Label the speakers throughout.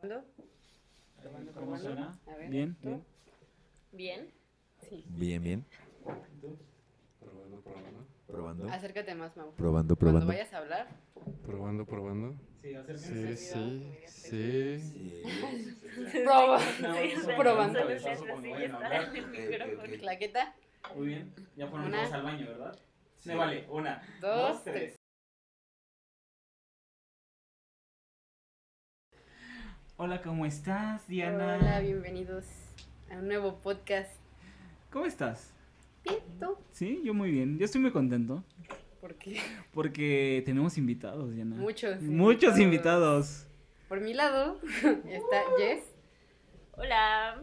Speaker 1: ¿Probando?
Speaker 2: ¿Cómo
Speaker 1: ¿Probando? probando?
Speaker 2: suena?
Speaker 1: A ver,
Speaker 2: Bien,
Speaker 1: ¿tú?
Speaker 2: bien.
Speaker 3: Bien.
Speaker 1: Sí.
Speaker 4: Bien, bien.
Speaker 5: Probando, probando.
Speaker 4: Probando.
Speaker 1: Acércate más, Mau.
Speaker 4: Probando,
Speaker 1: Ah, Cuando
Speaker 4: probando.
Speaker 1: vayas a hablar,
Speaker 5: Probando, probando.
Speaker 2: Sí, acérquense.
Speaker 5: Sí,
Speaker 1: sí, sí,
Speaker 5: sí, sí.
Speaker 4: Sí.
Speaker 1: Proba-
Speaker 2: No,
Speaker 3: Sí,
Speaker 2: no,
Speaker 3: sí,
Speaker 1: probando.
Speaker 3: solo
Speaker 2: Cabezazo
Speaker 3: es
Speaker 2: cuando
Speaker 3: así,
Speaker 2: vayan a
Speaker 3: está
Speaker 2: hablar.
Speaker 3: en el
Speaker 4: Ok,
Speaker 3: micrófono.
Speaker 4: ok, ok.
Speaker 1: claqueta.
Speaker 2: Muy bien. Ya fueron
Speaker 1: Una.
Speaker 2: todos al baño, ¿verdad?
Speaker 4: Sí.
Speaker 2: Me vale. Una.
Speaker 1: Dos, tres.
Speaker 2: Hola, ¿cómo estás, Diana?
Speaker 1: Hola, bienvenidos a un nuevo podcast.
Speaker 2: ¿Cómo estás?
Speaker 1: Bien, ¿tú?
Speaker 2: Sí, yo muy bien. Yo estoy muy contento
Speaker 1: Porque
Speaker 2: porque tenemos invitados, Diana.
Speaker 1: muchos.
Speaker 2: Muchos invitados.
Speaker 1: Por mi lado está Jess
Speaker 3: Uh. Hola.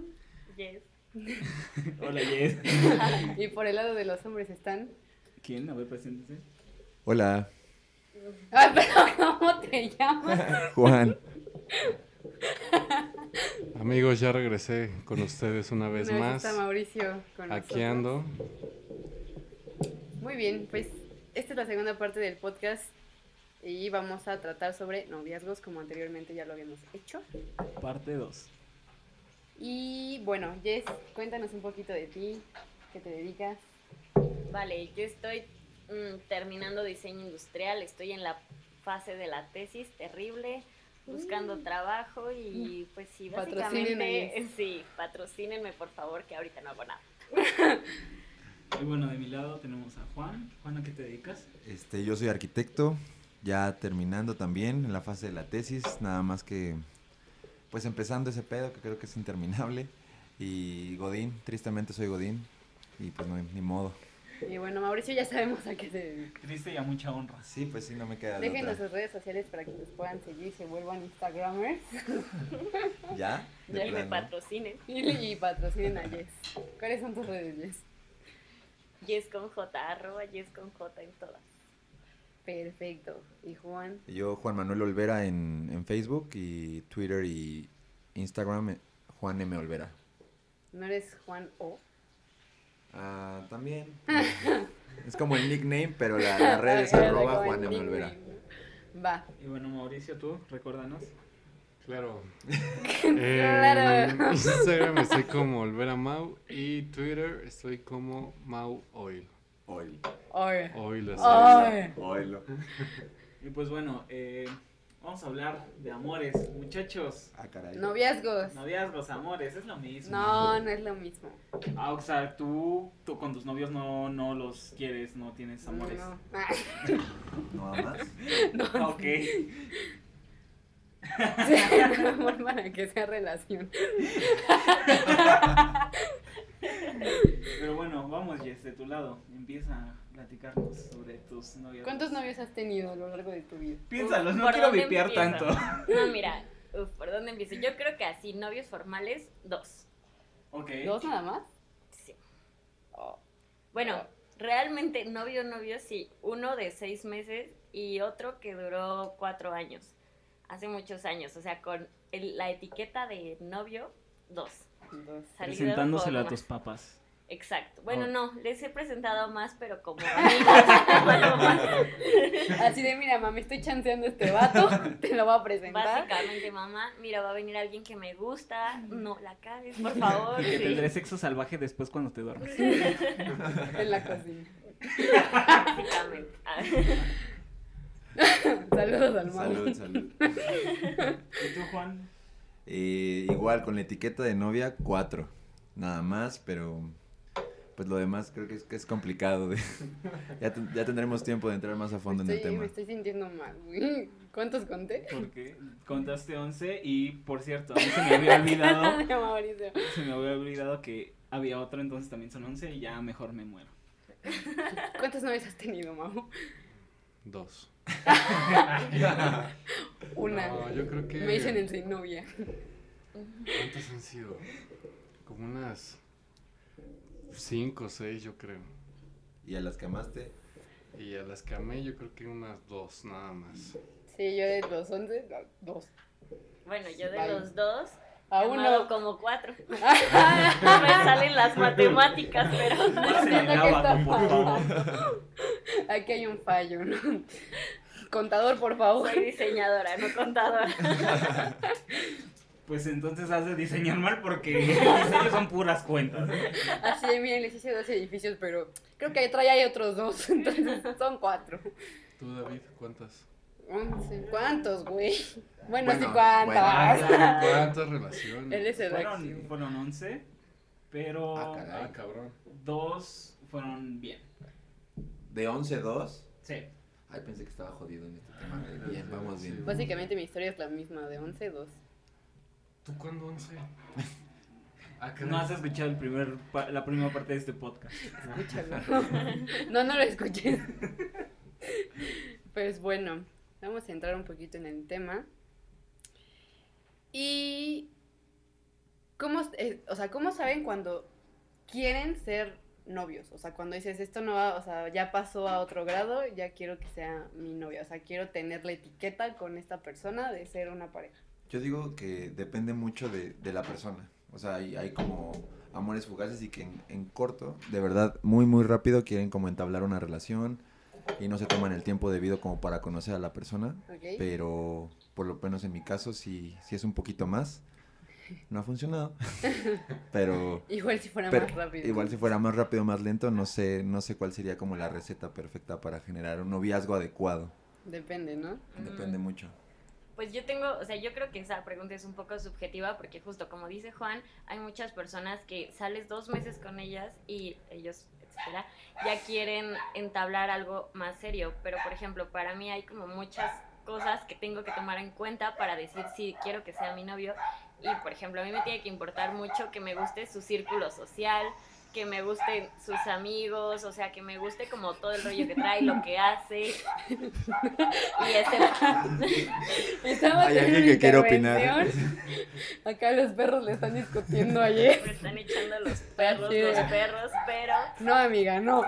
Speaker 3: Yes.
Speaker 2: Hola, Jess.
Speaker 1: y por el lado de los hombres están.
Speaker 2: ¿Quién? A ver, preséntese.
Speaker 4: Hola,
Speaker 1: ¡Ay, Ah, pero ¿cómo te llamas?
Speaker 4: Juan.
Speaker 5: Amigos, ya regresé con ustedes una vez
Speaker 1: Una vez
Speaker 5: Pues más.
Speaker 1: Está Mauricio con
Speaker 5: Aquí
Speaker 1: nosotros.
Speaker 5: ando.
Speaker 1: Muy bien, pues esta es la segunda parte del podcast y vamos a tratar sobre noviazgos como anteriormente ya lo habíamos hecho.
Speaker 2: Parte 2.
Speaker 1: Y bueno, Jess, cuéntanos un poquito de ti, qué te dedicas.
Speaker 3: Vale, yo estoy mm, terminando diseño industrial, estoy en la fase de la tesis terrible, buscando trabajo y pues sí, básicamente,
Speaker 1: Patrocínenme.
Speaker 3: sí, patrocínenme por favor, que ahorita no hago nada.
Speaker 2: Y bueno, de mi lado tenemos a Juan. Juan, ¿a qué te dedicas?
Speaker 4: Este, yo soy arquitecto, ya terminando también en la fase de la tesis, nada más que pues empezando ese pedo que creo que es interminable y Godín, tristemente soy Godín y pues no ni modo.
Speaker 1: Y bueno, Mauricio, ya sabemos a qué se dedica.
Speaker 2: Triste y a mucha honra.
Speaker 4: Sí, pues sí no me queda de
Speaker 1: Déjenos
Speaker 4: otra.
Speaker 1: sus redes sociales para que nos puedan seguir y se vuelvan Instagramers
Speaker 4: ¿Ya?
Speaker 3: Ya
Speaker 4: De
Speaker 3: me
Speaker 4: plano.
Speaker 3: patrocinen.
Speaker 1: y, y patrocinen a Jess. ¿Cuáles son tus redes, Jess?
Speaker 3: Yes con J, arroba yes con J en todas.
Speaker 1: Perfecto. ¿Y Juan?
Speaker 4: Yo Juan Manuel Olvera en, en Facebook y Twitter y Instagram eh, Juan M Olvera.
Speaker 1: ¿No eres Juan O?
Speaker 4: Ah, también. es como el nickname, pero la, la red es arroba Juan M Olvera.
Speaker 1: Va.
Speaker 2: Y bueno, Mauricio, tú, recuérdanos.
Speaker 5: Claro.
Speaker 1: Claro.
Speaker 5: En Instagram estoy como Olvera Mau y Twitter estoy como Mau Oil.
Speaker 4: Oil.
Speaker 1: Or.
Speaker 5: Oil así.
Speaker 1: Oh. Ay.
Speaker 4: Oilo.
Speaker 2: Y pues bueno, eh, vamos a hablar de amores, muchachos.
Speaker 4: Ah, caray.
Speaker 1: Noviazgos.
Speaker 2: Noviazgos, amores, es lo mismo.
Speaker 1: No, no es lo mismo.
Speaker 2: Ah, o sea, tú, tú con tus novios no, no los quieres, no tienes amores.
Speaker 1: No, no. Ah,
Speaker 4: ¿No amas?
Speaker 2: Ah, ok.
Speaker 1: sí, no, amor, para que sea relación.
Speaker 2: Pero bueno, vamos, Jess, de tu lado. Empieza a platicarnos sobre tus novios.
Speaker 1: ¿Cuántos novios has tenido a lo largo de tu vida?
Speaker 2: Piénsalos, no
Speaker 3: ¿Por
Speaker 2: quiero
Speaker 3: dónde
Speaker 2: vipear
Speaker 3: empiezo?
Speaker 2: tanto.
Speaker 3: No, mira, uf, ¿por dónde empiezo? Yo creo que así, novios formales, dos.
Speaker 2: Ok.
Speaker 1: ¿Dos nada más? Oh,
Speaker 3: Sí. Bueno, realmente novio, novio, sí. Uno de seis meses y otro que duró cuatro años. Hace muchos años. O sea, con el- la etiqueta de novio, dos.
Speaker 1: Dos.
Speaker 3: Salido
Speaker 2: Presentándoselo a
Speaker 3: por-
Speaker 2: tus papás.
Speaker 3: Exacto. Bueno,
Speaker 2: Oh.
Speaker 3: no, les he presentado más, pero como amigos, como algo más.
Speaker 1: Así de, mira, mami, estoy chanceando a este vato, te lo voy a presentar.
Speaker 3: Básicamente, mamá, mira, va a venir alguien que me gusta. No la cagues, por favor.
Speaker 2: Y que
Speaker 3: sí.
Speaker 2: tendré sexo salvaje después cuando te duermas.
Speaker 1: En la cocina.
Speaker 3: Básicamente. Ah.
Speaker 1: Saludos al mal.
Speaker 4: Salud, salud.
Speaker 2: ¿Y tú, Juan?
Speaker 4: Eh, igual, con la etiqueta de novia, cuatro. Nada más, pero pues lo demás creo que es, que es complicado. de- ya, ten- ya tendremos tiempo de entrar más a fondo en el
Speaker 1: Estoy,
Speaker 4: tema.
Speaker 1: me estoy sintiendo mal, güey. ¿Cuántos conté?
Speaker 2: Porque contaste 11 y, por cierto, a mí se me había olvidado
Speaker 1: Ay, Ah, Mauricio.
Speaker 2: Se me había olvidado que había otro, entonces también son 11 y ya mejor me muero.
Speaker 1: ¿Cuántos novios has tenido, Mau?
Speaker 5: Dos.
Speaker 1: Una.
Speaker 5: No, yo creo que.
Speaker 1: Me dicen el sin novia.
Speaker 5: ¿Cuántas han sido? Como unas cinco o seis, yo creo.
Speaker 4: Y a las que amaste,
Speaker 5: Y a las que amé, yo creo que unas dos nada más.
Speaker 1: Sí, yo de los once, no, dos.
Speaker 3: Bueno, yo de
Speaker 1: Bye.
Speaker 3: los dos,
Speaker 1: A
Speaker 3: he
Speaker 1: uno.
Speaker 3: amado como cuatro. No me salen las matemáticas, pero
Speaker 2: Pásenme el
Speaker 1: Siento que está
Speaker 2: abaco, por favor.
Speaker 1: fallando. Aquí hay un fallo, ¿no? Contador, por favor.
Speaker 3: soy diseñadora, no contadora.
Speaker 2: Pues entonces has de diseñar mal porque mis diseños son puras cuentas. ¿eh?
Speaker 1: Así de, miren, les hice dos edificios, pero creo que detrás ya hay otros dos, entonces son cuatro.
Speaker 5: Tú, David, ¿cuántas?
Speaker 1: Once. ¿Cuántos, güey? Bueno,
Speaker 4: Bueno,
Speaker 1: sí, cuántos.
Speaker 4: Ah,
Speaker 5: ¿Cuántas
Speaker 1: Él
Speaker 5: relaciones?
Speaker 1: es el
Speaker 2: Fueron,
Speaker 1: máximo.
Speaker 2: fueron 11, pero
Speaker 4: Ah, caray.
Speaker 5: Ah, cabrón.
Speaker 2: dos fueron bien.
Speaker 4: De 11, 2.
Speaker 2: Sí.
Speaker 4: Ay, pensé que estaba jodido en este tema. de Bien, vamos bien.
Speaker 1: Básicamente mi historia es la misma, de 11, 2.
Speaker 5: ¿Tú cuándo once? Ah, caray.
Speaker 2: No has escuchado el primer, pa- la primera parte de este podcast.
Speaker 1: Escúchalo. No, no lo escuché. Pues bueno, vamos a entrar un poquito en el tema. Y ¿cómo, eh, o sea, ¿cómo saben cuando quieren ser novios? O sea, cuando dices esto no va, o sea, ya pasó a otro grado, ya quiero que sea mi novia. O sea, quiero tener la etiqueta con esta persona de ser una pareja.
Speaker 4: Yo digo que depende mucho de, de la persona. O sea, hay, hay como amores fugaces y que en, en corto, de verdad, muy, muy rápido quieren como entablar una relación y no se toman el tiempo debido como para conocer a la persona.
Speaker 1: ¿Ok?
Speaker 4: Pero por lo menos en mi caso, sí, sí es un poquito más. No ha funcionado. pero
Speaker 1: Igual si fuera
Speaker 4: pero
Speaker 1: más rápido.
Speaker 4: igual si fuera más rápido, más lento, no sé, no sé cuál sería como la receta perfecta para generar un noviazgo adecuado.
Speaker 1: Depende, ¿no?
Speaker 4: Depende
Speaker 3: Mm.
Speaker 4: mucho.
Speaker 3: Pues yo tengo, o sea, yo creo que esa pregunta es un poco subjetiva porque justo como dice Juan, hay muchas personas que sales dos meses con ellas y ellos, etcétera, ya quieren entablar algo más serio. Pero por ejemplo, para mí hay como muchas cosas que tengo que tomar en cuenta para decir si quiero que sea mi novio. Y por ejemplo, a mí me tiene que importar mucho que me guste su círculo social, que me gusten sus amigos, o sea, que me guste como todo el rollo que trae, lo que hace. Y ese...
Speaker 1: Estamos
Speaker 4: Hay
Speaker 1: en
Speaker 4: alguien
Speaker 1: una
Speaker 4: que quiere opinar.
Speaker 1: intervención. Acá los perros le están discutiendo ayer.
Speaker 3: Me están echando los perros,
Speaker 1: Sí.
Speaker 3: los perros, pero
Speaker 1: No, amiga, no.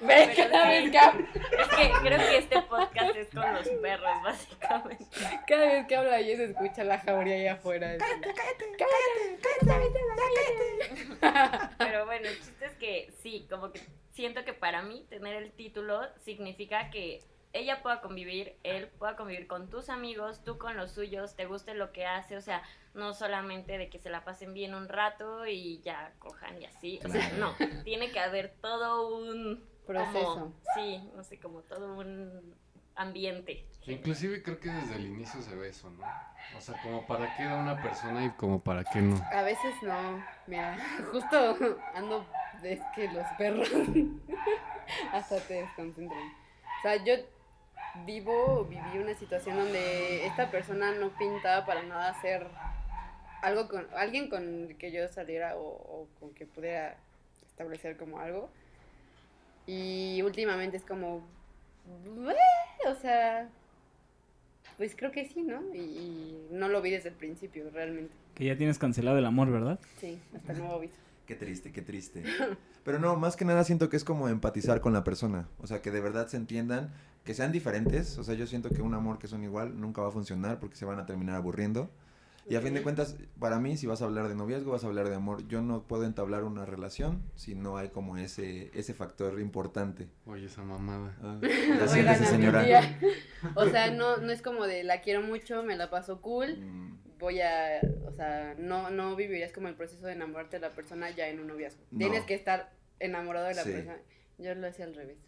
Speaker 1: Ve
Speaker 3: Pero
Speaker 1: cada
Speaker 3: sí.
Speaker 1: vez que, hab-
Speaker 3: es que creo que este podcast es con los perros, básicamente.
Speaker 1: cada vez que habla ella se escucha la jauría allá afuera. Cállate, cállate, cállate, cállate,
Speaker 3: Pero bueno, el chiste es que sí, como que siento que para mí tener el título significa que ella pueda convivir, él pueda convivir con tus amigos, tú con los suyos, te guste lo que hace, o sea, no solamente de que se la pasen bien un rato y ya cojan y así, o sea, no, tiene que haber todo un
Speaker 1: Proceso.
Speaker 3: como- sí, no sé, como todo un ambiente.
Speaker 5: Inclusive creo que desde el inicio se ve eso, ¿no? O sea, como para qué da una persona y como para qué no.
Speaker 1: A veces no. Mira, justo ando. Es que los perros hasta te desconcentran. O sea, yo vivo, viví una situación donde esta persona no pintaba para nada hacer algo con alguien con el que yo saliera o, o con que pudiera establecer como algo. Y últimamente es como, "Bue", o sea, pues creo que sí, ¿no? Y, y no lo vi desde el principio, realmente.
Speaker 2: Que ya tienes cancelado el amor, ¿verdad?
Speaker 1: Sí, hasta el nuevo aviso.
Speaker 4: Qué triste, qué triste. Pero no, más que nada siento que es como empatizar con la persona. O sea, que de verdad se entiendan, que sean diferentes. O sea, yo siento que un amor que son igual nunca va a funcionar porque se van a terminar aburriendo. Y a fin de cuentas, para mí, si vas a hablar de noviazgo, vas a hablar de amor. Yo no puedo entablar una relación si no hay como ese, ese factor importante.
Speaker 5: Oye, esa mamada.
Speaker 4: Ah, ya
Speaker 1: Oigan,
Speaker 4: siéntese,
Speaker 1: a mi
Speaker 4: señora.
Speaker 1: tía. O sea, no, no es como de la quiero mucho, me la paso cool,
Speaker 4: Mm,
Speaker 1: voy a, o sea, no, no vivirías como el proceso de enamorarte de la persona ya en un noviazgo.
Speaker 4: No.
Speaker 1: Tienes que estar enamorado de la
Speaker 4: Sí.
Speaker 1: persona. Yo lo hacía al revés.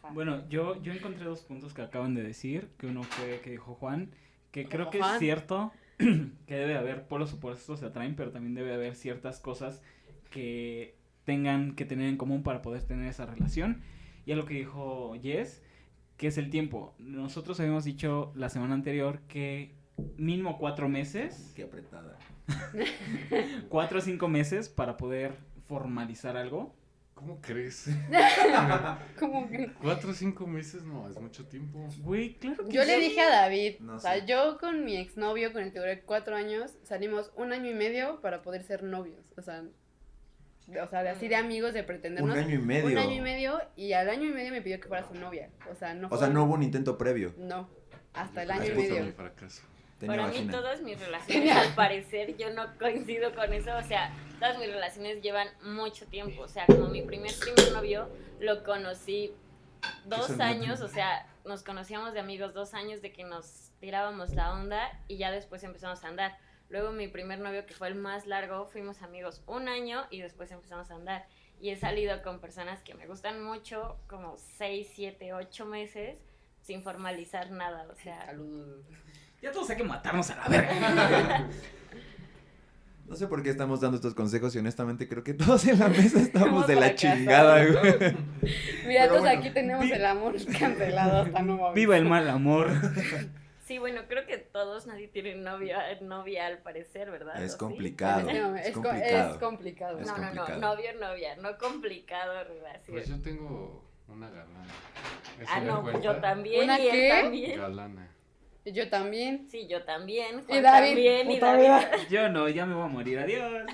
Speaker 1: Ja.
Speaker 2: Bueno, yo, yo encontré dos puntos que acaban de decir, que uno fue que dijo Juan, que creo que
Speaker 1: Juan.
Speaker 2: es cierto que debe haber polos opuestos se atraen, pero también debe haber ciertas cosas que tengan que tener en común para poder tener esa relación. Y a lo que dijo Jess, que es el tiempo. Nosotros habíamos dicho la semana anterior que mínimo cuatro meses,
Speaker 4: qué apretada.
Speaker 2: cuatro o cinco meses para poder formalizar algo.
Speaker 5: ¿Cómo crees?
Speaker 1: Como que-
Speaker 5: Cuatro o cinco meses, no, es mucho tiempo.
Speaker 2: Güey, claro que
Speaker 1: Yo le dije a David,
Speaker 4: No
Speaker 1: o sea,
Speaker 4: sé.
Speaker 1: yo con mi exnovio, con el que duré cuatro años, salimos un año y medio para poder ser novios. O sea, de- o sea, de- así de amigos, de
Speaker 4: Un
Speaker 1: pretendernos.
Speaker 4: año y medio.
Speaker 1: Un año y medio, y al año y medio me pidió que fuera su novia. O sea, no
Speaker 4: O sea,
Speaker 1: fue-
Speaker 4: no hubo un intento previo.
Speaker 1: No, hasta el
Speaker 5: Yo
Speaker 1: año y
Speaker 5: creo que fue
Speaker 1: medio.
Speaker 5: mi fracaso.
Speaker 4: Tenía
Speaker 3: Para mí
Speaker 4: vagina.
Speaker 3: todas mis relaciones, al parecer, yo no coincido con eso, o sea, todas mis relaciones llevan mucho tiempo, o sea, como mi primer primer novio lo conocí
Speaker 4: Eso
Speaker 3: dos
Speaker 4: no-
Speaker 3: años, o sea, nos conocíamos de amigos dos años de que nos tirábamos la onda y ya después empezamos a andar. Luego mi primer novio, que fue el más largo, fuimos amigos un año y después empezamos a andar. Y he salido con personas que me gustan mucho, como 6, 7, 8 meses, sin formalizar nada. O sea,
Speaker 1: Saludos.
Speaker 2: Ya todos hay que matarnos a la verga.
Speaker 4: No sé por qué estamos dando estos consejos y honestamente creo que todos en la mesa estamos de la
Speaker 1: fracasados.
Speaker 4: chingada, güey.
Speaker 1: Mira,
Speaker 4: Pero
Speaker 1: entonces
Speaker 4: bueno,
Speaker 1: aquí tenemos
Speaker 2: vi-
Speaker 1: el amor cancelado hasta no mover.
Speaker 2: Viva el mal amor.
Speaker 3: sí, bueno, creo que todos, nadie tiene novia, novia al parecer, ¿verdad? ¿O
Speaker 4: Es
Speaker 3: sí?
Speaker 4: complicado.
Speaker 1: Este momento-
Speaker 4: Es
Speaker 1: es, co- es
Speaker 4: complicado.
Speaker 1: complicado.
Speaker 4: Es
Speaker 3: no, no, no,
Speaker 4: complicado.
Speaker 3: novio, novia, no complicado, relación.
Speaker 5: Pues yo tengo una galana. ¿Eso
Speaker 3: ah,
Speaker 5: ya
Speaker 3: no,
Speaker 5: cuenta?
Speaker 3: yo también,
Speaker 1: ¿Una
Speaker 3: y él
Speaker 1: qué?
Speaker 3: también.
Speaker 5: Galana.
Speaker 1: Yo también.
Speaker 3: Sí, yo también.
Speaker 1: Y
Speaker 3: Juan
Speaker 1: David.
Speaker 3: también, y
Speaker 1: puta
Speaker 3: David.
Speaker 1: vida.
Speaker 2: Yo no, ya me voy a morir, adiós.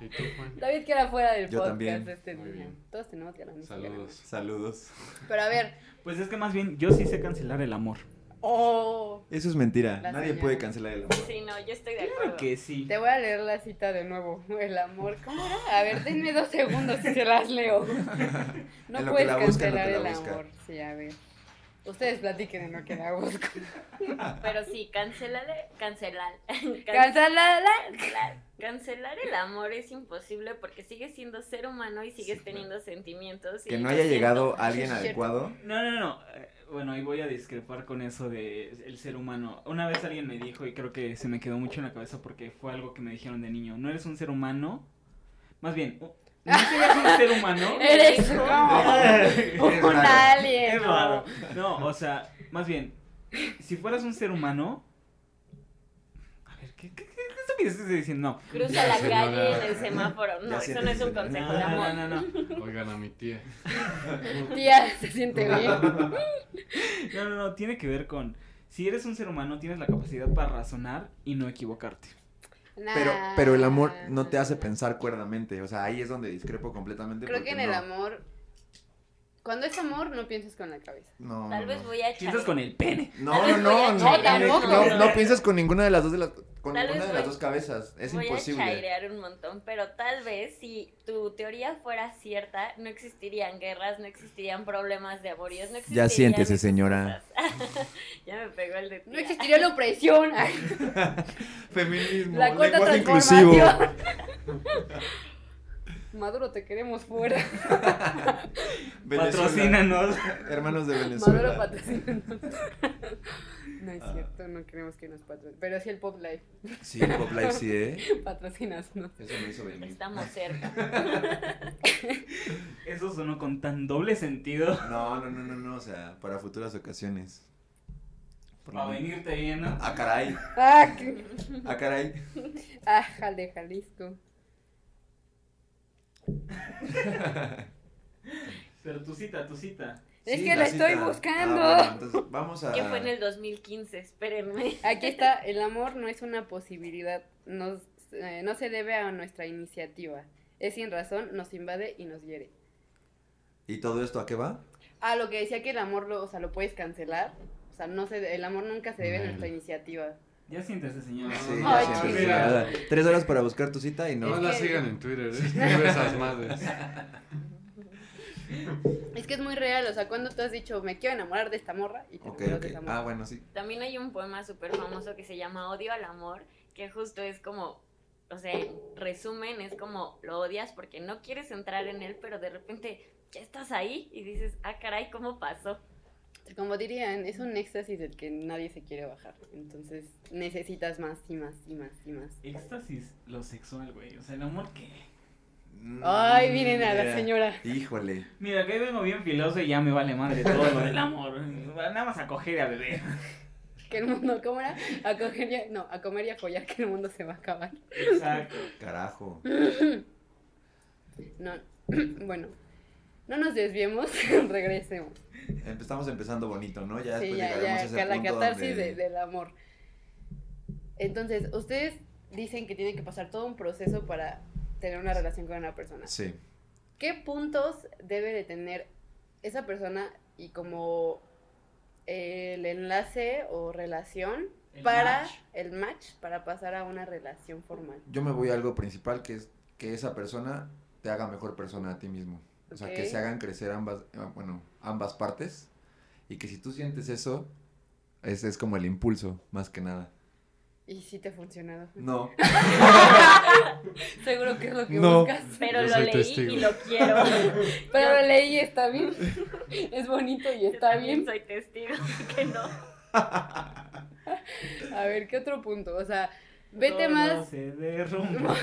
Speaker 5: ¿Y tú, Juan?
Speaker 1: David queda fuera del
Speaker 4: Yo
Speaker 1: podcast
Speaker 4: también.
Speaker 1: este
Speaker 5: Muy
Speaker 1: día.
Speaker 5: bien.
Speaker 1: Todos tenemos galanes.
Speaker 5: Saludos.
Speaker 4: Saludos.
Speaker 1: Pero a ver.
Speaker 2: Pues es que más bien yo sí sé cancelar el amor.
Speaker 1: Oh.
Speaker 4: Eso es mentira.
Speaker 1: La
Speaker 4: Nadie
Speaker 1: señal.
Speaker 4: puede cancelar el amor.
Speaker 3: Sí, no, yo estoy de acuerdo.
Speaker 2: Claro que sí.
Speaker 1: Te voy a leer la cita de nuevo. El amor. ¿Cómo era? A ver, denme dos segundos y se las leo. No
Speaker 4: En lo que
Speaker 1: puedes
Speaker 4: la busca, en lo que
Speaker 1: cancelar el
Speaker 4: la busca.
Speaker 1: amor. Sí, a ver. Ustedes platiquen en lo que la busco.
Speaker 3: Pero sí, cancelar, cancelar, cancelar,
Speaker 1: Cancelala.
Speaker 3: cancelar el amor es imposible porque sigues siendo ser humano y sigues
Speaker 4: Sí, claro.
Speaker 3: teniendo sentimientos. y
Speaker 4: Que no
Speaker 3: yo
Speaker 4: haya
Speaker 3: siento-
Speaker 4: llegado alguien
Speaker 1: Sí, es cierto.
Speaker 4: adecuado.
Speaker 2: No, no, no. eh, Bueno, ahí voy a discrepar con eso de el ser humano. Una vez alguien me dijo, y creo que se me quedó mucho en la cabeza porque fue algo que me dijeron de niño, no eres un ser humano. Más bien, u- no eres un ser humano.
Speaker 1: Eres como
Speaker 4: Es
Speaker 1: un
Speaker 4: raro.
Speaker 1: alien.
Speaker 2: Es
Speaker 1: ¿no?
Speaker 2: raro. No, o sea, más bien, si fueras un ser humano... A ver, ¿qué, qué, qué, qué estupidez estoy diciendo? No.
Speaker 3: Cruza la
Speaker 5: señora.
Speaker 3: calle en el semáforo. No, eso no es un
Speaker 4: siéntese,
Speaker 3: consejo de
Speaker 2: No,
Speaker 3: amor.
Speaker 2: no, no, no.
Speaker 5: Oigan a mi tía.
Speaker 1: Tía, se siente bien.
Speaker 2: No, no, no, tiene que ver con... Si eres un ser humano, tienes la capacidad para razonar y no equivocarte.
Speaker 4: Pero, pero el amor no te hace
Speaker 1: Nah.
Speaker 4: pensar cuerdamente. O sea, ahí es donde discrepo completamente.
Speaker 1: Creo
Speaker 4: porque
Speaker 1: que en el
Speaker 4: no-
Speaker 1: amor. Cuando es amor, no piensas con la cabeza.
Speaker 4: No, no,
Speaker 3: Tal
Speaker 4: no.
Speaker 3: vez voy a echar.
Speaker 2: Piensas con el pene.
Speaker 4: No, no, no,
Speaker 3: Tal vez voy
Speaker 4: no,
Speaker 3: a
Speaker 1: chairear.
Speaker 4: no, no piensas con ninguna de las dos de las, con ninguna
Speaker 3: Tal vez
Speaker 4: de las
Speaker 3: voy-
Speaker 4: dos cabezas, es
Speaker 3: voy a
Speaker 4: imposible.
Speaker 3: chairear un montón, pero tal vez si tu teoría fuera cierta, no existirían guerras, no existirían problemas de aboríos, no existirían...
Speaker 4: siéntese, señora.
Speaker 3: cosas. ya me pegó el de
Speaker 1: No
Speaker 3: tía.
Speaker 1: existiría la opresión. Ay,
Speaker 4: Feminismo,
Speaker 1: La cuarta
Speaker 4: lenguaje
Speaker 1: transformación.
Speaker 4: inclusivo.
Speaker 1: Maduro, te queremos fuera.
Speaker 4: Venezuela.
Speaker 2: Patrocínanos.
Speaker 4: Hermanos de
Speaker 1: Maduro
Speaker 4: Venezuela.
Speaker 1: patrocina. No
Speaker 4: Ah.
Speaker 1: es cierto, no queremos que nos patrocinen. Pero sí el Pop Life.
Speaker 4: Sí, Pop Life sí, ¿eh?
Speaker 1: Patrocinas, ¿no?
Speaker 4: Eso me hizo venir.
Speaker 3: Estamos cerca.
Speaker 2: Eso sonó con tan doble sentido.
Speaker 4: No, no, no, no, no, o sea, para futuras ocasiones. Por lo
Speaker 2: Para
Speaker 4: menos.
Speaker 2: venirte bien, ¿no?
Speaker 4: Ah, caray,
Speaker 1: Ah, que-
Speaker 4: ah, caray.
Speaker 1: ah, jale, Jalisco.
Speaker 2: Pero tu cita, tu cita.
Speaker 1: Es
Speaker 4: Sí,
Speaker 1: que la estoy
Speaker 4: cita.
Speaker 1: buscando.
Speaker 4: Ah, bueno, entonces vamos a...
Speaker 3: que fue en el 2015, espérenme.
Speaker 1: Aquí está, el amor no es una posibilidad, nos, eh, no se debe a nuestra iniciativa. Es sin razón, nos invade y nos hiere.
Speaker 4: ¿Y todo esto a qué va?
Speaker 1: Ah, lo que decía que el amor lo, o sea, lo puedes cancelar. O sea, no se, el amor nunca se debe a
Speaker 5: Mel.
Speaker 1: nuestra iniciativa.
Speaker 2: Ya siéntese, señor.
Speaker 4: Sí,
Speaker 1: Ay,
Speaker 4: ya siempre
Speaker 1: chido.
Speaker 4: se nada. Tres horas para buscar tu cita y
Speaker 5: No,
Speaker 4: no.
Speaker 5: la
Speaker 1: que-
Speaker 5: sigan en Twitter, ¿eh? Escribe esas madres.
Speaker 1: Es que es muy real, o sea, cuando tú has dicho, me quiero enamorar de esta morra y te
Speaker 4: Ok,
Speaker 1: enamoras
Speaker 4: ok.
Speaker 1: de esa morra.
Speaker 4: Ah, bueno, sí.
Speaker 3: También hay un poema súper famoso que se llama Odio al amor, que justo es como, o sea, en resumen, es como lo odias porque no quieres entrar en él, pero de repente ya estás ahí y dices, ah, caray, ¿cómo pasó?
Speaker 1: Como dirían, es un éxtasis del que nadie se quiere bajar. Entonces necesitas más y más y más y más.
Speaker 2: Éxtasis, lo sexual, güey. O sea, el amor que.
Speaker 1: Ay, miren a la
Speaker 4: Mira.
Speaker 1: señora.
Speaker 4: Mm, Híjole.
Speaker 2: Mira, que vengo bien filoso y ya me vale madre todo lo del amor. Nada más a coger y a beber.
Speaker 1: Que el mundo, ¿cómo era? A coger y a- no, a comer y a follar, que el mundo se va a acabar.
Speaker 2: Exacto.
Speaker 4: Carajo.
Speaker 1: No, bueno, no nos desviemos, regresemos.
Speaker 4: Empe- Estamos empezando bonito, ¿no? Ya
Speaker 1: Sí,
Speaker 4: después
Speaker 1: ya,
Speaker 4: llegaremos a
Speaker 1: ya,
Speaker 4: ese
Speaker 1: ca- la
Speaker 4: punto
Speaker 1: catarsis
Speaker 4: donde-
Speaker 1: de- del amor. Entonces, ustedes dicen que tienen que pasar todo un proceso para tener una relación con una persona.
Speaker 4: Sí.
Speaker 1: ¿Qué puntos debe de tener esa persona y como el enlace o relación
Speaker 2: El
Speaker 1: para
Speaker 2: match.
Speaker 1: el match para pasar a una relación formal?
Speaker 4: Yo me voy a algo principal que es que esa persona te haga mejor persona a ti mismo. O sea,
Speaker 1: Ok.
Speaker 4: que se hagan crecer ambas, eh, bueno, ambas partes. Y que si tú sientes eso, ese es como el impulso, más que nada.
Speaker 1: Y sí te ha funcionado.
Speaker 4: No.
Speaker 1: Seguro que es lo que
Speaker 4: No.
Speaker 1: buscas.
Speaker 3: Pero
Speaker 5: Yo
Speaker 3: lo
Speaker 5: soy
Speaker 3: leí
Speaker 5: testigo.
Speaker 3: y lo quiero.
Speaker 1: Pero leí está bien. Es bonito y
Speaker 3: Yo
Speaker 1: está bien.
Speaker 3: también soy testigo de que no.
Speaker 1: A ver, ¿qué otro punto? O sea, vete más.
Speaker 2: Se derrumba.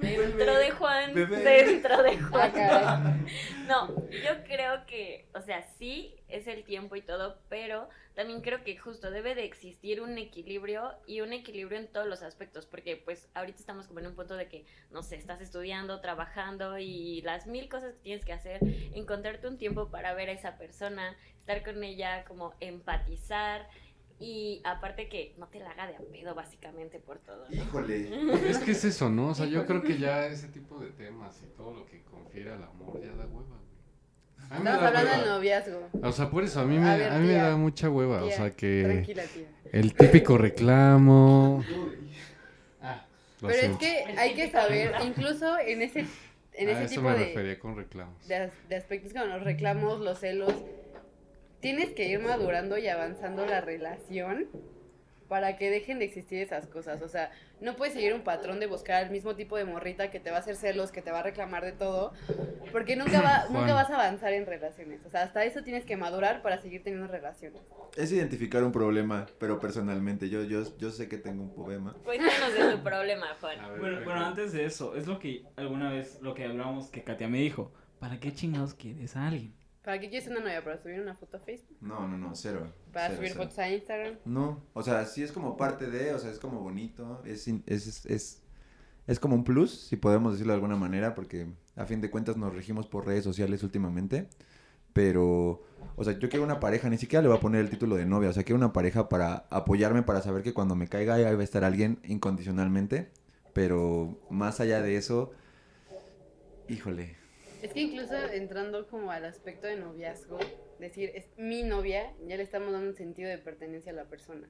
Speaker 3: Dentro de Juan,
Speaker 4: Bebé.
Speaker 3: dentro de
Speaker 1: Ah,
Speaker 3: Juan.
Speaker 1: caray.
Speaker 3: No, yo creo que, o sea, sí es el tiempo y todo, pero también creo que justo debe de existir un equilibrio y un equilibrio en todos los aspectos, porque pues ahorita estamos como en un punto de que, no sé, estás estudiando, trabajando y las mil cosas que tienes que hacer, encontrarte un tiempo para ver a esa persona, estar con ella, como empatizar y aparte que no te la haga de a pedo básicamente por todo, ¿no?
Speaker 4: Híjole.
Speaker 5: Es que es eso, ¿no? O sea, yo creo que ya ese tipo de temas y todo lo que confiere al amor ya da hueva, güey. A mí me
Speaker 1: Estamos
Speaker 5: da
Speaker 1: hablando
Speaker 5: hueva.
Speaker 1: del noviazgo.
Speaker 5: O sea, por eso a mí me,
Speaker 1: A ver,
Speaker 5: a mí me
Speaker 1: tía,
Speaker 5: da mucha hueva. o
Speaker 1: tía,
Speaker 5: sea, que
Speaker 1: Tranquila, tía.
Speaker 5: el típico reclamo. Ah, lo
Speaker 1: Pero es
Speaker 5: siento.
Speaker 1: que hay que saber, incluso en ese, en
Speaker 5: a
Speaker 1: ese
Speaker 5: eso
Speaker 1: tipo
Speaker 5: me
Speaker 1: de,
Speaker 5: refería con reclamos.
Speaker 1: de, as- de aspectos como los reclamos, los celos, tienes que ir madurando y avanzando la relación para que dejen de existir esas cosas. O sea, no puedes seguir un patrón de buscar el mismo tipo de morrita que te va a hacer celos, que te va a reclamar de todo, porque nunca, va,
Speaker 5: Juan.
Speaker 1: nunca vas a avanzar en relaciones. O sea, hasta eso tienes que madurar para seguir teniendo relaciones.
Speaker 4: Es identificar un problema, pero personalmente. Yo, yo, yo sé que tengo un problema.
Speaker 3: Cuéntanos de tu problema, Juan.
Speaker 5: A ver,
Speaker 2: Bueno, bueno,
Speaker 5: venga.
Speaker 2: antes de eso, es lo que alguna vez, lo que hablábamos que Katia me dijo, ¿para qué chingados quieres a alguien?
Speaker 1: ¿Para qué quieres una novia? ¿Para subir una foto a Facebook?
Speaker 4: No, no, no, cero.
Speaker 1: ¿Para
Speaker 4: Cero,
Speaker 1: subir
Speaker 4: cero.
Speaker 1: fotos a Instagram?
Speaker 4: No, o sea, sí es como parte de, o sea, es como bonito, es, in- es, es, es, es como un plus, si podemos decirlo de alguna manera, porque a fin de cuentas nos regimos por redes sociales últimamente, pero, o sea, yo quiero una pareja, ni siquiera le voy a poner el título de novia, o sea, quiero una pareja para apoyarme, para saber que cuando me caiga ahí va a estar alguien incondicionalmente, pero más allá de eso, híjole,
Speaker 1: Es que incluso entrando como al aspecto de noviazgo, decir es mi novia, ya le estamos dando un sentido de pertenencia a la persona.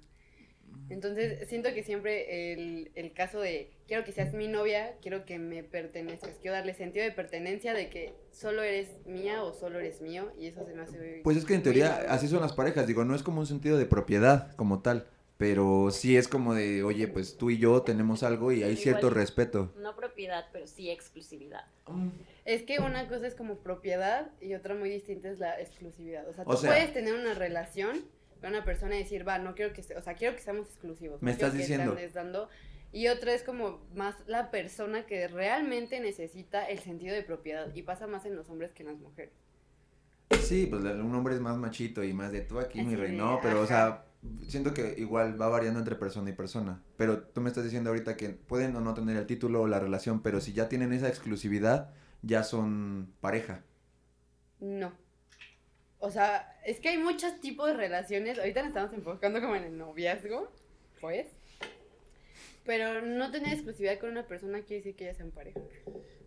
Speaker 1: Entonces, siento que siempre el, el caso de quiero que seas mi novia, quiero que me pertenezcas, quiero darle sentido de pertenencia de que solo eres mía o solo eres mío, y eso se me hace. muy-
Speaker 4: Pues es que en
Speaker 1: muy
Speaker 4: teoría
Speaker 1: inmaduro.
Speaker 4: así son las parejas, digo, no es como un sentido de propiedad como tal, pero sí es como de, oye, pues tú y yo tenemos algo y hay cierto
Speaker 3: Igual.
Speaker 4: respeto.
Speaker 3: No propiedad, pero sí exclusividad.
Speaker 1: Es que una cosa es como propiedad y otra muy distinta es la exclusividad. O sea,
Speaker 4: O
Speaker 1: tú
Speaker 4: sea-
Speaker 1: puedes tener una relación con una persona y decir, va, no quiero que, se- o sea, quiero que seamos exclusivos. no
Speaker 4: Me
Speaker 1: quiero
Speaker 4: estás
Speaker 1: que te
Speaker 4: diciendo.
Speaker 1: andes dando. Y otra es como más la persona que realmente necesita el sentido de propiedad y pasa más en los hombres que en las mujeres.
Speaker 4: Sí, pues la- un hombre es más machito y más de tú aquí, mi
Speaker 1: Así
Speaker 4: rey,
Speaker 1: de,
Speaker 4: no, pero o sea,
Speaker 1: ajá.
Speaker 4: siento que igual va variando entre persona y persona, pero tú me estás diciendo ahorita que pueden o no tener el título o la relación, pero si ya tienen esa exclusividad, ya son pareja.
Speaker 1: No. O sea, es que hay muchos tipos de relaciones. Ahorita nos estamos enfocando como en el noviazgo, pues. Pero no tener exclusividad con una persona quiere decir que ya sean pareja.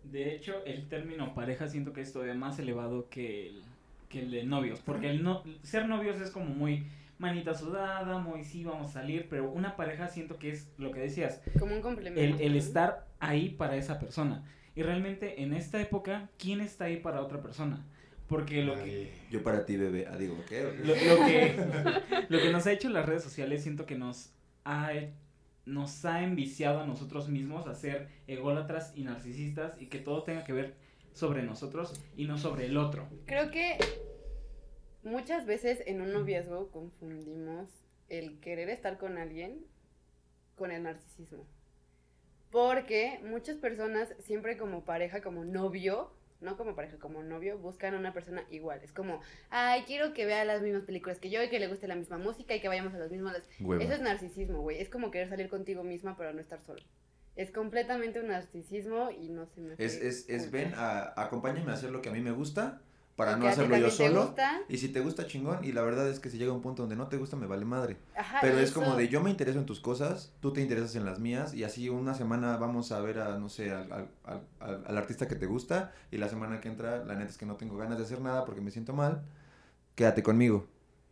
Speaker 2: De hecho, el término pareja siento que es todavía más elevado que el, que el de novios, porque el no, ser novios es como muy manita sudada, muy sí, vamos a salir, pero una pareja siento que es lo que decías,
Speaker 1: Como un complemento.
Speaker 2: el, el
Speaker 1: ¿no?
Speaker 2: estar ahí para esa persona. Y realmente en esta época, ¿quién está ahí para otra persona? Porque lo que,
Speaker 5: Ay,
Speaker 4: Yo para ti, bebé, ah, digo, ¿qué?
Speaker 2: lo, lo que lo que nos ha hecho las redes sociales siento que nos ha he- nos ha enviciado a nosotros mismos a ser ególatras y narcisistas y que todo tenga que ver sobre nosotros y no sobre el otro.
Speaker 1: Creo que muchas veces en un noviazgo confundimos el querer estar con alguien con el narcisismo. Porque muchas personas siempre como pareja, como novio, no como pareja, como novio, buscan a una persona igual. Es como, ay, quiero que vea las mismas películas que yo y que le guste la misma música y que vayamos a los mismos las-
Speaker 4: Hueva.
Speaker 1: Eso es narcisismo, güey. Es como querer salir contigo misma para no estar solo. Es completamente un narcisismo y no se me
Speaker 4: Es,
Speaker 1: hace
Speaker 4: es, es
Speaker 1: cool.
Speaker 4: ven, a- acompáñame a hacer lo que a mí me gusta para
Speaker 1: Y
Speaker 4: no
Speaker 1: que a ti
Speaker 4: hacerlo yo
Speaker 1: también te
Speaker 4: solo.
Speaker 1: gusta.
Speaker 4: Y si te gusta, chingón. Y la verdad es que si llega un punto donde no te gusta, me vale madre.
Speaker 1: Ajá,
Speaker 4: Pero
Speaker 1: y
Speaker 4: es
Speaker 1: Ah,
Speaker 4: como
Speaker 1: eso-
Speaker 4: de yo me intereso en tus cosas, tú te interesas en las mías. Y así una semana vamos a ver a, no sé, al, al- al- al- al artista que te gusta. Y la semana que entra, la neta es que no tengo ganas de hacer nada porque me siento mal. Quédate conmigo.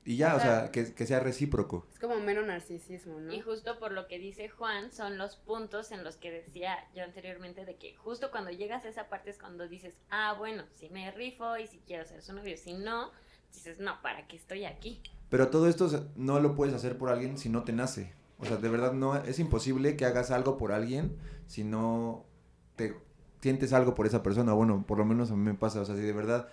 Speaker 4: Y ya, o
Speaker 1: Ajá.
Speaker 4: sea, que, que sea recíproco.
Speaker 1: Es como mero narcisismo, ¿no?
Speaker 3: Y justo por lo que dice Juan, son los puntos en los que decía yo anteriormente de que justo cuando llegas a esa parte es cuando dices, ah, bueno, si me rifo y si quiero ser su novio, si no, dices, no, ¿para qué estoy aquí?
Speaker 4: Pero todo esto se- no lo puedes hacer por alguien si no te nace. O sea, de verdad no es imposible que hagas algo por alguien si no te sientes algo por esa persona. Bueno, por lo menos a mí me pasa. O sea, si de verdad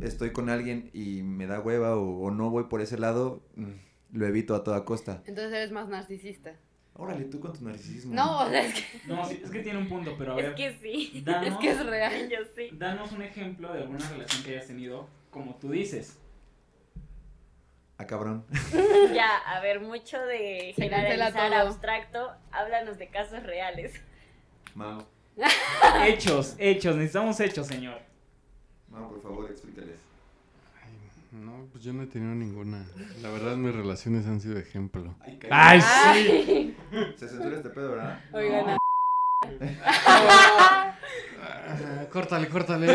Speaker 4: estoy con alguien y me da hueva o, o no voy por ese lado, mm, lo evito a toda costa.
Speaker 1: Entonces eres más narcisista.
Speaker 4: Órale, tú con tu narcisismo.
Speaker 1: No, o sea, es que,
Speaker 2: No, sí, es que tiene un punto, pero a ver.
Speaker 3: Es que sí,
Speaker 1: es
Speaker 2: danos-
Speaker 1: que es real.
Speaker 3: yo sí.
Speaker 2: Danos un ejemplo de alguna relación que hayas tenido, como tú dices.
Speaker 4: Ah, cabrón.
Speaker 3: Ya, a ver, mucho de
Speaker 1: Se cancela
Speaker 3: generalizar
Speaker 1: todo.
Speaker 3: abstracto, háblanos de casos reales.
Speaker 4: Mau,
Speaker 2: Hechos, hechos, necesitamos hechos, señor.
Speaker 4: Mau, por favor, explícales.
Speaker 5: Ay, no, pues yo no he tenido ninguna. La verdad, mis relaciones han sido ejemplo.
Speaker 2: ¡Ay,
Speaker 1: Ah.
Speaker 2: sí!
Speaker 1: Ay,
Speaker 4: Se censura este pedo, ¿verdad?
Speaker 1: oigan,
Speaker 2: No.
Speaker 5: Ah, córtale, córtale.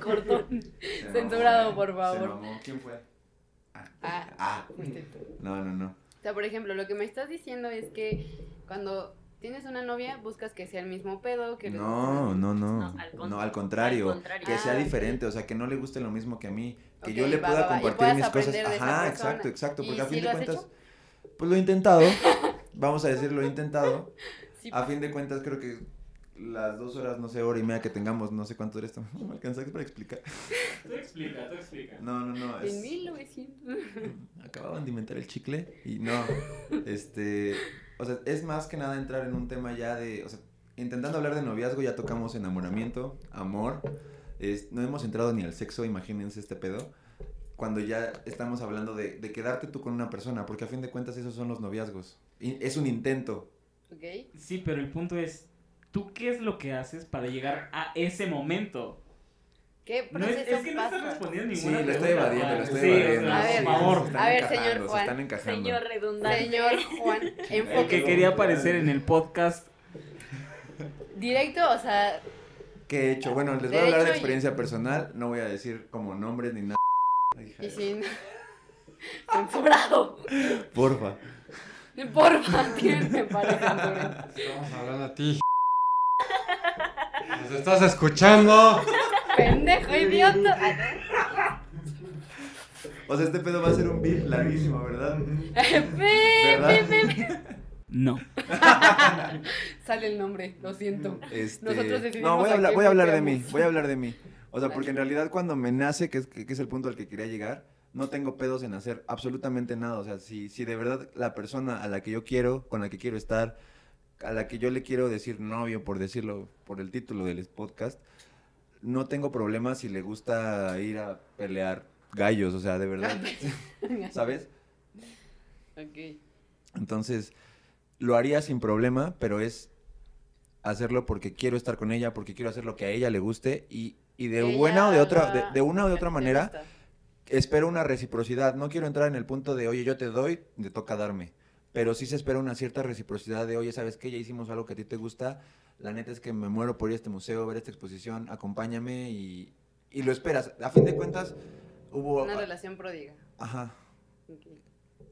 Speaker 1: cortón.
Speaker 4: Se mamó,
Speaker 1: Censurado,
Speaker 4: eh.
Speaker 1: por favor.
Speaker 4: Se mamó. ¿Quién fue?
Speaker 1: Ah,
Speaker 4: Ah.
Speaker 1: fuiste tú.
Speaker 4: No, no, no.
Speaker 1: O sea, por ejemplo, lo que me estás diciendo es que cuando tienes una novia, buscas que sea el mismo pedo, que les
Speaker 4: No, no, no.
Speaker 3: No, al
Speaker 4: No,
Speaker 3: con-
Speaker 4: al, contrario.
Speaker 3: al contrario.
Speaker 4: Que sea
Speaker 1: Ah, ok.
Speaker 4: diferente, o sea, que no le guste lo mismo que a mí. Que
Speaker 1: Ok,
Speaker 4: yo le
Speaker 1: va,
Speaker 4: pueda
Speaker 1: va, va, y
Speaker 4: compartir
Speaker 1: puedas
Speaker 4: mis cosas.
Speaker 1: aprender de esa
Speaker 4: Ajá,
Speaker 1: persona.
Speaker 4: exacto, exacto.
Speaker 1: ¿Y
Speaker 4: Porque a
Speaker 1: sí
Speaker 4: fin
Speaker 1: lo
Speaker 4: de
Speaker 1: has
Speaker 4: cuentas,
Speaker 1: hecho?
Speaker 4: pues lo he intentado. Vamos a decir, lo he intentado.
Speaker 1: Sí, pues.
Speaker 4: A fin de cuentas, creo que las dos horas, no sé, hora y media que tengamos, no sé cuánto eres, no me alcanzaste para explicar.
Speaker 2: Tú explica, tú explica.
Speaker 4: No, no, no. es-
Speaker 1: En 1900.
Speaker 4: acababan de inventar el chicle y no, este, o sea, es más que nada entrar en un tema ya de, o sea, intentando hablar de noviazgo ya tocamos enamoramiento, amor, es- no hemos entrado ni al sexo, imagínense este pedo, cuando ya estamos hablando de, de quedarte tú con una persona, porque a fin de cuentas esos son los noviazgos, y es un intento.
Speaker 1: Ok.
Speaker 2: Sí, pero el punto es, ¿tú qué es lo que haces para llegar a ese momento?
Speaker 1: ¿Qué
Speaker 2: No es,
Speaker 1: proceso
Speaker 2: es que no estás
Speaker 1: pasa?
Speaker 2: respondiendo
Speaker 4: Sí,
Speaker 2: ninguna
Speaker 4: lo estoy
Speaker 2: pregunta,
Speaker 4: evadiendo, lo
Speaker 2: Juan.
Speaker 4: estoy
Speaker 2: Sí, o sea,
Speaker 4: evadiendo.
Speaker 1: A ver,
Speaker 2: por favor.
Speaker 1: a
Speaker 4: Se están
Speaker 1: ver, señor
Speaker 4: encajando,
Speaker 1: Juan.
Speaker 4: Se están encajando.
Speaker 3: Señor redundante.
Speaker 1: Señor Juan,
Speaker 2: El que
Speaker 1: enfoque.
Speaker 2: quería aparecer en el podcast.
Speaker 1: Directo, o sea,
Speaker 4: ¿Qué he hecho? Bueno, les voy
Speaker 1: De
Speaker 4: a hablar de
Speaker 1: hecho, y-
Speaker 4: experiencia personal, no voy a decir como nombres ni nada. Ay, hija
Speaker 1: y
Speaker 4: de-
Speaker 1: sin. censurado.
Speaker 4: Porfa.
Speaker 1: Porfa, tírenme para censurar.
Speaker 5: Estamos hablando a ti. ¿Nos estás escuchando?
Speaker 1: Pendejo, idiota. Ay,
Speaker 4: O sea, este pedo va a ser un beat larguísimo, ¿verdad?
Speaker 1: pi, pi, pi, pi.
Speaker 2: No.
Speaker 1: Sale el nombre, lo siento.
Speaker 4: Este,
Speaker 1: Nosotros decidimos
Speaker 4: no, voy a
Speaker 1: a
Speaker 4: hablar,
Speaker 1: quién
Speaker 4: voy a hablar de mí,
Speaker 1: bloqueamos.
Speaker 4: voy a hablar de mí. O sea, porque en realidad cuando me nace, que es, que es el punto al que quería llegar, no tengo pedos en hacer absolutamente nada. O sea, si, si de verdad la persona a la que yo quiero, con la que quiero estar, a la que yo le quiero decir novio, por decirlo, por el título del podcast, no tengo problema si le gusta ir a pelear gallos, o sea, de verdad, ¿sabes?
Speaker 1: ok.
Speaker 4: Entonces, lo haría sin problema, pero es hacerlo porque quiero estar con ella, porque quiero hacer lo que a ella le guste y, y de
Speaker 1: Ella
Speaker 4: buena o de otra, de,
Speaker 1: haga
Speaker 4: de una o de otra
Speaker 1: ¿Te
Speaker 4: manera,
Speaker 1: gusta?
Speaker 4: espero una reciprocidad. No quiero entrar en el punto de, oye, yo te doy, te toca darme. Pero sí se espera una cierta reciprocidad de, oye, ¿sabes qué? Ya hicimos algo que a ti te gusta. La neta es que me muero por ir a este museo, ver esta exposición, acompáñame y, y lo esperas. A fin de cuentas, hubo...
Speaker 1: Una relación pródiga.
Speaker 4: Ajá.
Speaker 1: Ok.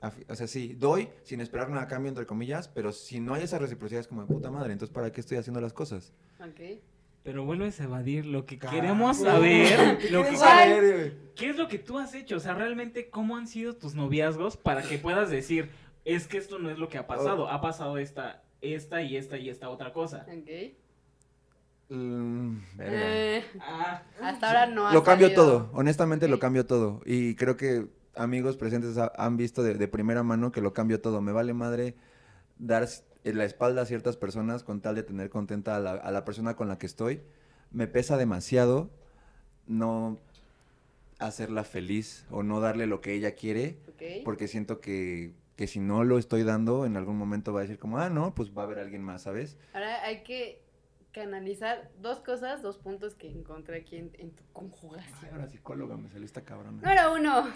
Speaker 4: A fi- O sea, sí, doy sin esperar nada a cambio, entre comillas, pero si no hay esa reciprocidad es como de puta madre, entonces ¿para qué estoy haciendo las cosas?
Speaker 1: Ok.
Speaker 2: Pero vuelves a evadir lo que
Speaker 4: Carajo.
Speaker 2: queremos saber. Lo que,
Speaker 1: quieres saber?
Speaker 2: ¿Qué es lo que tú has hecho? O sea, realmente, ¿cómo han sido tus noviazgos para que puedas decir, es que esto no es lo que ha pasado? Ha pasado esta, esta y esta y esta otra cosa.
Speaker 1: Ok.
Speaker 4: Mm, verga.
Speaker 1: Eh,
Speaker 2: Ah,
Speaker 1: hasta ahora no ha
Speaker 4: lo cambio
Speaker 1: salido.
Speaker 4: todo, honestamente lo
Speaker 1: Ok.
Speaker 4: cambio todo. Y creo que amigos presentes ha- han visto de, de primera mano que lo cambio todo. Me vale madre dar s- eh, la espalda a ciertas personas con tal de tener contenta a la, a la persona con la que estoy. Me pesa demasiado no hacerla feliz o no darle lo que ella quiere.
Speaker 1: Ok.
Speaker 4: porque siento que, que si no lo estoy dando, en algún momento va a decir como, ah, no, pues va a haber alguien más, ¿sabes?
Speaker 1: Ahora hay que canalizar dos cosas, dos puntos que encontré aquí en, en tu conjugación.
Speaker 4: Ah, ahora psicóloga, me salió esta cabrona.
Speaker 1: Número uno.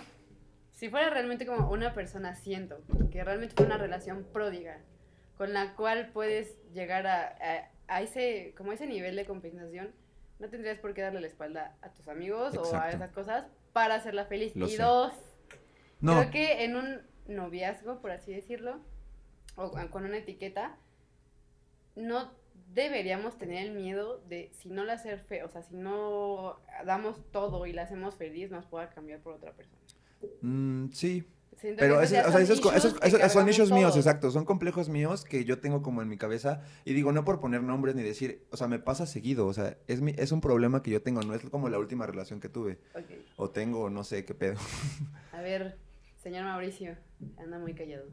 Speaker 1: Si fuera realmente como una persona, siento que realmente fue una relación pródiga, con la cual puedes llegar a, a- a ese, como ese nivel de compensación, no tendrías por qué darle la espalda a tus amigos o a
Speaker 4: Exacto.
Speaker 1: esas cosas para hacerla feliz.
Speaker 4: Lo
Speaker 1: y
Speaker 4: sé.
Speaker 1: dos,
Speaker 4: No,
Speaker 1: Creo que en un noviazgo, por así decirlo, o con con una etiqueta, no deberíamos tener el miedo de si no la hacer fe, o sea, si no damos todo y la hacemos feliz, nos pueda cambiar por otra persona.
Speaker 4: mm, sí,
Speaker 1: Siento
Speaker 4: Pero
Speaker 1: que
Speaker 4: eso,
Speaker 1: ya
Speaker 4: o sea,
Speaker 1: son
Speaker 4: esos, co-
Speaker 1: issues
Speaker 4: esos-
Speaker 1: que
Speaker 4: esos- son
Speaker 1: cargamos
Speaker 4: issues míos,
Speaker 1: todos.
Speaker 4: exacto. Son complejos míos que yo tengo como en mi cabeza. Y digo, no por poner nombres ni decir, o sea, me pasa seguido. O sea, es, mi, es un problema que yo tengo. No es como la última relación que tuve.
Speaker 1: Ok.
Speaker 4: O tengo, no sé qué pedo.
Speaker 1: A ver, señor Mauricio, anda muy callado.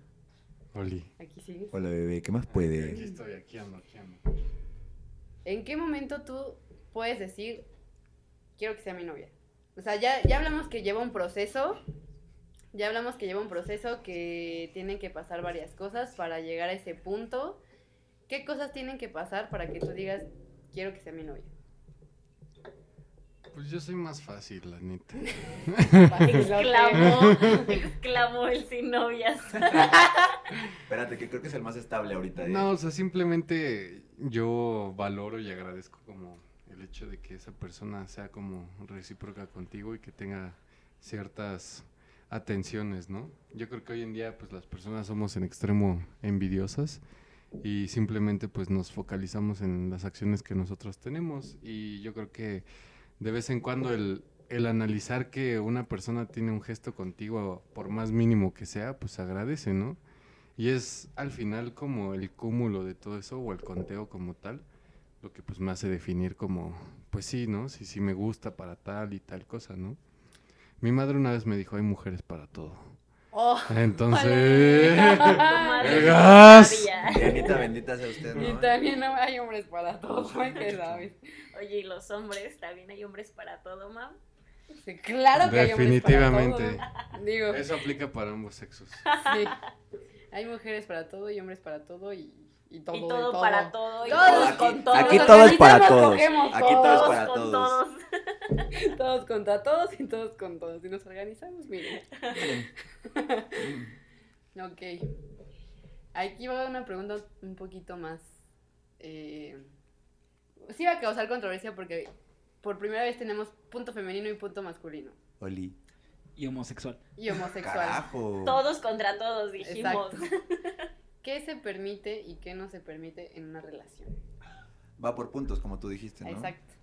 Speaker 5: Oli.
Speaker 1: Aquí sigues.
Speaker 4: Hola, bebé, ¿qué más
Speaker 5: Aquí
Speaker 4: puede?
Speaker 5: estoy, aquí ando, aquí ando.
Speaker 1: ¿En qué momento tú puedes decir, quiero que sea mi novia? O sea, ya, ya hablamos que lleva un proceso, ya hablamos que lleva un proceso que tienen que pasar varias cosas para llegar a ese punto. ¿Qué cosas tienen que pasar para que tú digas, quiero que sea mi novia?
Speaker 5: Pues yo soy más fácil, la neta.
Speaker 3: Exclamó, exclamó el sin novias.
Speaker 4: Espérate, que creo que es el más estable ahorita. ¿eh?
Speaker 5: No, o sea, simplemente yo valoro y agradezco como el hecho de que esa persona sea como recíproca contigo y que tenga ciertas atenciones, ¿no? Yo creo que hoy en día pues las personas somos en extremo envidiosas y simplemente pues nos focalizamos en las acciones que nosotros tenemos y yo creo que de vez en cuando el, el analizar que una persona tiene un gesto contigo, por más mínimo que sea, pues agradece, ¿no? Y es al final como el cúmulo de todo eso o el conteo como tal, lo que pues me hace definir como, pues sí, ¿no? Si sí, me gusta para tal y tal cosa, ¿no? Mi madre una vez me dijo, hay mujeres para todo.
Speaker 1: Oh,
Speaker 5: Entonces... ¡Vergas!
Speaker 4: Y Anita, bendita sea usted. ¿no?
Speaker 1: y también no hay hombres para todos, ¿no? ¿Qué sabes?
Speaker 3: Oye, ¿y los hombres? ¿También hay hombres para todo, mam?
Speaker 1: Sí, Claro que hay hombres para todo.
Speaker 5: Definitivamente.
Speaker 1: Digo,
Speaker 5: Eso aplica para ambos sexos.
Speaker 1: sí. Hay mujeres para todo y hombres para todo y, y todo.
Speaker 3: y
Speaker 1: de
Speaker 3: todo, para todo, y
Speaker 1: Todo
Speaker 3: todos
Speaker 1: aquí-
Speaker 3: con todos.
Speaker 4: Aquí
Speaker 1: Nos
Speaker 4: todo es para
Speaker 1: organizamos,
Speaker 4: todos.
Speaker 1: cogemos
Speaker 4: Aquí todo es
Speaker 1: todos
Speaker 4: para
Speaker 3: con
Speaker 4: todos.
Speaker 1: Todos contra todos y todos con todos. Y nos organizamos, miren. ok. Aquí va una pregunta un poquito más. eh, sí va a causar controversia porque por primera vez tenemos punto femenino y punto masculino.
Speaker 4: Oli.
Speaker 2: Y homosexual.
Speaker 4: Ah,
Speaker 1: Y homosexual.
Speaker 4: Carajo.
Speaker 3: Todos contra todos, dijimos.
Speaker 1: Exacto. ¿Qué se permite y qué no se permite en una relación?
Speaker 4: Va por puntos, como tú dijiste, ¿no?
Speaker 1: Exacto.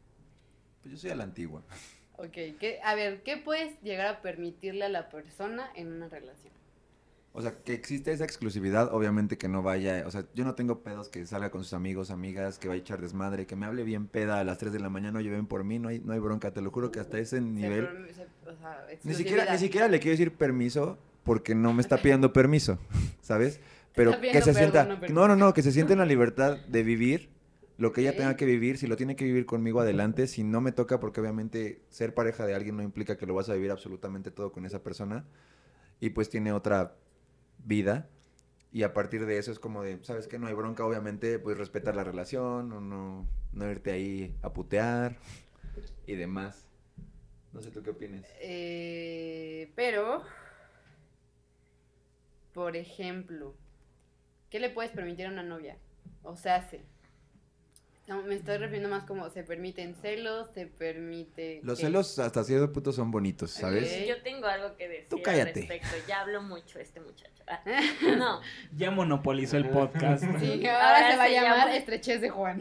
Speaker 4: Pues yo soy a la antigua.
Speaker 1: Ok. ¿qué- a ver, ¿qué puedes llegar a permitirle a la persona en una relación?
Speaker 4: O sea, que existe esa exclusividad, obviamente que no vaya, o sea, yo no tengo pedos que salga con sus amigos, amigas, que vaya a echar desmadre, que me hable bien peda a las 3 de la mañana, oye, ven por mí, no hay, no hay bronca, te lo juro que hasta ese
Speaker 1: Se
Speaker 4: nivel...
Speaker 1: perm- se- o sea,
Speaker 4: Ni siquiera,
Speaker 1: exclusividad.
Speaker 4: ni siquiera le quiero decir permiso porque no me está pidiendo permiso, ¿sabes? Pero
Speaker 1: Está
Speaker 4: que
Speaker 1: pidiendo
Speaker 4: se sienta...
Speaker 1: perdón, no permiso.
Speaker 4: No, no, no, que se sienta en la libertad de vivir lo que
Speaker 1: Ok.
Speaker 4: ella tenga que vivir, si lo tiene que vivir conmigo adelante, si no me toca, porque obviamente ser pareja de alguien no implica que lo vas a vivir absolutamente todo con esa persona, y pues tiene otra vida, y a partir de eso es como de, ¿sabes qué? No hay bronca, obviamente, pues respetar la relación, o no, no irte ahí a putear, y demás. No sé tú qué opinas.
Speaker 1: Eh, pero, por ejemplo, ¿qué le puedes permitir a una novia? O se hace. No, me estoy refiriendo más como se permiten celos, se permite...
Speaker 4: Los
Speaker 1: que-
Speaker 4: celos hasta cierto punto son bonitos, ¿sabes?
Speaker 1: Ok.
Speaker 3: Yo tengo algo que decir
Speaker 4: Tú cállate.
Speaker 3: al respecto. Ya hablo mucho este muchacho. Ah, no,
Speaker 2: Ya monopolizó el podcast.
Speaker 1: Sí, ahora,
Speaker 3: Ahora
Speaker 1: se va a
Speaker 3: se
Speaker 1: llamar
Speaker 3: llama-
Speaker 1: estrechez de Juan.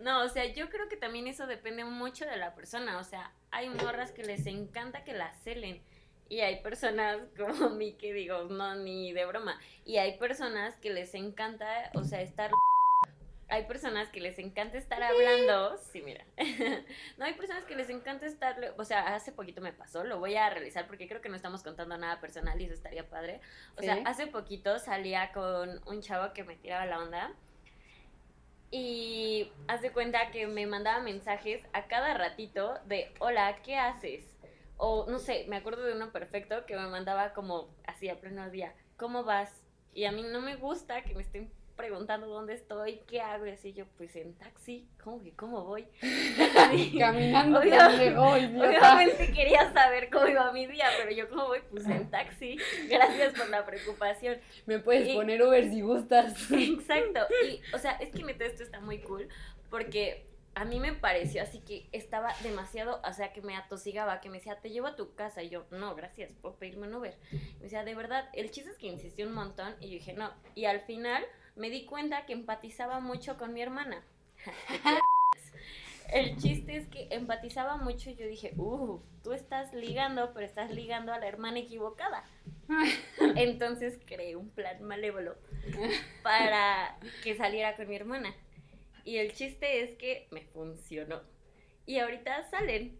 Speaker 3: no, o sea, yo creo que también eso depende mucho de la persona. O sea, hay morras que les encanta que las celen. Y hay personas como mí que digo, no, ni de broma. Y hay personas que les encanta, o sea, estar... Hay personas que les encanta estar hablando. Sí, mira. no, hay personas que les encanta estar... O sea, hace poquito me pasó, lo voy a realizar porque creo que no estamos contando nada personal y eso estaría padre. O sea,
Speaker 1: Sí.
Speaker 3: hace poquito salía con un chavo que me tiraba la onda. Y hace cuenta que me mandaba mensajes a cada ratito de, hola, ¿qué haces? O no sé, me acuerdo de uno perfecto que me mandaba como así a pleno día, ¿cómo vas? Y a mí no me gusta que me estén preguntando dónde estoy, qué hago, y así yo, pues en taxi, ¿cómo que cómo voy? Así.
Speaker 1: Caminando
Speaker 3: Obvio-
Speaker 1: pendejo, idiota.
Speaker 3: Obviamente quería saber cómo iba mi día, pero yo cómo voy, pues en taxi, gracias por la preocupación.
Speaker 1: Me puedes
Speaker 3: Y-
Speaker 1: poner Uber si gustas.
Speaker 3: Exacto. Y, o sea, es que neta esto está muy cool porque a mí me pareció así que estaba demasiado, o sea, que me atosigaba, que me decía, te llevo a tu casa. Y yo, no, gracias por pedirme un Uber. Me decía, de verdad, el chiste es que insistí un montón y yo dije, no. Y al final me di cuenta que empatizaba mucho con mi hermana. El chiste es que empatizaba mucho y yo dije, uh, tú estás ligando, pero estás ligando a la hermana equivocada. Entonces creé un plan malévolo para que saliera con mi hermana. Y el chiste es que me funcionó. Y ahorita salen.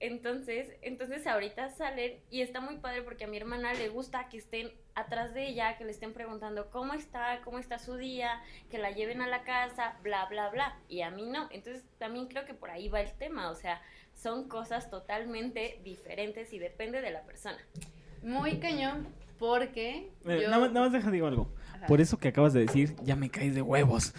Speaker 3: Entonces, entonces ahorita salen y está muy padre porque a mi hermana le gusta que estén atrás de ella, que le estén preguntando cómo está, cómo está su día, que la lleven a la casa, bla, bla, bla. Y a mí no. Entonces también creo que por ahí va el tema. O sea, son cosas totalmente diferentes y depende de la persona.
Speaker 1: Muy cañón porque
Speaker 2: Mira,
Speaker 1: yo...
Speaker 2: nada, más, nada más deja digo algo.
Speaker 1: Ajá.
Speaker 2: Por eso que acabas de decir, ya me caes de huevos.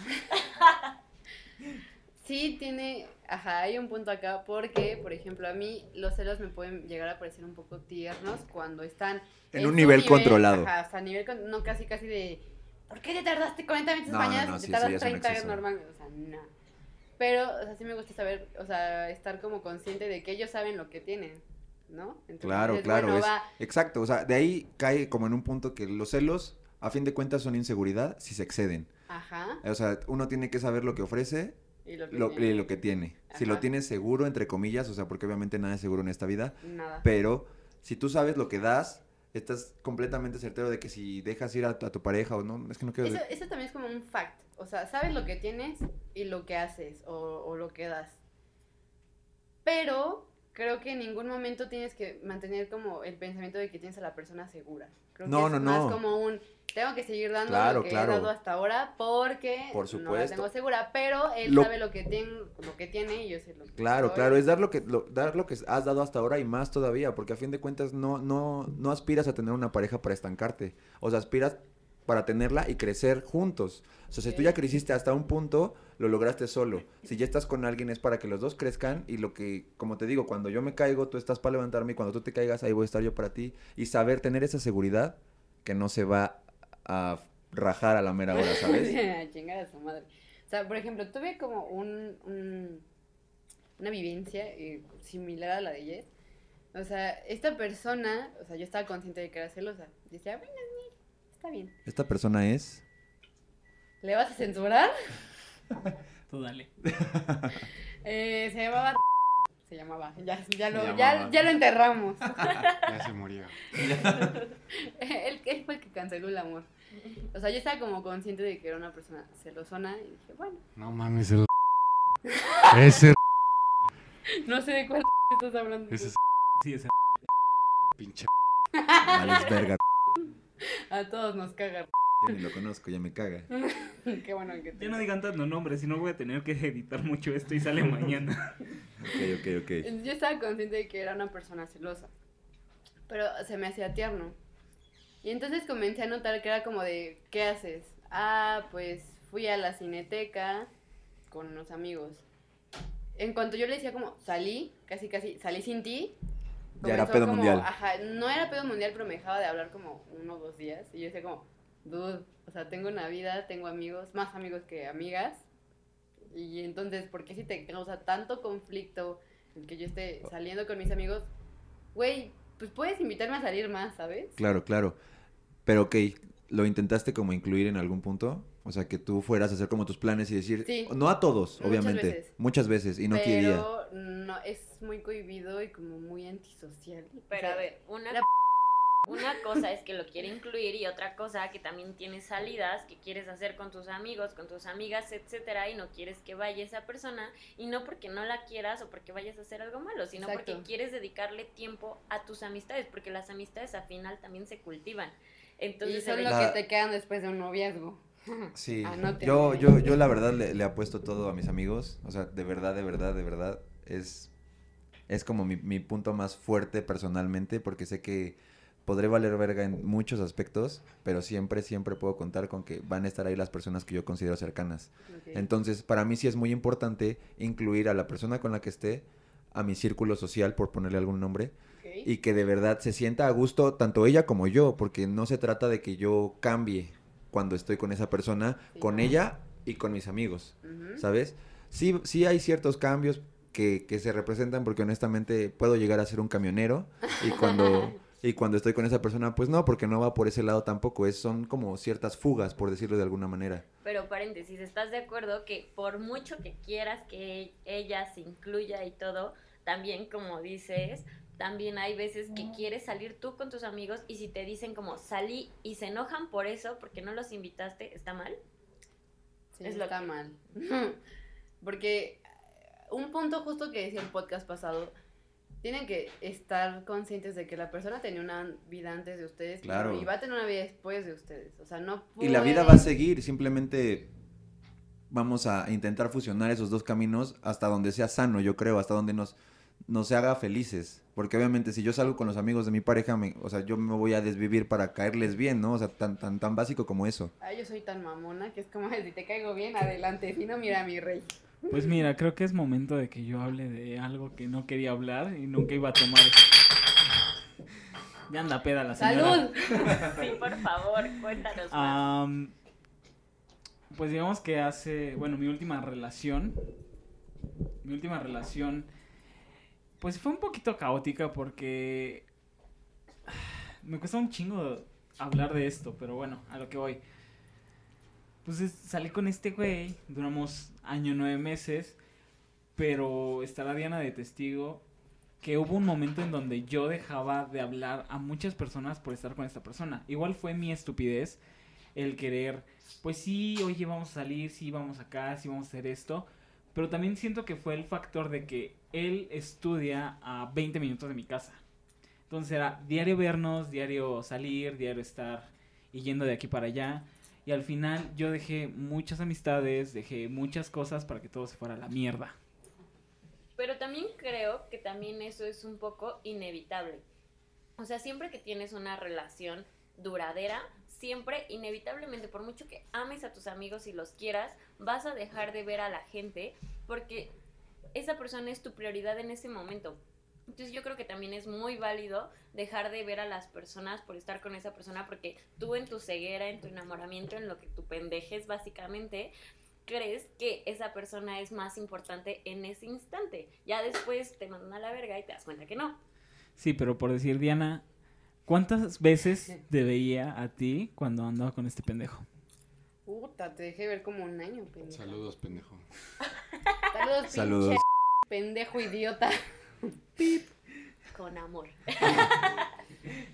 Speaker 1: Sí, tiene, ajá, hay un punto acá porque, por ejemplo, a mí los celos me pueden llegar a parecer un poco tiernos cuando están
Speaker 4: En
Speaker 1: su
Speaker 4: un nivel controlado.
Speaker 1: Ajá, hasta a nivel, con- no casi casi de, ¿por qué te tardaste 40 minutos
Speaker 4: No,
Speaker 1: en
Speaker 4: no,
Speaker 1: bañar
Speaker 4: no,
Speaker 1: si
Speaker 4: sí,
Speaker 1: te
Speaker 4: eso
Speaker 1: tardas
Speaker 4: ya es un
Speaker 1: 30
Speaker 4: exceso.
Speaker 1: normal? O sea, no. Pero, o sea, sí me gusta saber, o sea, estar como consciente de que ellos saben lo que tienen, ¿no? Entonces,
Speaker 4: Claro,
Speaker 1: dices,
Speaker 4: claro.
Speaker 1: bueno,
Speaker 4: es-
Speaker 1: va,
Speaker 4: Exacto, o sea, de ahí cae como en un punto que los celos, a fin de cuentas, son inseguridad si se exceden.
Speaker 1: ajá,
Speaker 4: O sea, uno tiene que saber lo que ofrece
Speaker 1: y lo que
Speaker 4: lo,
Speaker 1: tiene,
Speaker 4: y lo que tiene. Si
Speaker 1: Ajá.
Speaker 4: lo tienes seguro, entre comillas, o sea, porque obviamente nada es seguro en esta vida,
Speaker 1: nada.
Speaker 4: pero si tú sabes lo que das, estás completamente certero de que si dejas ir a, tu- a tu pareja o no, es que no quiero...
Speaker 1: Eso,
Speaker 4: de-
Speaker 1: eso también es como un fact. O sea, sabes lo que tienes y lo que haces o, o lo que das. Pero creo que en ningún momento tienes que mantener como el pensamiento de que tienes a la persona segura. Creo
Speaker 4: No,
Speaker 1: que
Speaker 4: no,
Speaker 1: es más
Speaker 4: no.
Speaker 1: como un tengo que seguir dando
Speaker 4: Claro,
Speaker 1: lo que
Speaker 4: claro.
Speaker 1: he dado hasta ahora porque
Speaker 4: Por
Speaker 1: no la
Speaker 4: supuesto.
Speaker 1: tengo segura, pero él
Speaker 4: Lo-
Speaker 1: sabe lo que tiene, lo que tiene y yo sé lo que
Speaker 4: Claro,
Speaker 1: soy.
Speaker 4: claro, es dar lo que lo- dar lo que has dado hasta ahora y más todavía, porque a fin de cuentas no no no aspiras a tener una pareja para estancarte, o sea, aspiras para tenerla y crecer juntos. O sea, si tú
Speaker 1: Ok.
Speaker 4: ya creciste hasta un punto, lo lograste solo. Si ya estás con alguien es para que los dos crezcan y lo que, como te digo, cuando yo me caigo, tú estás para levantarme y cuando tú te caigas, ahí voy a estar yo para ti y saber tener esa seguridad que no se va a rajar a la mera hora, ¿sabes?
Speaker 1: A chingar a su madre. O sea, por ejemplo, tuve como un, un- una vivencia eh, similar a la de Jess. O sea, esta persona, o sea, yo estaba consciente de que era celosa. Decía, bueno, mira, está bien.
Speaker 4: Esta persona es
Speaker 1: ¿Le vas a censurar?
Speaker 2: Tú dale.
Speaker 1: Eh, se llamaba... Se llamaba. Ya, ya,
Speaker 5: Se
Speaker 1: lo,
Speaker 5: llamaba.
Speaker 1: ya, ya lo enterramos.
Speaker 5: Ya se murió.
Speaker 1: él, él fue el que canceló el amor. O sea, yo estaba como consciente de que era una persona celosona y dije, bueno,
Speaker 5: No mames, el. Ese.
Speaker 1: no sé de cuál estás hablando.
Speaker 5: Ese es
Speaker 2: Sí, esa.
Speaker 5: pinche.
Speaker 4: Alex Verga.
Speaker 1: A todos nos caga.
Speaker 4: Yo ni lo conozco, ya me caga.
Speaker 1: Qué bueno que te...
Speaker 2: Ya no digan tanto nombres, si no voy a tener que editar mucho esto y sale mañana.
Speaker 4: Ok, ok, ok.
Speaker 1: Yo estaba consciente de que era una persona celosa, pero se me hacía tierno. Y entonces comencé a notar que era como de, ¿qué haces? Ah, pues fui a la cineteca con unos amigos. En cuanto yo le decía como, salí, casi casi, salí sin ti.
Speaker 4: Ya era
Speaker 1: comenzó
Speaker 4: pedo
Speaker 1: como,
Speaker 4: mundial.
Speaker 1: Ajá, no era pedo mundial, pero me dejaba de hablar como uno o dos días. Y yo decía como, dude, o sea, tengo una vida, tengo amigos, más amigos que amigas. Y entonces, ¿por qué si te causa tanto conflicto el que yo esté saliendo con mis amigos? Güey, pues puedes invitarme a salir más, ¿sabes?
Speaker 4: Claro, claro. Pero ok, ¿lo intentaste como incluir en algún punto? O sea, que tú fueras a hacer como tus planes y decir,
Speaker 1: Sí.
Speaker 4: no a todos,
Speaker 1: Muchas
Speaker 4: obviamente,
Speaker 1: veces.
Speaker 4: muchas veces, y no
Speaker 1: pero
Speaker 4: quería.
Speaker 1: no, es muy cohibido y como muy antisocial.
Speaker 3: Pero
Speaker 1: O
Speaker 3: a
Speaker 1: sea,
Speaker 3: ver, una,
Speaker 1: la
Speaker 3: una cosa es que lo quiere incluir y otra cosa que también tienes salidas que quieres hacer con tus amigos, con tus amigas, etcétera, y no quieres que vaya esa persona, y no porque no la quieras o porque vayas a hacer algo malo, sino
Speaker 1: Exacto.
Speaker 3: porque quieres dedicarle tiempo a tus amistades, porque las amistades al final también se cultivan.
Speaker 1: Y
Speaker 3: Entonces,
Speaker 1: son
Speaker 3: el-
Speaker 1: lo
Speaker 4: La-
Speaker 1: que te quedan después de un noviazgo.
Speaker 4: Sí.
Speaker 1: Anótenlo.
Speaker 4: Yo, yo, yo la verdad le, le apuesto todo a mis amigos. O sea, de verdad, de verdad, de verdad. Es, es como mi, mi punto más fuerte personalmente, porque sé que podré valer verga en muchos aspectos, pero siempre, siempre puedo contar con que van a estar ahí las personas que yo considero cercanas.
Speaker 1: Ok.
Speaker 4: Entonces, para mí sí es muy importante incluir a la persona con la que esté a mi círculo social, por ponerle algún nombre,
Speaker 1: Ok.
Speaker 4: y que de verdad se sienta a gusto tanto ella como yo, porque no se trata de que yo cambie cuando estoy con esa persona,
Speaker 1: Sí,
Speaker 4: con
Speaker 1: no.
Speaker 4: ella y con mis amigos,
Speaker 1: Ujú.
Speaker 4: ¿sabes? Sí, sí hay ciertos cambios que, que se representan porque honestamente puedo llegar a ser un camionero y cuando Y cuando estoy con esa persona, pues no, porque no va por ese lado tampoco. Es, son como ciertas fugas, por decirlo de alguna manera.
Speaker 3: Pero paréntesis, ¿estás de acuerdo que por mucho que quieras que ella se incluya y todo, también como dices, también hay veces que quieres salir tú con tus amigos y si te dicen como salí y se enojan por eso, porque no los invitaste, ¿está mal?
Speaker 1: Sí,
Speaker 3: Es lo
Speaker 1: está
Speaker 3: que-
Speaker 1: mal. Porque eh, un punto justo que decía el podcast pasado, tienen que estar conscientes de que la persona tenía una vida antes de ustedes
Speaker 4: Claro.
Speaker 1: y va a tener una vida después de ustedes. O sea, no
Speaker 4: Y la vida
Speaker 1: pueden-
Speaker 4: va a seguir, simplemente vamos a intentar fusionar esos dos caminos hasta donde sea sano, yo creo, hasta donde nos, nos haga felices. Porque obviamente si yo salgo con los amigos de mi pareja, me- o sea, yo me voy a desvivir para caerles bien, ¿no? O sea, tan, tan, tan básico como eso.
Speaker 1: Ay, yo soy tan mamona que es como, si te caigo bien, adelante. Si no, mira mi rey.
Speaker 2: Pues mira, creo que es momento de que yo hable de algo que no quería hablar y nunca iba a tomar. Ya anda peda la señora.
Speaker 1: ¡Salud!
Speaker 3: Sí, por favor,
Speaker 2: Ah,
Speaker 3: cuéntanos más.
Speaker 2: Am, pues digamos que hace, bueno, mi última relación, mi última relación, pues fue un poquito caótica porque me cuesta un chingo hablar de esto, pero bueno, a lo que voy. Pues es- salí con este güey, duramos año nueve meses, pero estará Diana de testigo que hubo un momento en donde yo dejaba de hablar a muchas personas por estar con esta persona. Igual fue mi estupidez el querer, pues sí, oye, vamos a salir, sí, vamos acá, sí, vamos a hacer esto. Pero también siento que fue el factor de que él estudia a 20 minutos de mi casa. Entonces era diario vernos, diario salir, diario estar y yendo de aquí para allá. Y al final yo dejé muchas amistades, dejé muchas cosas para que todo se fuera a la mierda.
Speaker 3: Pero también creo que también eso es un poco inevitable. O sea, siempre que tienes una relación duradera, siempre inevitablemente, por mucho que ames a tus amigos y los quieras, vas a dejar de ver a la gente porque esa persona es tu prioridad en ese momento. Entonces yo creo que también es muy válido dejar de ver a las personas por estar con esa persona porque tú en tu ceguera, en tu enamoramiento, en lo que tu pendejes básicamente, crees que esa persona es más importante en ese instante. Ya después te mandan a la verga y te das cuenta que no.
Speaker 2: Sí, pero por decir, Diana, ¿cuántas veces te veía a ti cuando andaba con este pendejo?
Speaker 1: Puta, te dejé ver como un año, pendejo.
Speaker 5: Saludos, pendejo.
Speaker 1: Saludos, pinche
Speaker 4: Saludos.
Speaker 1: pendejo idiota.
Speaker 3: Con amor.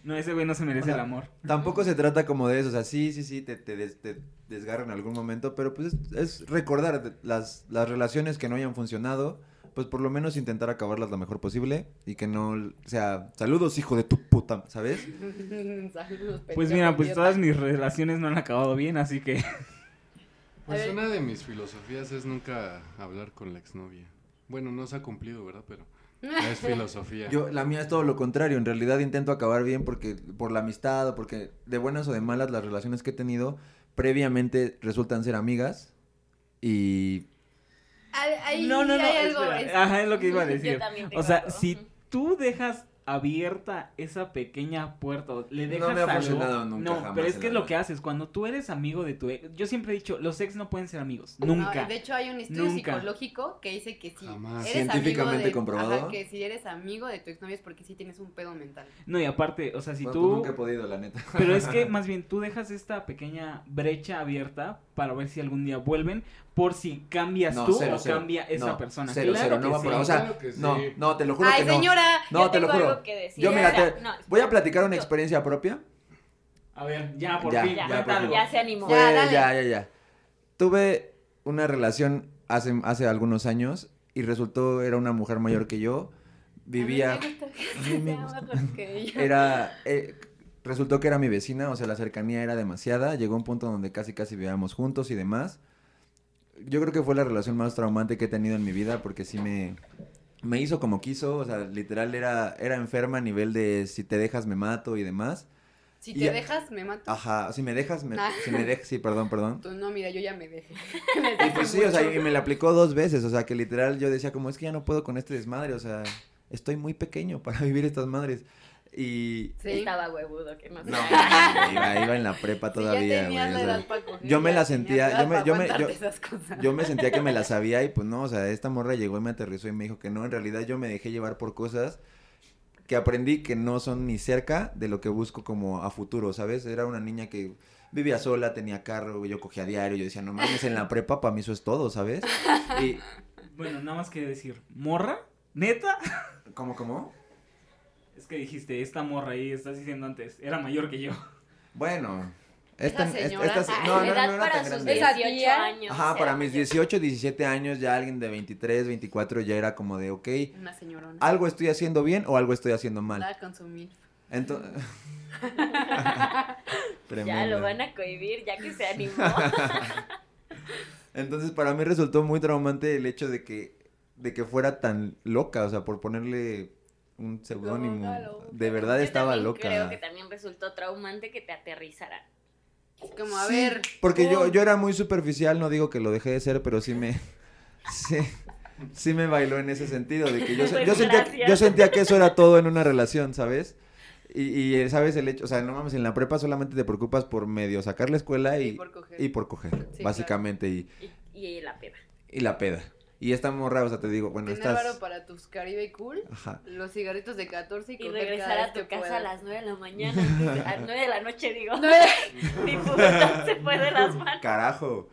Speaker 2: No, ese güey no se merece
Speaker 4: O sea,
Speaker 2: el amor.
Speaker 4: Tampoco se trata como de eso, o sea, sí, sí, sí, te, te, des- te desgarra en algún momento, pero pues es, es recordar de- las, las relaciones que no hayan funcionado, pues por lo menos intentar acabarlas lo mejor posible y que no, o sea, saludos hijo de tu puta, ¿sabes?
Speaker 1: Saludos, pendejo
Speaker 2: Pues mira, pues
Speaker 1: idiota.
Speaker 2: todas mis relaciones no han acabado bien, así que...
Speaker 5: Pues
Speaker 1: ver.
Speaker 5: una de mis filosofías es nunca hablar con la exnovia. Bueno, no se ha cumplido, ¿verdad? Pero es filosofía.
Speaker 4: Yo, la mía es todo lo contrario, en realidad intento acabar bien porque, por la amistad o porque de buenas o de malas las relaciones que he tenido previamente resultan ser amigas y
Speaker 1: Ahí- ahí
Speaker 2: no, no, no.
Speaker 1: hay algo,
Speaker 2: espera.
Speaker 1: es-
Speaker 2: Ajá, es lo que iba a
Speaker 3: Yo
Speaker 2: decir.
Speaker 3: también tengo
Speaker 2: O sea,
Speaker 3: algo.
Speaker 2: si tú dejas abierta esa pequeña puerta, o le
Speaker 4: No
Speaker 2: dejas
Speaker 4: me ha
Speaker 2: algo-
Speaker 4: funcionado nunca,
Speaker 2: No,
Speaker 4: jamás
Speaker 2: pero es
Speaker 4: en
Speaker 2: que
Speaker 4: la
Speaker 2: es lo
Speaker 4: vida.
Speaker 2: que haces. Cuando tú eres amigo de tu ex, yo siempre he dicho, los ex no pueden ser amigos,
Speaker 1: Ah,
Speaker 2: nunca.
Speaker 1: de hecho, hay un estudio
Speaker 2: Nunca.
Speaker 1: psicológico que dice que sí.
Speaker 5: Jamás.
Speaker 4: Científicamente
Speaker 1: amigo de-
Speaker 4: comprobado.
Speaker 1: ajá, que si eres amigo de tu exnovia es porque sí tienes un pedo mental.
Speaker 2: No, y aparte, o sea, si
Speaker 4: bueno, pues,
Speaker 2: tú
Speaker 4: nunca he podido, la neta.
Speaker 2: Pero es que más bien tú dejas esta pequeña brecha abierta para ver si algún día vuelven por si cambias
Speaker 4: No,
Speaker 2: tú
Speaker 4: cero,
Speaker 2: o
Speaker 4: cero.
Speaker 2: cambia esa
Speaker 4: No,
Speaker 2: persona.
Speaker 4: Cero,
Speaker 2: Claro
Speaker 4: cero,
Speaker 2: que
Speaker 4: no va
Speaker 2: sí.
Speaker 4: por ahí. O sea,
Speaker 5: Claro que sí.
Speaker 4: no, no, te lo juro
Speaker 1: Ay,
Speaker 4: que no.
Speaker 1: señora,
Speaker 4: No,
Speaker 3: Yo
Speaker 4: te lo
Speaker 3: tengo
Speaker 4: juro.
Speaker 3: algo que decir.
Speaker 4: Yo, mira,
Speaker 3: O sea,
Speaker 4: te-
Speaker 3: no, espera.
Speaker 4: voy a platicar una
Speaker 3: Yo-
Speaker 4: experiencia propia.
Speaker 2: A ver, ya por
Speaker 4: Ya,
Speaker 2: fin,
Speaker 3: ya,
Speaker 2: cuenta
Speaker 4: por fin.
Speaker 2: algo.
Speaker 3: Ya se animó.
Speaker 4: Fue-
Speaker 1: Ya,
Speaker 4: ya,
Speaker 1: dale.
Speaker 4: ya, ya. Tuve una relación hace, hace algunos años y resultó, era una mujer mayor que yo. Vivía.
Speaker 1: A mí me gusta que
Speaker 4: mí me
Speaker 1: se llama porque ella-
Speaker 4: Era. eh, resultó que era mi vecina, o sea, la cercanía era demasiada. Llegó un punto donde casi, casi vivíamos juntos y demás. Yo creo que fue la relación más traumante que he tenido en mi vida porque sí me. Me hizo como quiso, o sea, literal era, era enferma a nivel de si te dejas me mato y demás.
Speaker 1: Si te
Speaker 4: ya-
Speaker 1: dejas, me mato.
Speaker 4: Ajá, si me dejas, me,
Speaker 1: Ah.
Speaker 4: si me dejas, sí, perdón, perdón.
Speaker 1: Tú no, mira, yo ya me dejé.
Speaker 4: Y pues sí, o sea, y me la aplicó dos veces, o sea, que literal yo decía como, es que ya no puedo con este desmadre, o sea, estoy muy pequeño para vivir estas madres. Y...
Speaker 1: Sí.
Speaker 3: Estaba huevudo, que no,
Speaker 4: No,
Speaker 3: sé.
Speaker 4: iba, iba en la prepa
Speaker 1: Sí, ya
Speaker 4: todavía, güey.
Speaker 1: tenías
Speaker 4: o
Speaker 1: la
Speaker 4: sea,
Speaker 1: edad pa' coger,
Speaker 4: yo me
Speaker 1: ya
Speaker 4: la
Speaker 1: tenías
Speaker 4: sentía-
Speaker 1: edad
Speaker 4: yo me-
Speaker 1: pa'
Speaker 4: yo me-
Speaker 1: aguantarte
Speaker 4: yo-
Speaker 1: esas cosas.
Speaker 4: yo me sentía que me la sabía y pues no, o sea, esta morra llegó y me aterrizó y me dijo que no, en realidad yo me dejé llevar por cosas que aprendí que no son ni cerca de lo que busco como a futuro, ¿sabes? Era una niña que vivía sola, tenía carro, yo cogía diario, yo decía, no mames, en la prepa para mí eso es todo, ¿sabes? Y,
Speaker 2: Bueno, nada más que decir, ¿morra? ¿Neta?
Speaker 4: ¿cómo, cómo?
Speaker 2: Es que dijiste, esta morra ahí, estás diciendo antes, era mayor que yo.
Speaker 4: Bueno,
Speaker 1: Esa
Speaker 4: esta, es-
Speaker 1: señora.
Speaker 4: esta se- no, no, no,
Speaker 3: edad
Speaker 4: no era
Speaker 3: para
Speaker 4: tan
Speaker 3: sus
Speaker 4: grande.
Speaker 1: 18
Speaker 3: 18 años.
Speaker 4: Ajá, para
Speaker 3: era
Speaker 4: mis
Speaker 3: mayor.
Speaker 4: 18, 17 años ya alguien de 23, 24 ya era como de, ok,
Speaker 1: Una señorona.
Speaker 4: algo estoy haciendo bien o algo estoy haciendo mal.
Speaker 1: Andaba con su milf.
Speaker 4: Entonces...
Speaker 3: Ya lo van a cohibir, ya que se animó.
Speaker 4: Entonces para mí resultó muy traumante el hecho de que, de que fuera tan loca, o sea, por ponerle un seudónimo.
Speaker 1: loca.
Speaker 4: De verdad
Speaker 3: Yo
Speaker 4: estaba
Speaker 3: también
Speaker 4: loca.
Speaker 3: Creo que también resultó traumante que te aterrizaran.
Speaker 1: Como, a
Speaker 4: Sí,
Speaker 1: ver.
Speaker 4: Porque yo,
Speaker 1: pum.
Speaker 4: yo era muy superficial, no digo que lo dejé de ser, pero sí me. Sí, sí me bailó en ese sentido. De que yo, se-
Speaker 3: Pues
Speaker 4: yo sentía,
Speaker 3: gracias.
Speaker 4: yo sentía que eso era todo en una relación, ¿sabes? Y, y, eh, sabes el hecho, o sea, no mames, en la prepa solamente te preocupas por medio sacar la escuela y,
Speaker 1: Y por coger.
Speaker 4: y por coger,
Speaker 1: Sí,
Speaker 4: básicamente,
Speaker 3: Y, y la peda.
Speaker 4: y, y la peda. Y esta morra, o sea, te digo, bueno,
Speaker 1: En
Speaker 4: estás.
Speaker 1: Álvaro para tus Caribe Cool,
Speaker 4: Ajá.
Speaker 1: los cigarritos de este 14 y,
Speaker 3: Y
Speaker 1: coger
Speaker 3: regresar
Speaker 1: cada
Speaker 3: a
Speaker 1: vez
Speaker 3: tu
Speaker 1: que
Speaker 3: casa a
Speaker 1: puedas.
Speaker 3: las 9 de la mañana. antes de- a 9 de la noche, digo.
Speaker 1: No, eh,
Speaker 3: Mi puta se fue de las manos.
Speaker 4: Carajo.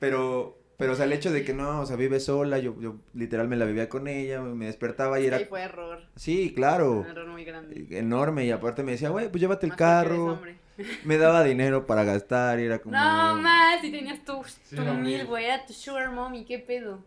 Speaker 4: Pero, pero, o sea, el hecho de que no, o sea, vive sola, yo, yo literal me la vivía con ella, me despertaba y era.
Speaker 1: ahí fue Ah, error.
Speaker 4: Sí, claro.
Speaker 1: Un error muy grande.
Speaker 4: enorme y aparte me decía, güey, pues llévate el
Speaker 1: Más porque eres
Speaker 4: carro,
Speaker 1: hombre.
Speaker 4: me daba dinero para gastar y era como... "Oh".
Speaker 1: No, más, si tenías tu,
Speaker 5: Sí,
Speaker 1: tu
Speaker 5: no,
Speaker 1: mil,
Speaker 5: mil.
Speaker 1: güey, era tu sugar mommy, qué pedo.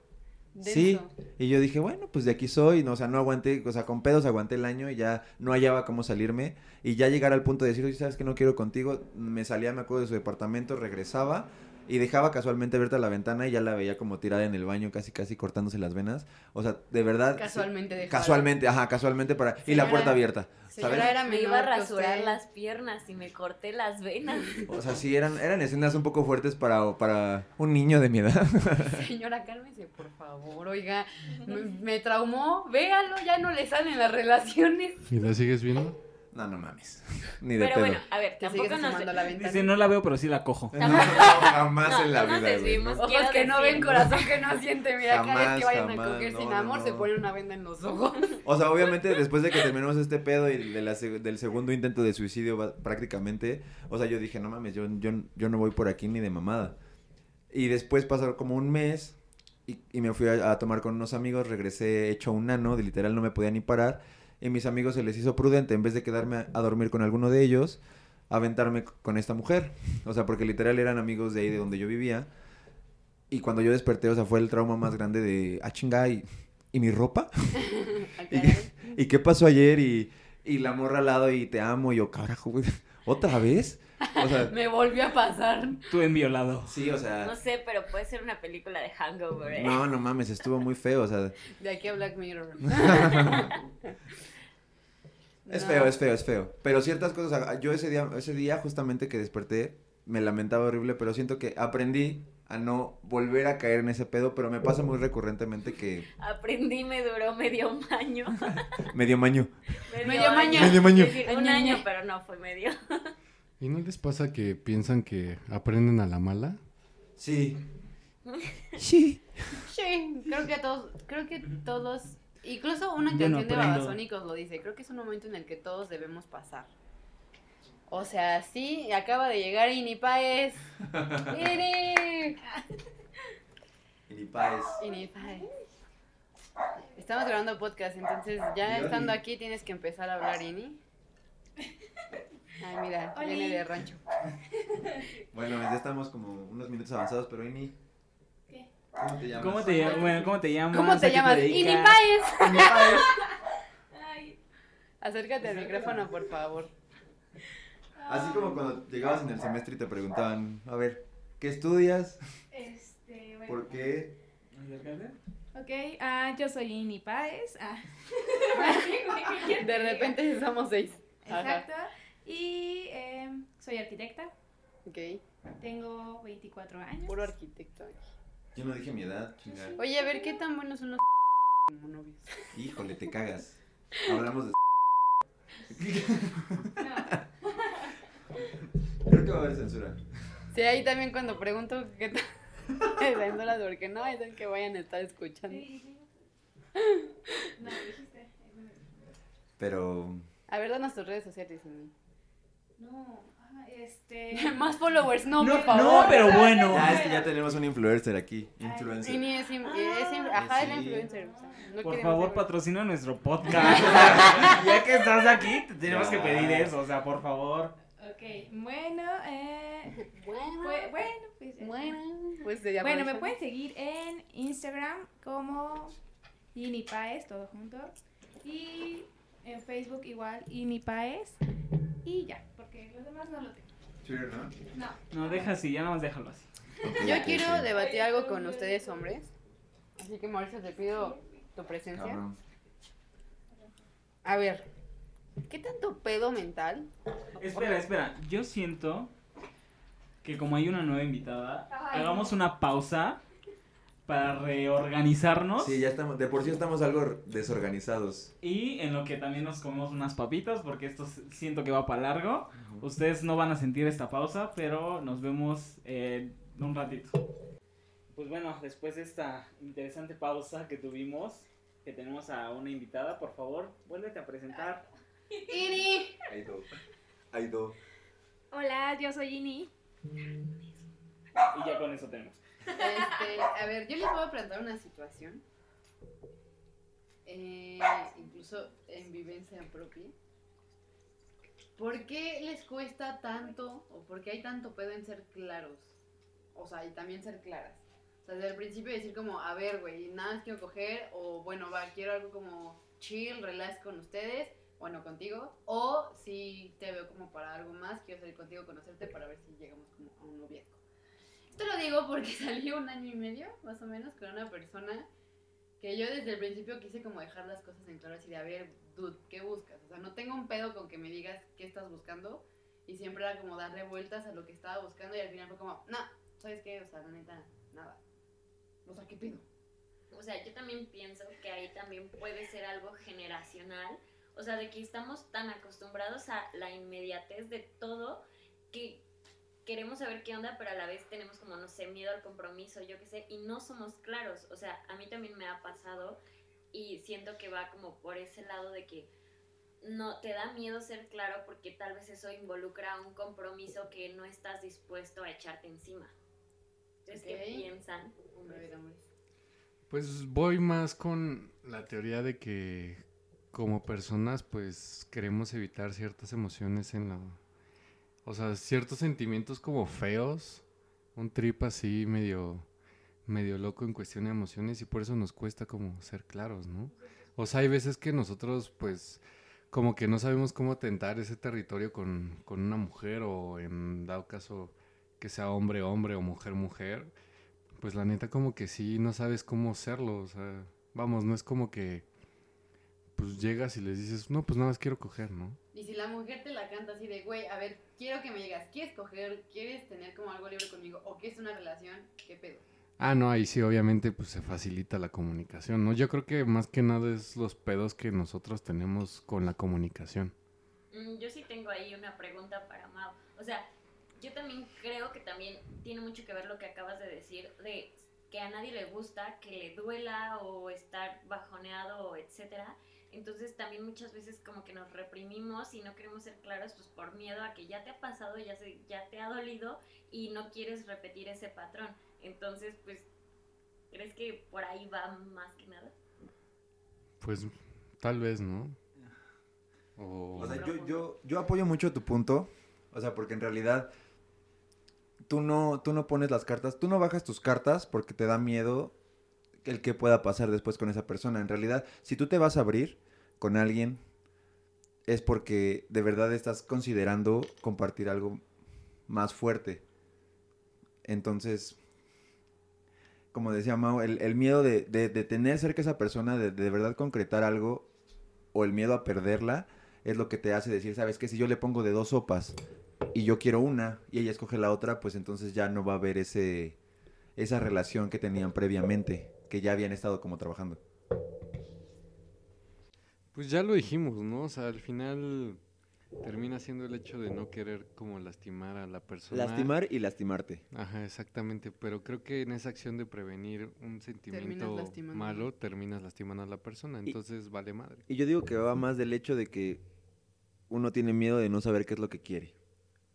Speaker 4: Sí,
Speaker 1: Denso.
Speaker 4: y yo dije, bueno, pues de aquí soy, no, o sea, no aguanté, o sea, con pedos aguanté el año y ya no hallaba cómo salirme y ya llegar al punto de decir, oye, sabes que no quiero contigo, me salía, me acuerdo de su departamento, regresaba y dejaba casualmente abierta la ventana y ya la veía como tirada en el baño, casi, casi cortándose las venas, o sea, de verdad...
Speaker 1: Casualmente
Speaker 4: sí,
Speaker 1: dejaba.
Speaker 4: Casualmente, ajá, casualmente para... Y
Speaker 1: Señora-
Speaker 4: la puerta abierta,
Speaker 1: Señora
Speaker 4: ¿sabes?
Speaker 1: era
Speaker 3: Me
Speaker 1: menor
Speaker 3: iba a
Speaker 1: que
Speaker 3: rasurar
Speaker 1: usted.
Speaker 3: las piernas y me corté las venas.
Speaker 4: O sea, sí, eran, eran escenas un poco fuertes para, para un niño de mi edad.
Speaker 1: Señora, cálmese, por favor, oiga, me, me traumó, véalo, ya no le salen las relaciones.
Speaker 5: ¿Y la sigues viendo?
Speaker 4: No, no mames. Ni de
Speaker 3: Pero
Speaker 4: pedo.
Speaker 3: bueno, a ver,
Speaker 1: Te sigues
Speaker 3: tampoco nos.
Speaker 1: asomando a la ventana.
Speaker 2: Dice, no la veo, pero sí la cojo.
Speaker 4: No, jamás
Speaker 3: no,
Speaker 4: en la
Speaker 3: no nos
Speaker 4: vida, güey,
Speaker 3: desvimos.
Speaker 4: ¿no?
Speaker 1: Ojos
Speaker 3: Quiero
Speaker 1: que no ven,
Speaker 3: decir-
Speaker 1: corazón que no siente. Mira, cada vez
Speaker 4: Jamás,
Speaker 1: que vayan
Speaker 4: jamás,
Speaker 1: a coger
Speaker 4: no,
Speaker 1: sin
Speaker 4: no,
Speaker 1: amor,
Speaker 4: no.
Speaker 1: se pone una venda en los ojos.
Speaker 4: O sea, obviamente, después de que terminamos este pedo y de la seg- del segundo intento de suicidio va- prácticamente, o sea, yo dije, no mames, yo, yo, yo no voy por aquí ni de mamada. Y después pasaron como un mes y, y me fui a, a tomar con unos amigos, regresé hecho un nano, de literal no me podía ni parar. Y mis amigos se les hizo prudente, en vez de quedarme a, a dormir con alguno de ellos, aventarme c- con esta mujer. O sea, porque literal eran amigos de ahí de donde yo vivía. Y cuando yo desperté, o sea, fue el trauma más grande de, ah, chinga, ¿y- ¿y mi ropa?
Speaker 1: Al
Speaker 4: ¿Y,
Speaker 1: caray.
Speaker 4: y qué pasó ayer? Y, y la morra al lado y te amo. Y yo, carajo, güey, ¿otra vez? O sea,
Speaker 1: Me volvió a pasar.
Speaker 2: Tú en violado.
Speaker 4: sí, o
Speaker 3: No
Speaker 4: sea,
Speaker 3: sé, pero puede ser una película de Hangover. ¿eh?
Speaker 4: no, no mames, estuvo muy feo. O sea,
Speaker 1: De aquí a Black Mirror.
Speaker 4: es
Speaker 1: No.
Speaker 4: feo, es feo, es feo. Pero ciertas cosas, ah, yo ese día, ese día justamente que desperté, me lamentaba horrible, pero siento que aprendí a no volver a caer en ese pedo, pero me pasa muy recurrentemente que
Speaker 3: Aprendí, me duró medio año.
Speaker 4: medio maño.
Speaker 1: Medio maño.
Speaker 4: Medio maño.
Speaker 3: Es decir, un
Speaker 1: Año,
Speaker 3: año,
Speaker 1: año.
Speaker 3: pero no fue medio.
Speaker 5: ¿Y no les pasa que piensan que aprenden a la mala?
Speaker 4: Sí. Sí.
Speaker 1: Sí, creo que a todos, creo que todos, incluso una
Speaker 2: Yo no
Speaker 1: canción de
Speaker 2: aprendo.
Speaker 1: Babasónicos lo dice, creo que es un momento en el que todos debemos pasar. O sea, sí, acaba de llegar Ini Paez. Ini.
Speaker 4: Y ni paes.
Speaker 1: Ini Paez. Estamos grabando podcast, entonces ya
Speaker 4: Yoli.
Speaker 1: estando aquí tienes que empezar a hablar Ini. Ay, mira,
Speaker 3: Oli.
Speaker 1: viene de rancho.
Speaker 4: Bueno, ya estamos como unos minutos avanzados, pero Ini.
Speaker 6: ¿Qué?
Speaker 4: ¿Cómo te llamas?
Speaker 2: ¿Cómo te, llam- bueno, ¿cómo te llamas?
Speaker 1: ¿Cómo
Speaker 2: ¿A
Speaker 1: te
Speaker 2: qué
Speaker 1: llamas?
Speaker 2: dedicas?
Speaker 1: Ini Paez.
Speaker 4: Ini Paez.
Speaker 6: Ay,
Speaker 1: Acércate al micrófono, por favor.
Speaker 4: Así como cuando llegabas en el semestre y te preguntaban, a ver, ¿qué estudias?
Speaker 6: Este, bueno.
Speaker 4: ¿Por qué?
Speaker 6: Ok, ah, yo soy Ini Páez. Ah.
Speaker 1: De repente somos seis. Ajá.
Speaker 6: Exacto. Y em, soy arquitecta.
Speaker 1: Ok.
Speaker 6: Tengo 24 años.
Speaker 1: Puro arquitecto.
Speaker 4: Yo no dije mi edad, chingada.
Speaker 1: Oye, a ver qué tan buenos son los como novios.
Speaker 4: Híjole, te cagas. Hablamos de...
Speaker 6: No,
Speaker 4: Creo que va a haber censura.
Speaker 1: Sí, ahí también cuando pregunto qué tan censura, porque no es el que vayan a estar escuchando.
Speaker 6: sí, sí. No, dijiste.
Speaker 4: Pero
Speaker 1: A ver, danos tus redes sociales. Amy.
Speaker 6: No, ah, este.
Speaker 1: Eh, Más followers, no,
Speaker 2: No,
Speaker 1: por favor.
Speaker 2: no, pero bueno.
Speaker 4: ya, es que ya tenemos un influencer aquí,
Speaker 1: Y
Speaker 4: influencer.
Speaker 1: ni es, in- es in- ajá, es la
Speaker 4: Sí.
Speaker 1: influencer. o sea, no
Speaker 2: Eh, Por
Speaker 1: queremos
Speaker 2: favor,
Speaker 1: ser-
Speaker 2: patrocina nuestro podcast. ya que estás aquí, te tenemos que pedir eso, o sea, por favor.
Speaker 6: Ok, bueno, eh, fue-
Speaker 1: Bueno,
Speaker 6: bueno, pues, eh,
Speaker 1: bueno, pues ya
Speaker 6: bueno, me
Speaker 1: aprovechamos.
Speaker 6: pueden seguir en Instagram como Inipaes, todo junto. Y en Facebook igual Inipaes. Y ya, porque los demás no lo tengo. No.
Speaker 2: No, deja así, ya nada más déjalo así.
Speaker 1: Yo quiero debatir algo con ustedes, hombres. Así que, Mauricio, te pido tu presencia.
Speaker 4: Cabrón.
Speaker 1: A ver, ¿qué tanto pedo mental?
Speaker 2: Espera, espera, yo siento que como hay una nueva invitada, hagamos una pausa para reorganizarnos
Speaker 4: Sí, ya estamos, de por sí estamos algo desorganizados.
Speaker 2: y en lo que también nos comemos unas papitas porque esto s- siento que va para largo. Ustedes no van a sentir esta pausa, pero nos vemos eh, en un ratito. Pues bueno, después de esta interesante pausa que tuvimos, que tenemos a una invitada, por favor, vuélvete a presentar.
Speaker 1: ¡Iri!
Speaker 4: Ahí do. Ahí do.
Speaker 6: Hola, yo soy Ini.
Speaker 2: Y ya con eso tenemos.
Speaker 1: Este, a ver, yo les voy a plantear una situación. eh, incluso en vivencia propia. ¿Por qué les cuesta tanto o por qué hay tanto pedo en ser claros? O sea, y también ser claras. O sea, desde el principio decir como, a ver, güey, nada más quiero coger o bueno, va, quiero algo como chill, relax con ustedes, bueno, contigo. O si te veo como para algo más, quiero salir contigo, conocerte para ver si llegamos como a un noviazgo. Esto lo digo porque salí un año y medio, más o menos, con una persona que yo desde el principio quise como dejar las cosas en claro, así de, a ver, dude, ¿qué buscas? O sea, no tengo un pedo con que me digas qué estás buscando. Y siempre era como darle vueltas a lo que estaba buscando y al final fue como, no, ¿sabes qué? O sea, la neta, nada. O sea, ¿qué pedo?
Speaker 3: O sea, yo también pienso que ahí también puede ser algo generacional. O sea, de que estamos tan acostumbrados a la inmediatez de todo que queremos saber qué onda, pero a la vez tenemos como, no sé, miedo al compromiso, yo qué sé, y no somos claros. O sea, a mí también me ha pasado y siento que va como por ese lado de que no te da miedo ser claro porque tal vez eso involucra un compromiso que no estás dispuesto a echarte encima. Entonces,
Speaker 1: Ok.
Speaker 3: ¿qué piensan?
Speaker 1: Hombre, de hombres.
Speaker 5: Pues voy más con la teoría de que como personas pues queremos evitar ciertas emociones en la... O sea, ciertos sentimientos como feos, un trip así medio, medio loco en cuestión de emociones y por eso nos cuesta como ser claros, ¿no? O sea, hay veces que nosotros pues como que no sabemos cómo tentar ese territorio con, con una mujer o en dado caso que sea hombre hombre o mujer mujer pues la neta como que sí, no sabes cómo hacerlo, o sea, vamos, no es como que pues llegas y les dices, no, pues nada más quiero coger, ¿no?
Speaker 1: Y si la mujer te la canta así de, güey, a ver, quiero que me digas, ¿quieres coger? ¿Quieres tener como algo libre conmigo? ¿O qué es una relación? ¿Qué pedo?
Speaker 5: Ah, no, ahí sí, obviamente, pues se facilita la comunicación, ¿no? Yo creo que más que nada es los pedos que nosotros tenemos con la comunicación.
Speaker 3: Mm, Yo sí tengo ahí una pregunta para Mau. O sea, yo también creo que también tiene mucho que ver lo que acabas de decir, de que a nadie le gusta, que le duela o estar bajoneado, etcétera. Entonces también muchas veces como que nos reprimimos y no queremos ser claros pues por miedo a que ya te ha pasado, ya, se- ya te ha dolido y no quieres repetir ese patrón. Entonces pues, ¿crees que por ahí va más que nada?
Speaker 5: Pues tal vez, ¿no? O...
Speaker 4: O sea, yo, yo, yo apoyo mucho tu punto. O sea, porque en realidad tú no, tú no pones las cartas, tú no bajas tus cartas porque te da miedo el que pueda pasar después con esa persona. En realidad, si tú te vas a abrir con alguien, es porque de verdad estás considerando compartir algo más fuerte. Entonces, como decía Mau, el, el miedo de, de- de tener cerca a esa persona, de, de verdad concretar algo, o el miedo a perderla, es lo que te hace decir, sabes que si yo le pongo de dos sopas y yo quiero una y ella escoge la otra, pues entonces ya no va a haber ese esa relación que tenían previamente, que ya habían estado como trabajando.
Speaker 5: Pues ya lo dijimos, ¿no? O sea, al final termina siendo el hecho de no querer como lastimar a la persona.
Speaker 4: Lastimar y lastimarte.
Speaker 5: Ajá, exactamente, pero creo que en esa acción de prevenir un sentimiento
Speaker 1: lastimando.
Speaker 5: malo terminas lastimando a la persona,
Speaker 4: Y-
Speaker 5: entonces vale madre.
Speaker 4: Y yo digo que va más del hecho de que uno tiene miedo de no saber qué es lo que quiere.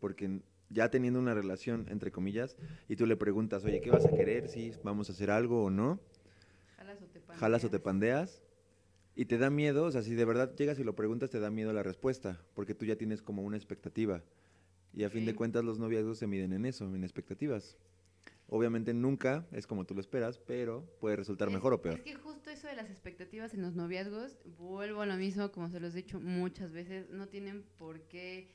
Speaker 4: Porque ya teniendo una relación, entre comillas, y tú le preguntas, oye, ¿qué vas a querer? Si vamos a hacer algo o no,
Speaker 1: Jalas o te pandeas.
Speaker 4: jalas o te pandeas. Y te da miedo, o sea, si de verdad llegas y lo preguntas, te da miedo la respuesta, porque tú ya tienes como una expectativa. Y a fin de
Speaker 1: Sí.
Speaker 4: cuentas los noviazgos se miden en eso, en expectativas. Obviamente nunca es como tú lo esperas, pero puede resultar
Speaker 1: Es-
Speaker 4: mejor o peor.
Speaker 1: Es que justo eso de las expectativas en los noviazgos, vuelvo a lo mismo, como se los he dicho muchas veces, no tienen por qué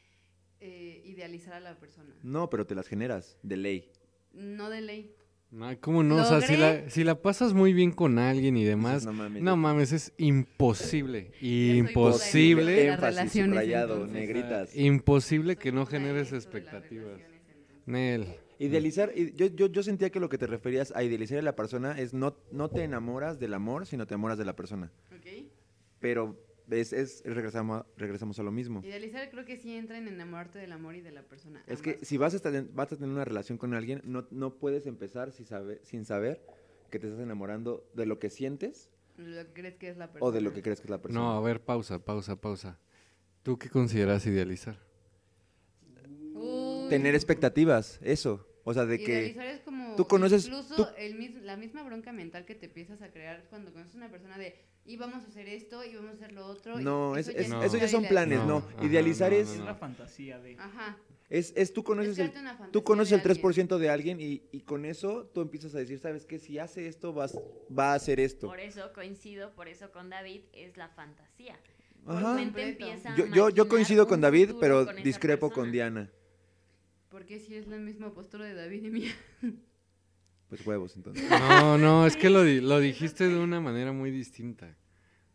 Speaker 1: eh, idealizar a la persona.
Speaker 4: No, pero te las generas, de ley.
Speaker 1: No de ley.
Speaker 5: No, ¿cómo no? O sea, si
Speaker 1: Logré-
Speaker 5: la, si la pasas muy bien con alguien y demás,
Speaker 4: no mames.
Speaker 5: no mames, es imposible,
Speaker 1: imposible.
Speaker 5: imposible,
Speaker 1: Las
Speaker 4: Énfasis,
Speaker 1: relaciones,
Speaker 4: subrayado,
Speaker 1: entonces.
Speaker 4: negritas.
Speaker 5: imposible
Speaker 1: Soy
Speaker 5: que no
Speaker 1: una
Speaker 5: generes
Speaker 1: esto de las
Speaker 5: expectativas.
Speaker 1: relaciones, entonces.
Speaker 5: Nel,
Speaker 4: Idealizar, y- yo, yo, yo sentía que lo que te referías a idealizar a la persona es no, no te enamoras del amor, sino te enamoras de la persona.
Speaker 1: ¿Ok?
Speaker 4: Pero es, es regresamos, a- regresamos a lo mismo.
Speaker 1: Idealizar creo que sí entra en enamorarte del amor y de la persona.
Speaker 4: Es que
Speaker 1: ambas.
Speaker 4: si vas a, estar en- vas a tener una relación con alguien, no, no puedes empezar si sabe- sin saber que te estás enamorando de lo que sientes
Speaker 1: Lo que crees que es la persona.
Speaker 4: o de lo que crees que es la persona.
Speaker 5: no, a ver, pausa, pausa, pausa. ¿Tú qué consideras idealizar?
Speaker 1: Uy,
Speaker 4: Tener expectativas, eso. O sea, de que...
Speaker 1: Idealizar es como
Speaker 4: tú conoces-
Speaker 1: incluso
Speaker 4: tú-
Speaker 1: el mis- la misma bronca mental que te empiezas a crear cuando conoces a una persona de y vamos a hacer esto y vamos a hacer lo otro. y
Speaker 4: No, es- es-
Speaker 5: no.
Speaker 4: eso ya son
Speaker 1: idealiza-
Speaker 4: planes, no.
Speaker 5: No, ajá,
Speaker 4: Idealizar
Speaker 5: no,
Speaker 4: es,
Speaker 2: Es
Speaker 5: no,
Speaker 2: la fantasía de...
Speaker 1: Ajá.
Speaker 4: es... es tú
Speaker 1: Es
Speaker 4: conoces el,
Speaker 1: crearte una fantasía
Speaker 4: Tú conoces
Speaker 1: de
Speaker 4: el
Speaker 1: alguien.
Speaker 4: 3% de alguien y, y con eso tú empiezas a decir, ¿sabes qué? Si hace esto, vas, va a hacer esto.
Speaker 3: Por eso coincido, por eso con David es la fantasía.
Speaker 4: Ajá.
Speaker 3: Tu mente
Speaker 1: Completo.
Speaker 3: empieza a
Speaker 4: Yo, yo, yo
Speaker 3: maquinar
Speaker 4: coincido
Speaker 3: un
Speaker 4: con David,
Speaker 3: futuro
Speaker 4: pero
Speaker 3: con esa
Speaker 4: discrepo con
Speaker 3: persona.
Speaker 4: Diana.
Speaker 1: Porque si es la misma postura de David y mía.
Speaker 4: Pues huevos, entonces.
Speaker 5: No, no, es que lo, di- lo dijiste de una manera muy distinta.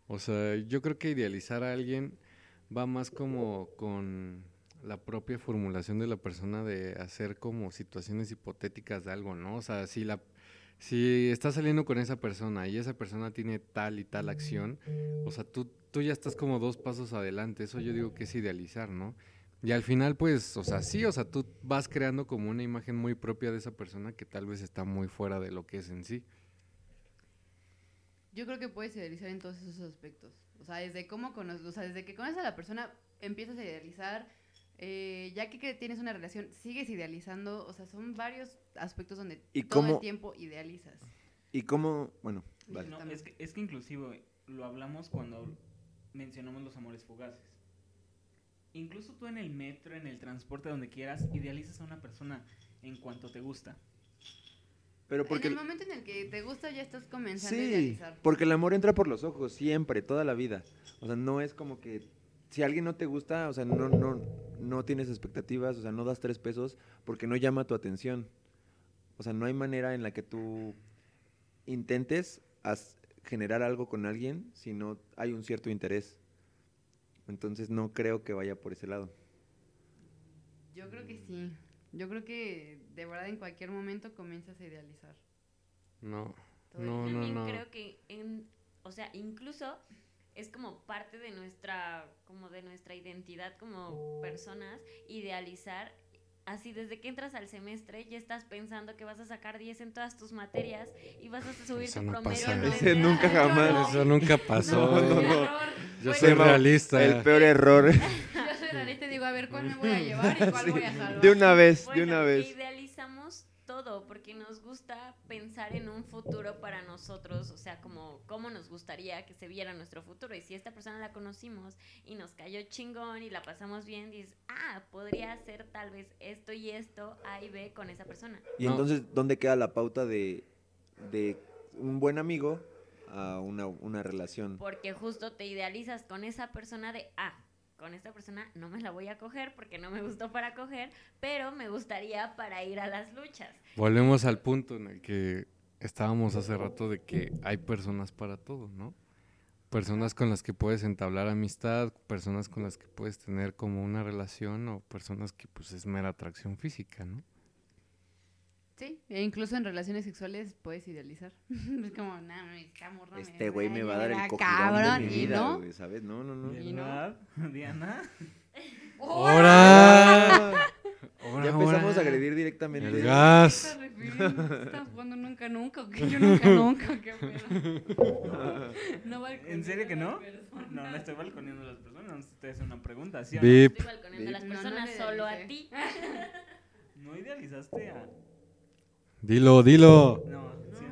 Speaker 5: O sea, yo creo que idealizar a alguien va más como con la propia formulación de la persona de hacer como situaciones hipotéticas de algo, ¿no? O sea, si la si estás saliendo con esa persona y esa persona tiene tal y tal acción, o sea, tú, tú ya estás como dos pasos adelante, eso yo digo que es idealizar, ¿no? Y al final, pues, o sea, sí, o sea, tú vas creando como una imagen muy propia de esa persona que tal vez está muy fuera de lo que es en sí.
Speaker 1: Yo creo que puedes idealizar en todos esos aspectos. O sea, desde cómo conoces, o sea, desde que conoces a la persona, empiezas a idealizar. eh, ya que, que tienes una relación, sigues idealizando. O sea, son varios aspectos donde
Speaker 4: ¿Y
Speaker 1: todo
Speaker 4: cómo-
Speaker 1: el tiempo idealizas.
Speaker 4: ¿Y cómo? Bueno, vale.
Speaker 2: No, es, que, es que inclusive lo hablamos cuando mencionamos los amores fugaces. Incluso tú en el metro, en el transporte, donde quieras, idealizas a una persona en cuanto te gusta.
Speaker 4: Pero
Speaker 1: En el
Speaker 4: porque...
Speaker 1: momento en el que te gusta, ya estás comenzando a
Speaker 4: Sí,
Speaker 1: idealizar.
Speaker 4: porque el amor entra por los ojos, siempre, toda la vida. O sea, no es como que... Si alguien no te gusta, o sea, no, no, no tienes expectativas, o sea, no das tres pesos porque no llama tu atención. O sea, no hay manera en la que tú intentes haz- generar algo con alguien si no hay un cierto interés. Entonces no creo que vaya por ese lado.
Speaker 1: Yo creo que sí. Yo creo que de verdad en cualquier momento comienzas a idealizar.
Speaker 5: No,
Speaker 1: Todo el
Speaker 5: no, no,
Speaker 3: Pues También
Speaker 5: no.
Speaker 3: creo que, en- o sea, incluso es como parte de nuestra, como de nuestra identidad como personas, idealizar. Así, desde que entras al semestre, ya estás pensando que vas a sacar 10 en todas tus materias y vas a subir
Speaker 5: Eso
Speaker 3: tu
Speaker 5: no
Speaker 3: promedio.
Speaker 5: pasa.
Speaker 3: a
Speaker 5: Ese
Speaker 3: 90.
Speaker 4: nunca
Speaker 3: Yo
Speaker 4: jamás.
Speaker 3: no,
Speaker 5: Eso nunca pasó.
Speaker 3: no,
Speaker 5: eh.
Speaker 3: qué horror.
Speaker 5: Yo
Speaker 3: Bueno,
Speaker 5: soy
Speaker 4: Bueno,
Speaker 5: realista.
Speaker 4: El peor error
Speaker 1: Yo soy realista y digo, a ver cuál me voy a llevar y cuál voy a salvar.
Speaker 4: de una vez, de
Speaker 3: Bueno,
Speaker 4: una
Speaker 3: que
Speaker 4: vez.
Speaker 3: idealizamos todo porque nos gusta pensar en un futuro para nosotros, o sea, como cómo nos gustaría que se viera nuestro futuro. Y si esta persona la conocimos y nos cayó chingón y la pasamos bien, dices, ah, podría hacer tal vez esto y esto, A y B con esa persona.
Speaker 4: Y
Speaker 5: No.
Speaker 4: entonces, ¿dónde queda la pauta de, de un buen amigo a una, una relación?
Speaker 3: Porque justo te idealizas con esa persona de, ah, con esta persona no me la voy a coger porque no me gustó para coger, pero me gustaría para ir a las luchas.
Speaker 5: Volvemos al punto en el que estábamos hace rato de que hay personas para todo, ¿no? Personas con las que puedes entablar amistad, personas con las que puedes tener como una relación o personas que pues es mera atracción física, ¿no?
Speaker 1: Sí, e incluso en relaciones sexuales puedes idealizar. es como, nah, me está morra. me
Speaker 4: Este güey me va a dar el
Speaker 1: llevar,
Speaker 4: cogidón
Speaker 1: cabrón,
Speaker 4: de mi
Speaker 1: y
Speaker 4: vida,
Speaker 1: no.
Speaker 4: güey, ¿sabes? No, no, no.
Speaker 1: Y no.
Speaker 2: ¿Verdad, Diana?
Speaker 5: Oh. ¡Hora!
Speaker 7: Ya empezamos a agredir directamente.
Speaker 5: Ah. El
Speaker 1: ¿Qué estás
Speaker 5: gas.
Speaker 1: refiriendo? ¿Estás jugando nunca nunca o qué? Yo nunca nunca, qué pedo. No balconeo
Speaker 2: ¿En serio que
Speaker 1: a la
Speaker 2: no?
Speaker 1: persona.
Speaker 2: No, no estoy balconeando a las personas. Te es una pregunta, ¿sí o no?
Speaker 5: Vip.
Speaker 3: Estoy balconeando a las
Speaker 1: No, no
Speaker 3: personas
Speaker 1: le
Speaker 3: solo a
Speaker 1: dice.
Speaker 3: ti.
Speaker 2: ¿No idealizaste a.?
Speaker 5: Dilo, dilo.
Speaker 2: No, sí.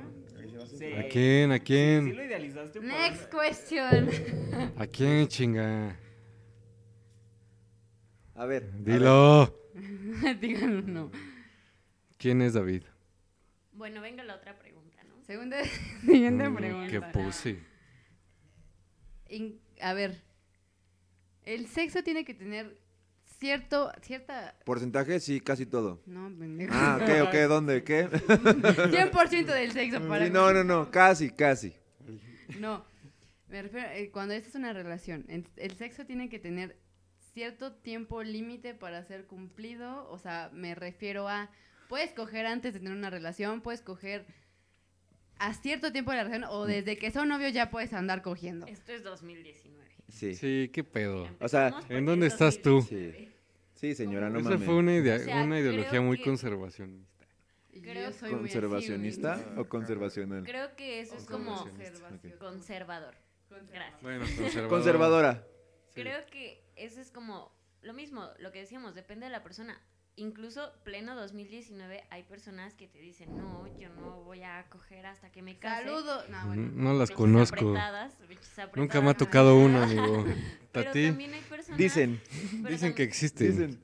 Speaker 2: no. Sí.
Speaker 5: ¿A quién? ¿A
Speaker 2: Sí
Speaker 5: quién?
Speaker 2: lo idealizaste. por
Speaker 1: Next
Speaker 2: una-
Speaker 1: question.
Speaker 5: ¿A quién, chinga?
Speaker 7: A ver. a ver.
Speaker 5: Dilo.
Speaker 1: Díganlo, no.
Speaker 5: ¿Quién es David?
Speaker 3: Bueno, venga la otra pregunta, ¿no?
Speaker 1: Segunda, siguiente
Speaker 5: Mm,
Speaker 1: pregunta.
Speaker 5: Qué puse.
Speaker 1: In- a ver, el sexo tiene que tener cierto, cierta...
Speaker 7: Porcentaje, sí, casi todo.
Speaker 1: No, pendejo.
Speaker 7: Ah, ok, ok, ¿dónde? ¿Qué?
Speaker 1: 100% del sexo para
Speaker 7: Sí,
Speaker 1: mí.
Speaker 7: no, no, no, casi, casi.
Speaker 1: No, me refiero, eh, cuando esta es una relación, en- el sexo tiene que tener cierto tiempo límite para ser cumplido, o sea, me refiero a, puedes coger antes de tener una relación, puedes coger a cierto tiempo de la relación,
Speaker 7: Mm.
Speaker 1: o desde que son novios ya puedes andar cogiendo.
Speaker 2: Eh,
Speaker 3: Esto es 2019.
Speaker 7: Sí, sí,
Speaker 5: Sí, qué pedo.
Speaker 3: Empecemos
Speaker 7: O sea,
Speaker 3: porque
Speaker 5: ¿en dónde
Speaker 3: es
Speaker 5: estás tú?
Speaker 3: 2019.
Speaker 7: señora, Ah, no
Speaker 5: Esa
Speaker 7: mames.
Speaker 5: fue una, idea-
Speaker 3: O sea,
Speaker 5: una ideología
Speaker 3: creo
Speaker 5: muy
Speaker 3: que-
Speaker 5: conservacionista.
Speaker 1: Y
Speaker 3: Creo-
Speaker 1: yo soy muy así, güey.
Speaker 7: ¿Conservacionista o conservacional?
Speaker 3: Creo que eso es como conservador. Gracias.
Speaker 5: Bueno, conservadora.
Speaker 7: Conservadora.
Speaker 3: Creo que eso es como lo mismo, lo que decíamos, depende de la persona. Incluso pleno 2019 hay personas que te dicen, no, yo no voy a coger hasta que me case.
Speaker 1: Saludo. No, Ah, bueno.
Speaker 5: No las
Speaker 3: Bichis
Speaker 5: conozco.
Speaker 3: apretadas, bichis
Speaker 5: Nunca
Speaker 3: apretadas.
Speaker 5: me ha tocado una, amigo.
Speaker 3: Pero
Speaker 5: Tati,
Speaker 3: también hay personas-
Speaker 7: Dicen,
Speaker 3: pero
Speaker 5: dicen que
Speaker 3: también-
Speaker 5: existen.
Speaker 7: dicen.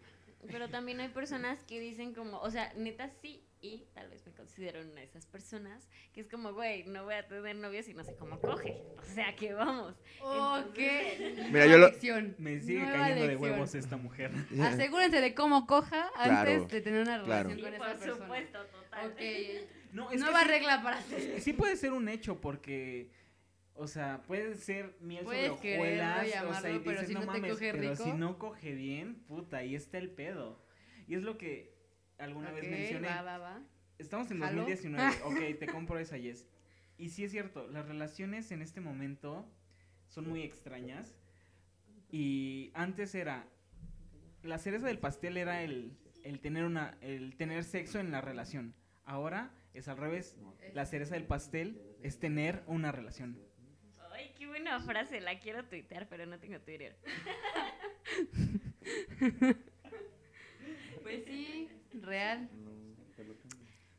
Speaker 3: Pero también hay personas que dicen como, o sea, neta sí, y tal vez me considero una de esas personas, que es como, güey, no voy a tener novio si no sé cómo coge. O sea, que vamos.
Speaker 1: Ok.
Speaker 7: Mira, yo lo-
Speaker 1: Lección,
Speaker 2: Me sigue
Speaker 1: nueva
Speaker 2: cayendo de
Speaker 1: lección.
Speaker 2: huevos esta mujer.
Speaker 1: Asegúrense de cómo coja antes
Speaker 7: Claro,
Speaker 1: de tener una
Speaker 7: claro.
Speaker 1: relación
Speaker 3: Y
Speaker 1: con
Speaker 3: por
Speaker 1: esa persona.
Speaker 3: supuesto, total.
Speaker 1: Ok.
Speaker 2: No, es
Speaker 1: Nueva
Speaker 2: que sí-
Speaker 1: regla para hacer.
Speaker 2: sí, puede ser un hecho porque. O sea, puede ser miel
Speaker 1: Puedes
Speaker 2: sobre hojuelas.
Speaker 1: quererlo y
Speaker 2: o sea, y
Speaker 1: amarlo, pero
Speaker 2: dices,
Speaker 1: si
Speaker 2: no,
Speaker 1: no te
Speaker 2: mames,
Speaker 1: coge
Speaker 2: pero
Speaker 1: rico".
Speaker 2: si no coge bien, puta, ahí está el pedo. Y es lo que alguna
Speaker 1: Ok,
Speaker 2: vez mencioné.
Speaker 1: va, va, va.
Speaker 2: Estamos en
Speaker 1: ¿Jalo?
Speaker 2: 2019. ok, te compro esa, Yes. Y sí es cierto, las relaciones en este momento son muy extrañas. Y antes era. La cereza del pastel era el, el tener una. el tener sexo en la relación. Ahora es al revés. La cereza del pastel es tener una relación.
Speaker 3: Ay, qué buena frase, la quiero tuitear, pero no tengo Twitter.
Speaker 1: Pues sí, real.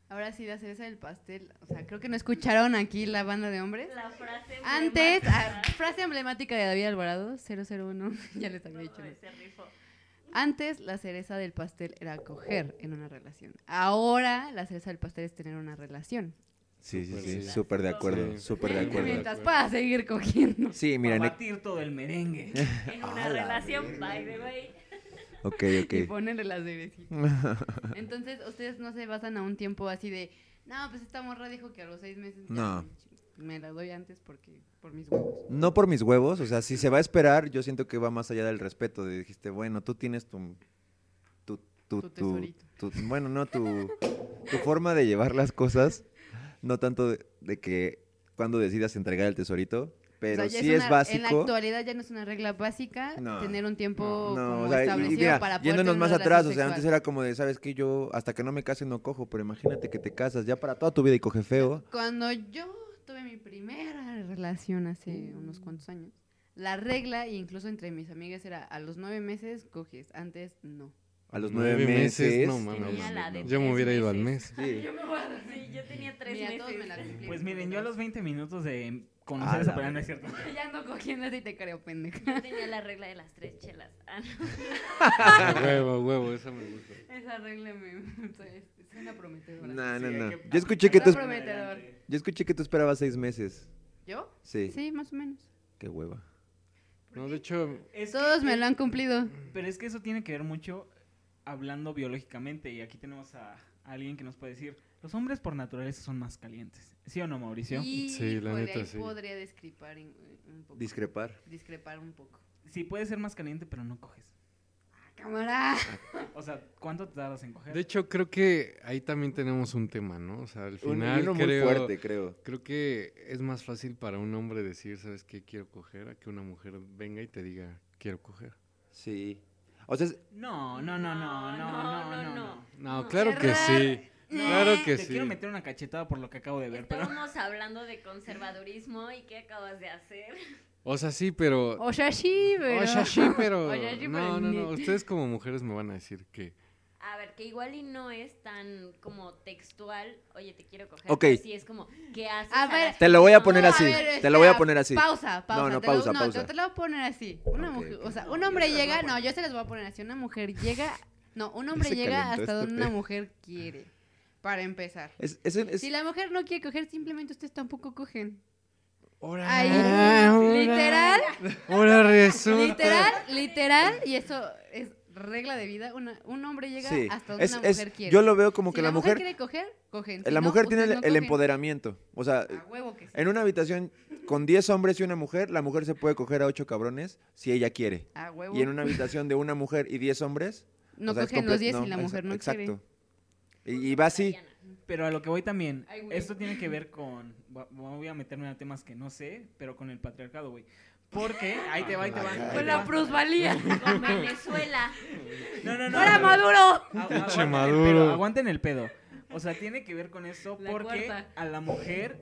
Speaker 1: Ahora sí, la cereza del pastel. O sea, creo que no escucharon aquí la banda de hombres.
Speaker 3: La frase
Speaker 1: Antes, ah,
Speaker 3: emblemática.
Speaker 1: frase emblemática de David Alvarado, 001. ya les había
Speaker 3: No,
Speaker 1: dicho. eso.
Speaker 3: se rifó.
Speaker 1: Antes, la cereza del pastel era coger en una relación. Ahora, la cereza del pastel es tener una relación.
Speaker 7: Sí, sí,
Speaker 5: Súper,
Speaker 7: sí,
Speaker 5: sí.
Speaker 7: súper de acuerdo,
Speaker 5: Sí.
Speaker 7: súper de acuerdo.
Speaker 1: Mientras para seguir cogiendo.
Speaker 7: Sí,
Speaker 2: Para
Speaker 7: mira, ne-
Speaker 2: batir todo el merengue.
Speaker 3: En una
Speaker 7: A la
Speaker 3: relación, by the way.
Speaker 7: ok,
Speaker 1: Y
Speaker 7: ok.
Speaker 1: ponerle las cerecitas. Entonces, ustedes no se basan a un tiempo así de, no, pues esta morra dijo que a los seis meses. ya
Speaker 7: No.
Speaker 1: Me la doy antes porque, por mis huevos.
Speaker 7: No por mis huevos, o sea, si se va a esperar, yo siento que va más allá del respeto. De dijiste, bueno, tú tienes tu. Tu, tu,
Speaker 1: Tu
Speaker 7: tu,
Speaker 1: tesorito.
Speaker 7: tu- Bueno, no, tu, tu forma de llevar las cosas. No tanto de, de que cuando decidas entregar el tesorito, pero
Speaker 1: O sea, ya
Speaker 7: sí es,
Speaker 1: una- En la
Speaker 7: básico.
Speaker 1: actualidad ya no es una regla básica
Speaker 7: No.
Speaker 1: tener un tiempo
Speaker 7: No,
Speaker 1: como
Speaker 7: o sea, y
Speaker 1: establecido
Speaker 7: mira,
Speaker 1: para poder
Speaker 7: yéndonos
Speaker 1: tener
Speaker 7: más
Speaker 1: una
Speaker 7: atrás, o
Speaker 1: relación
Speaker 7: sea, antes
Speaker 1: sexual.
Speaker 7: era como de, sabes que yo hasta que no me case no cojo, pero imagínate que te casas ya para toda tu vida y coge feo.
Speaker 1: Cuando yo tuve mi primera relación
Speaker 7: Mm.
Speaker 1: hace unos cuantos años, la regla, e incluso entre mis amigas, era a los nueve meses coges, antes no.
Speaker 7: A los
Speaker 5: Nueve
Speaker 7: nueve,
Speaker 5: meses,
Speaker 7: meses.
Speaker 5: no mames.
Speaker 3: Tenía la de
Speaker 7: no.
Speaker 5: Yo me
Speaker 3: tres
Speaker 5: hubiera ido al
Speaker 3: meses.
Speaker 5: mes.
Speaker 7: Sí.
Speaker 3: Yo me voy a- Sí, yo tenía tres
Speaker 1: Mira, todos
Speaker 3: meses.
Speaker 1: me la cumplieron.
Speaker 2: Pues miren, yo a los 20 minutos de
Speaker 7: A
Speaker 2: conocer a esa
Speaker 7: la
Speaker 2: persona, no es cierto.
Speaker 1: Ya ando cogiendo así te creo, pendeja.
Speaker 3: Yo tenía la regla de las tres chelas. Ah, no.
Speaker 5: A huevo, a huevo, esa me gusta.
Speaker 1: Esa regla me este, suena prometedora.
Speaker 7: No, no,
Speaker 2: Sí,
Speaker 7: no.
Speaker 2: hay que-
Speaker 7: Yo escuché que tú,
Speaker 1: Está prometedor.
Speaker 7: yo escuché que tú esperabas seis meses.
Speaker 1: ¿Yo?
Speaker 7: Sí.
Speaker 1: Sí, más o menos.
Speaker 7: Qué hueva.
Speaker 5: No, de hecho,
Speaker 2: Es que-
Speaker 1: Todos me lo han cumplido.
Speaker 2: Pero es que eso tiene que ver mucho hablando biológicamente. Y aquí tenemos a, a alguien que nos puede decir: los hombres por naturaleza son más calientes. ¿Sí o no, Mauricio?
Speaker 5: Sí, la
Speaker 1: híjole,
Speaker 5: neta,
Speaker 1: ahí
Speaker 5: sí.
Speaker 1: podría discrepar en- un poco.
Speaker 7: Discrepar.
Speaker 1: discrepar un poco.
Speaker 2: Sí, puede ser más caliente, pero no coges.
Speaker 1: Ah, ¡Cámara!
Speaker 2: O sea, ¿cuánto te tardas en coger?
Speaker 5: de hecho creo que ahí también tenemos un tema, ¿no? O sea, al
Speaker 7: Un,
Speaker 5: final
Speaker 7: uno muy
Speaker 5: creo,
Speaker 7: fuerte, creo.
Speaker 5: creo que es más fácil para un hombre decir, ¿sabes qué quiero coger? A que una mujer venga y te diga, quiero coger.
Speaker 7: Sí.
Speaker 4: O sea, es-
Speaker 2: No, no, no, no, no, no, no, no.
Speaker 5: No,
Speaker 3: No,
Speaker 5: claro que sí. Claro que
Speaker 2: Te
Speaker 5: sí.
Speaker 2: quiero meter una cachetada por lo que acabo de ver, pero...
Speaker 3: Estábamos hablando de conservadurismo y qué acabas de hacer.
Speaker 5: O sea, sí, pero.
Speaker 1: O sea, sí, pero...
Speaker 5: O sea, sí, pero.
Speaker 1: O sea, sí,
Speaker 5: No,
Speaker 1: pero
Speaker 5: no,
Speaker 1: ni-
Speaker 5: no. Ustedes como mujeres me van a decir que.
Speaker 3: A ver, que igual y no es tan como textual. Oye, te quiero coger.
Speaker 4: Ok.
Speaker 3: pero Sí, es como, ¿qué haces?
Speaker 1: A ver,
Speaker 3: las
Speaker 4: te lo voy a
Speaker 3: personas?
Speaker 4: poner
Speaker 1: No,
Speaker 4: así.
Speaker 1: ver,
Speaker 4: te lo voy a
Speaker 1: espera,
Speaker 4: poner así.
Speaker 1: Pausa, pausa.
Speaker 4: No, no,
Speaker 1: te lo-
Speaker 4: pausa,
Speaker 1: no,
Speaker 4: pausa.
Speaker 1: Yo te lo voy a poner así. Una
Speaker 4: Ok,
Speaker 1: mujer,
Speaker 4: ok.
Speaker 1: o sea, un hombre llega, no, yo se las voy a poner así. Una mujer llega, no, un hombre
Speaker 4: se
Speaker 1: llega
Speaker 4: calentó
Speaker 1: hasta
Speaker 4: este
Speaker 1: donde una
Speaker 4: pe-
Speaker 1: mujer quiere. Para empezar.
Speaker 4: Es, es, es-
Speaker 1: Si la mujer no quiere coger, simplemente ustedes tampoco cogen.
Speaker 4: Ah.
Speaker 5: Ahora.
Speaker 1: Ahí,
Speaker 5: ahora-
Speaker 1: literal,
Speaker 5: Ahora resulta.
Speaker 1: literal, literal, y eso es regla de vida. Una- un hombre llega
Speaker 4: sí.
Speaker 1: hasta donde
Speaker 4: Es-
Speaker 1: una
Speaker 4: es-
Speaker 1: mujer quiere.
Speaker 4: yo lo veo como
Speaker 1: Si
Speaker 4: que la mujer,
Speaker 1: quiere coger, cogen. Si
Speaker 4: la
Speaker 1: no,
Speaker 4: mujer tiene el,
Speaker 1: ustedes no
Speaker 4: el
Speaker 1: cogen.
Speaker 4: empoderamiento. O sea,
Speaker 1: A huevo que sí.
Speaker 4: en una habitación con 10 hombres y una mujer, la mujer se puede coger a 8 cabrones si ella quiere.
Speaker 1: A huevo.
Speaker 4: Y en una habitación de una mujer y 10 hombres,
Speaker 1: No
Speaker 4: o sea, es
Speaker 1: cogen los
Speaker 4: comple-
Speaker 1: 10
Speaker 4: no,
Speaker 1: y la
Speaker 4: exa-
Speaker 1: mujer no quiere.
Speaker 4: Exacto. Y, y va así.
Speaker 3: Diana.
Speaker 2: Pero a lo que voy también,
Speaker 1: Ay, güey.
Speaker 2: esto tiene que ver con. va- Voy a meterme a temas que no sé, pero con el patriarcado, güey. Porque, ahí te va, ahí te va.
Speaker 5: Con
Speaker 2: ahí te
Speaker 1: Con la
Speaker 2: va.
Speaker 1: plusvalía.
Speaker 3: Con Venezuela.
Speaker 2: No, no, no.
Speaker 1: ¡Fuera Maduro!
Speaker 2: Agu- aguanten
Speaker 5: Pinche
Speaker 2: el
Speaker 5: Maduro.
Speaker 2: pedo, Aguanten el pedo. O sea, tiene que ver con eso
Speaker 3: La
Speaker 2: porque
Speaker 3: cuarta.
Speaker 2: a la mujer,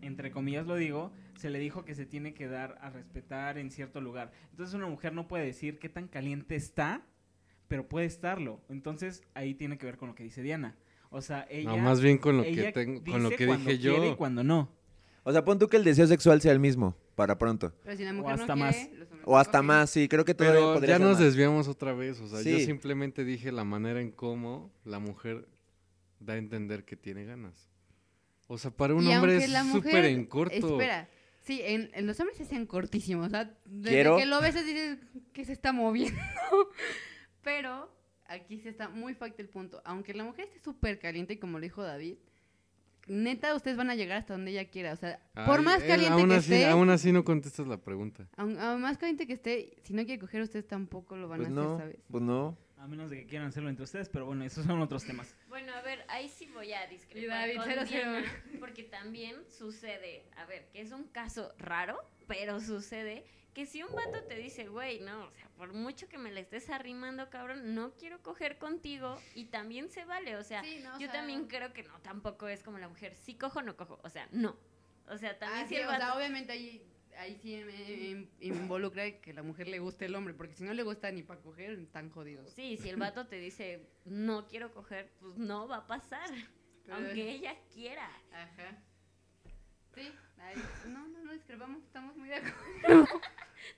Speaker 2: entre comillas lo digo, se le dijo que se tiene que dar a respetar en cierto lugar. Entonces una mujer no puede decir qué tan caliente está, pero puede estarlo. Entonces ahí tiene que ver con lo que dice Diana. O sea, ella...
Speaker 5: No, más bien con lo que
Speaker 2: ella
Speaker 5: tengo, con lo
Speaker 2: dice
Speaker 5: que
Speaker 2: cuando
Speaker 5: dije
Speaker 2: quiere y
Speaker 5: yo.
Speaker 2: cuando no.
Speaker 4: O sea, pon tú que el deseo sexual sea el mismo, para pronto.
Speaker 1: Pero si la
Speaker 2: O
Speaker 1: mujer no
Speaker 2: hasta
Speaker 1: quiere,
Speaker 2: más.
Speaker 1: los hombres
Speaker 4: O hasta
Speaker 1: cogen.
Speaker 4: más, sí, creo que todavía
Speaker 5: Pero
Speaker 4: podría
Speaker 5: ya
Speaker 4: ser
Speaker 5: nos
Speaker 4: más.
Speaker 5: desviamos otra vez. O sea, yo
Speaker 4: Sí.
Speaker 5: simplemente dije la manera en cómo la mujer da a entender que tiene ganas. O sea, para un
Speaker 1: Y
Speaker 5: hombre
Speaker 1: aunque
Speaker 5: es
Speaker 1: la mujer-
Speaker 5: súper en corto.
Speaker 1: Espera. Sí, en, en los hombres se hacen cortísimos. O sea, desde
Speaker 4: Quiero.
Speaker 1: que lo ves dices que se está moviendo. Pero aquí se está muy facto el punto. Aunque la mujer esté súper caliente, como lo dijo David, neta, ustedes van a llegar hasta donde ella quiera. O sea, por
Speaker 5: Ay,
Speaker 1: más
Speaker 5: él
Speaker 1: caliente
Speaker 5: aún
Speaker 1: que
Speaker 5: así,
Speaker 1: esté, aun,
Speaker 5: Aún así no contestas la pregunta.
Speaker 1: aun más caliente que esté, si no quiere coger, ustedes tampoco lo van
Speaker 4: Pues
Speaker 1: a
Speaker 4: no,
Speaker 1: hacer, ¿sabes?
Speaker 4: pues no.
Speaker 2: A menos de que quieran hacerlo entre ustedes, pero bueno, esos son otros temas.
Speaker 3: Bueno, a ver, ahí sí voy a discrepar
Speaker 1: Y David,
Speaker 3: con
Speaker 1: cero, cero.
Speaker 3: Diana, porque también sucede, a ver, que es un caso raro, pero sucede que si un vato te dice, güey, no, o sea, por mucho que me la estés arrimando, cabrón, no quiero coger contigo, y también se vale, o sea,
Speaker 1: Sí, no, o
Speaker 3: yo
Speaker 1: sea,
Speaker 3: también creo que no, tampoco es como la mujer, sí cojo o no cojo, o sea, no. O sea, también
Speaker 1: Ah,
Speaker 3: si
Speaker 1: sí,
Speaker 3: el
Speaker 1: o sea,
Speaker 3: vato-
Speaker 1: obviamente ahí, ahí sí eh, im- involucra que la mujer le guste el hombre, porque si no le gusta ni para coger, están jodidos.
Speaker 3: Sí, si el vato te dice, no quiero coger, pues no va a pasar,
Speaker 1: Pero-
Speaker 3: aunque ella quiera.
Speaker 1: Ajá. Sí, ahí- no, no, no discrepamos, estamos muy de acuerdo.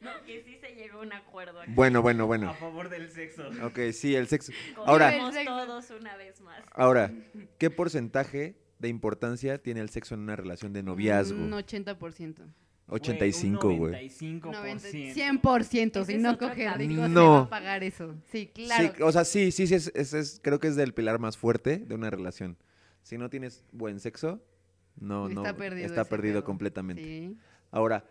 Speaker 3: No, que sí se llegó a un acuerdo aquí.
Speaker 4: Bueno, bueno,
Speaker 2: A
Speaker 4: bueno.
Speaker 2: favor del sexo.
Speaker 4: Ok, sí, el sexo. Ahora-
Speaker 3: Ahora todos una vez más.
Speaker 4: Ahora, ¿qué porcentaje de importancia tiene el sexo en una relación de noviazgo?
Speaker 1: Un 80%.
Speaker 2: Güey,
Speaker 4: 85,
Speaker 2: un
Speaker 4: güey.
Speaker 2: 95%.
Speaker 1: 100%,
Speaker 3: Ese
Speaker 1: si
Speaker 3: es
Speaker 1: no
Speaker 3: otro
Speaker 1: coger,
Speaker 3: tabú.
Speaker 1: digo, se
Speaker 4: No.
Speaker 1: va a pagar eso. Sí, claro.
Speaker 4: Sí, o sea, sí, sí, sí, es, es- es- creo que es del pilar más fuerte de una relación. Si no tienes buen sexo, no, no.
Speaker 1: Está perdido
Speaker 4: Está
Speaker 1: ese
Speaker 4: perdido
Speaker 1: pedo.
Speaker 4: completamente.
Speaker 1: Sí.
Speaker 4: Ahora,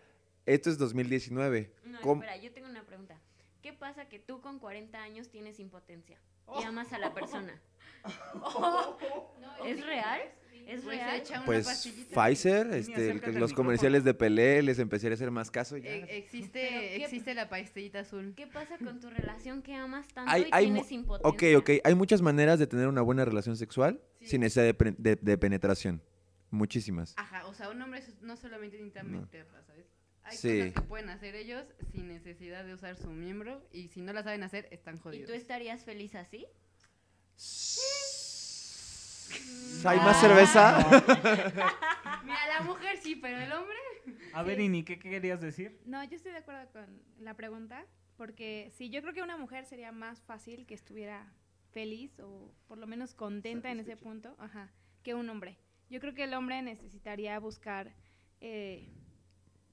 Speaker 4: esto es 2019.
Speaker 3: No,
Speaker 4: ¿Cómo?
Speaker 3: espera, yo tengo una pregunta. ¿Qué pasa que tú con 40 años tienes impotencia y amas a
Speaker 2: Oh.
Speaker 3: la persona? ¿Es real? ¿Es
Speaker 1: Pues
Speaker 3: real?
Speaker 1: se echa una
Speaker 4: Pues
Speaker 1: pastillita.
Speaker 4: Pfizer,
Speaker 2: Ni
Speaker 4: este,
Speaker 2: acércate al
Speaker 4: los
Speaker 2: micrófono.
Speaker 4: comerciales de Pelé, les empecé a hacer más caso. y ya.
Speaker 1: Eh,
Speaker 3: Pero
Speaker 1: existe,
Speaker 3: qué-
Speaker 1: existe la pastillita azul.
Speaker 3: ¿Qué pasa con tu relación que amas tanto
Speaker 4: Hay-
Speaker 3: y
Speaker 4: hay
Speaker 3: tienes
Speaker 4: mu- Ok,
Speaker 3: impotencia?
Speaker 4: ok. Hay muchas maneras de tener una buena relación sexual
Speaker 1: Sí.
Speaker 4: sin necesidad de, pre- de- de penetración. Muchísimas.
Speaker 1: Ajá, o sea, un hombre so- no solamente necesita
Speaker 4: No.
Speaker 1: meterla, ¿sabes? Hay
Speaker 4: Sí.
Speaker 1: cosas que pueden hacer ellos sin necesidad de usar su miembro y si no la saben hacer, están
Speaker 3: ¿Y
Speaker 1: jodidos.
Speaker 3: tú estarías feliz así?
Speaker 4: ¿Hay
Speaker 1: Ah.
Speaker 4: más cerveza?
Speaker 1: Mira, la mujer sí, pero el hombre...
Speaker 2: A ver, Ini, ¿qué qué querías decir?
Speaker 6: No, yo estoy de acuerdo con la pregunta, porque sí, yo creo que una mujer sería más fácil que estuviera feliz o por lo menos contenta en ese punto, ajá, que un hombre. Yo creo que el hombre necesitaría buscar eh,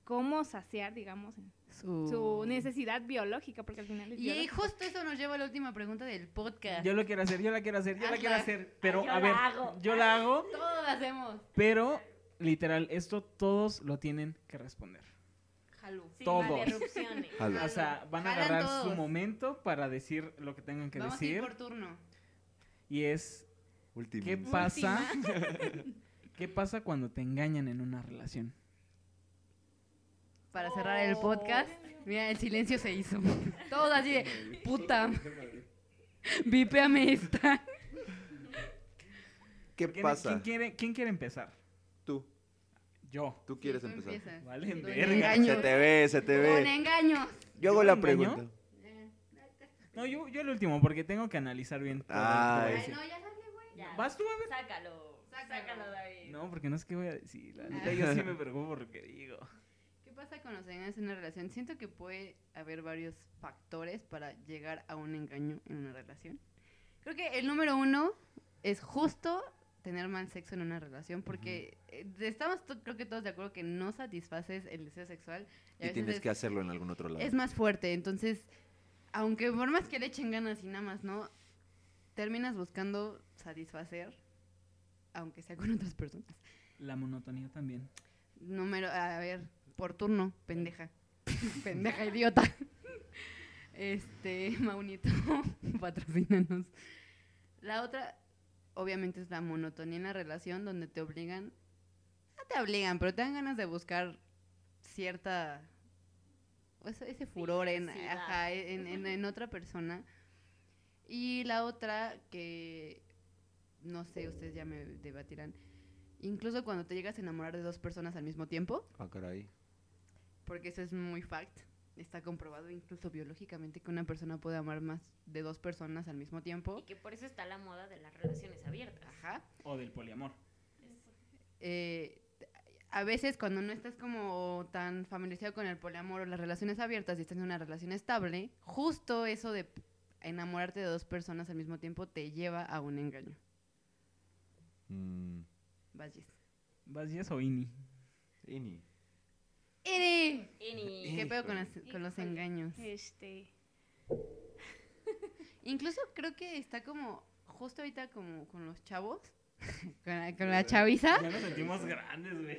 Speaker 6: cómo saciar, digamos, su necesidad biológica, porque al final es
Speaker 1: Mm. Y
Speaker 6: biológica.
Speaker 1: justo eso nos lleva a la última pregunta del podcast.
Speaker 2: Yo lo quiero hacer, yo la quiero hacer, yo la
Speaker 1: Hazla.
Speaker 2: quiero hacer. Pero,
Speaker 3: Ay, yo
Speaker 2: a
Speaker 3: la
Speaker 2: ver,
Speaker 3: hago.
Speaker 2: yo la hago,
Speaker 1: Todos lo hacemos.
Speaker 2: pero literal, esto todos lo tienen que responder.
Speaker 1: Jalú.
Speaker 3: Sin
Speaker 2: Todos.
Speaker 3: interrupciones.
Speaker 4: Jalo.
Speaker 2: O sea, van a
Speaker 1: Jalan
Speaker 2: agarrar su
Speaker 1: todos.
Speaker 2: momento para decir lo que tengan que
Speaker 1: Vamos a ir
Speaker 2: decir.
Speaker 1: por turno.
Speaker 2: Y es, ¿qué pasa? ¿Qué pasa cuando te engañan en una relación?
Speaker 1: para cerrar
Speaker 2: Oh.
Speaker 3: Oh.
Speaker 1: el podcast. Mira, el silencio se hizo. Todos así de, puta, vipéame esta.
Speaker 4: ¿Qué
Speaker 2: ¿Quién,
Speaker 4: pasa?
Speaker 2: quién quiere, quién quiere empezar?
Speaker 4: Tú,
Speaker 2: Yo.
Speaker 4: tú quieres
Speaker 1: Tú
Speaker 4: empezar.
Speaker 1: empiezas.
Speaker 2: Vale,
Speaker 1: Con
Speaker 2: verga.
Speaker 4: Se
Speaker 1: engaños.
Speaker 4: te ve, se te
Speaker 1: Con
Speaker 4: ve.
Speaker 1: engaños.
Speaker 4: Yo hago la
Speaker 2: ¿Yo engaño?
Speaker 4: pregunta.
Speaker 2: No, yo, yo el último, porque tengo que analizar bien todo. lo que
Speaker 4: Ay.
Speaker 2: voy a
Speaker 1: Ay,
Speaker 2: decir.
Speaker 1: no, ya sale, güey.
Speaker 3: Ya.
Speaker 2: ¿Vas tú, a ver?
Speaker 3: Sácalo.
Speaker 1: Sácalo.
Speaker 3: Sácalo, David.
Speaker 2: No, porque no sé qué voy a decir. la neta, yo sí me preocupo por lo que digo.
Speaker 1: ¿Qué pasa con los engaños en una relación? Siento que puede haber varios factores para llegar a un engaño en una relación. Creo que el número uno es justo tener mal sexo en una relación porque eh, estamos to- creo que todos de acuerdo que no satisfaces el deseo sexual y a
Speaker 4: Y
Speaker 1: veces
Speaker 4: tienes
Speaker 1: es-
Speaker 4: que hacerlo en algún otro lado.
Speaker 1: es más fuerte. Entonces, aunque por más que le echen ganas y nada más, ¿no? Terminas buscando satisfacer, aunque sea con otras personas.
Speaker 2: La monotonía también.
Speaker 1: Número, a ver, por turno, pendeja. pendeja idiota. Este, Maunito, patrocínanos. La otra, obviamente, es la monotonía en la relación donde te obligan, no te obligan, pero te dan ganas de buscar cierta, o ese, ese furor en,
Speaker 3: Felicidad.
Speaker 1: ajá, en- en- en otra persona. Y la otra que, no sé, ustedes ya me debatirán, incluso cuando te llegas a enamorar de dos personas al mismo tiempo,
Speaker 4: Ah, caray.
Speaker 1: porque eso es muy fact. Está comprobado incluso biológicamente que una persona puede amar más de dos personas al mismo tiempo.
Speaker 3: Y que por eso está la moda de las relaciones abiertas.
Speaker 1: Ajá.
Speaker 2: O del poliamor.
Speaker 1: Eh, a veces cuando no estás como tan familiarizado con el poliamor o las relaciones abiertas y estás en una relación estable, justo eso de enamorarte de dos personas al mismo tiempo te lleva a un engaño.
Speaker 4: Mm,
Speaker 1: Vas, Jess.
Speaker 2: ¿Vas Jess o Ini?
Speaker 4: Ini.
Speaker 1: ¡Iri!
Speaker 3: Y ni-
Speaker 1: ¿Qué pedo con, las- con los
Speaker 6: Híjole.
Speaker 1: engaños?
Speaker 6: Este.
Speaker 1: Incluso creo que está como, justo ahorita como con los chavos, con la- con la chaviza.
Speaker 2: Ya nos sentimos grandes, güey.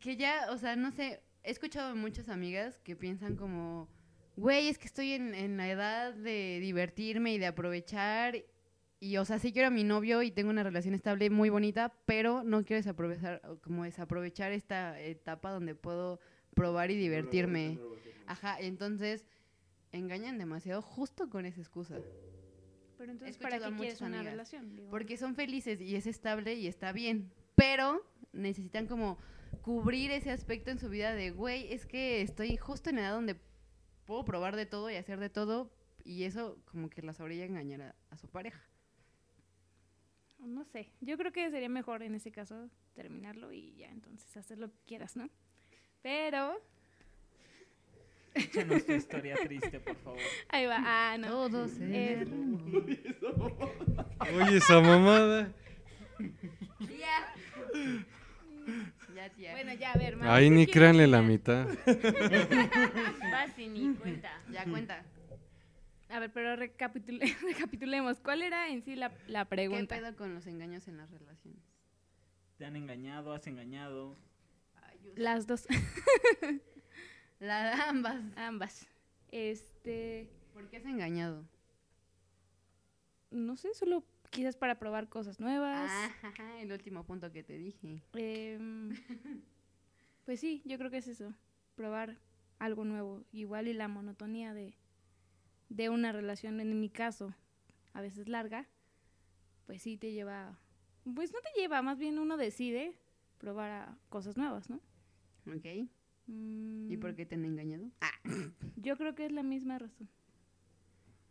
Speaker 1: que ya, o sea, no sé, he escuchado a muchas amigas que piensan como, güey, es que estoy en, en la edad de divertirme y de aprovechar. Y, o sea, sí quiero a mi novio y tengo una relación estable muy bonita, pero no quiero desaprovechar, o como desaprovechar esta etapa donde puedo probar y divertirme. Ajá, entonces engañan demasiado justo con esa excusa.
Speaker 6: Pero entonces,
Speaker 1: escuchado
Speaker 6: ¿para
Speaker 1: a
Speaker 6: qué quieres
Speaker 1: muchas
Speaker 6: una
Speaker 1: amigas.
Speaker 6: relación? Digo,
Speaker 1: Porque son felices y es estable y está bien. Pero necesitan como cubrir ese aspecto en su vida de, güey, es que estoy justo en la edad donde puedo probar de todo y hacer de todo. Y eso como que las orilla a engañar a, a su pareja.
Speaker 6: No sé. Yo creo que sería mejor en ese caso terminarlo y ya entonces hacer lo que quieras, ¿no? Pero.
Speaker 2: Échanos tu historia triste, por favor.
Speaker 6: Ahí va. Ah, no.
Speaker 1: Todos
Speaker 6: Eh,
Speaker 5: Oye, esa mamada.
Speaker 1: Ya. Ya, tía.
Speaker 6: Bueno, ya, a ver, Mau,
Speaker 5: Ahí
Speaker 6: ¿tú
Speaker 5: ni
Speaker 6: quieres
Speaker 5: créanle la
Speaker 6: opinar?
Speaker 5: mitad.
Speaker 3: Vas y ni cuenta.
Speaker 1: ya cuenta.
Speaker 6: A ver, pero recapitule- recapitulemos. ¿Cuál era en sí la, la
Speaker 1: ¿Qué
Speaker 6: pregunta?
Speaker 1: pedo con los engaños en las relaciones?
Speaker 2: Te han engañado, has engañado.
Speaker 6: Las dos,
Speaker 1: La de ambas.
Speaker 6: ambas. Este,
Speaker 1: ¿Por qué has engañado?
Speaker 6: no sé, solo quizás para probar cosas nuevas.
Speaker 1: Ah, ajá, el último punto que te dije.
Speaker 6: Em, pues sí, yo creo que es eso, probar algo nuevo. Igual y la monotonía de, de una relación, en mi caso, a veces larga, pues sí te lleva, pues no te lleva, más bien uno decide probar a cosas nuevas, ¿no?
Speaker 1: ¿Ok? ¿Y por
Speaker 6: Mm,
Speaker 1: qué te han engañado?
Speaker 6: Yo creo que es la misma razón.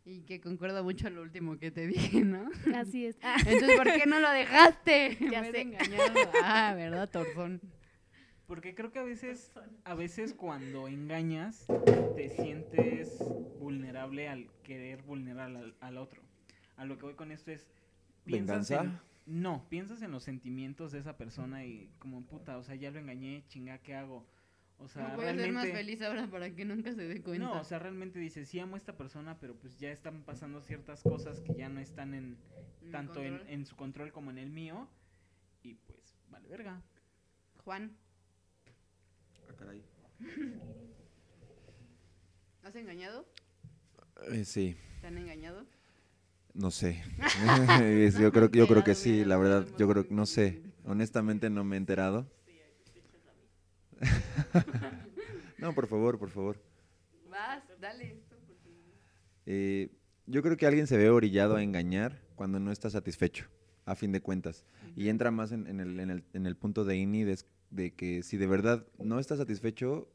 Speaker 1: Y que concuerda mucho a lo último que te dije, ¿no?
Speaker 6: Así es. Ah,
Speaker 1: Entonces, ¿por qué no lo dejaste?
Speaker 6: Ya
Speaker 1: Me
Speaker 6: sé.
Speaker 1: engañado. Ah, ¿verdad, Torzón?
Speaker 2: Porque creo que a veces, a veces cuando engañas, te sientes vulnerable al querer vulnerar al, al otro. A lo que voy con esto es... piensas
Speaker 4: ¿Venganza?
Speaker 2: en- no, piensas en los sentimientos de esa persona y como, puta, o sea, ya lo engañé, chinga, ¿qué hago? O sea,
Speaker 1: No voy a
Speaker 2: realmente...
Speaker 1: ser más feliz ahora para que nunca se dé cuenta.
Speaker 2: No, o sea, realmente dices, sí amo a esta persona, pero pues ya están pasando ciertas cosas que ya no están en
Speaker 1: Mi
Speaker 2: tanto en,
Speaker 1: Mm, control.
Speaker 2: en su control como en el mío. Y pues, vale verga.
Speaker 1: Juan,
Speaker 4: Ah, caray.
Speaker 1: ¿has engañado?
Speaker 4: Eh, sí,
Speaker 1: ¿Te han engañado?
Speaker 4: no sé. Es- yo creo, yo creo que sí, la verdad. Yo creo que no sé. Honestamente no me he enterado. No, por favor, por favor.
Speaker 1: Vas, dale. es tu oportunidad.
Speaker 4: Eh, yo creo que alguien se ve orillado a engañar cuando no está satisfecho, a fin de cuentas. Y entra más en, en el, en el- en el punto de Ini de, es- de que si de verdad no está satisfecho,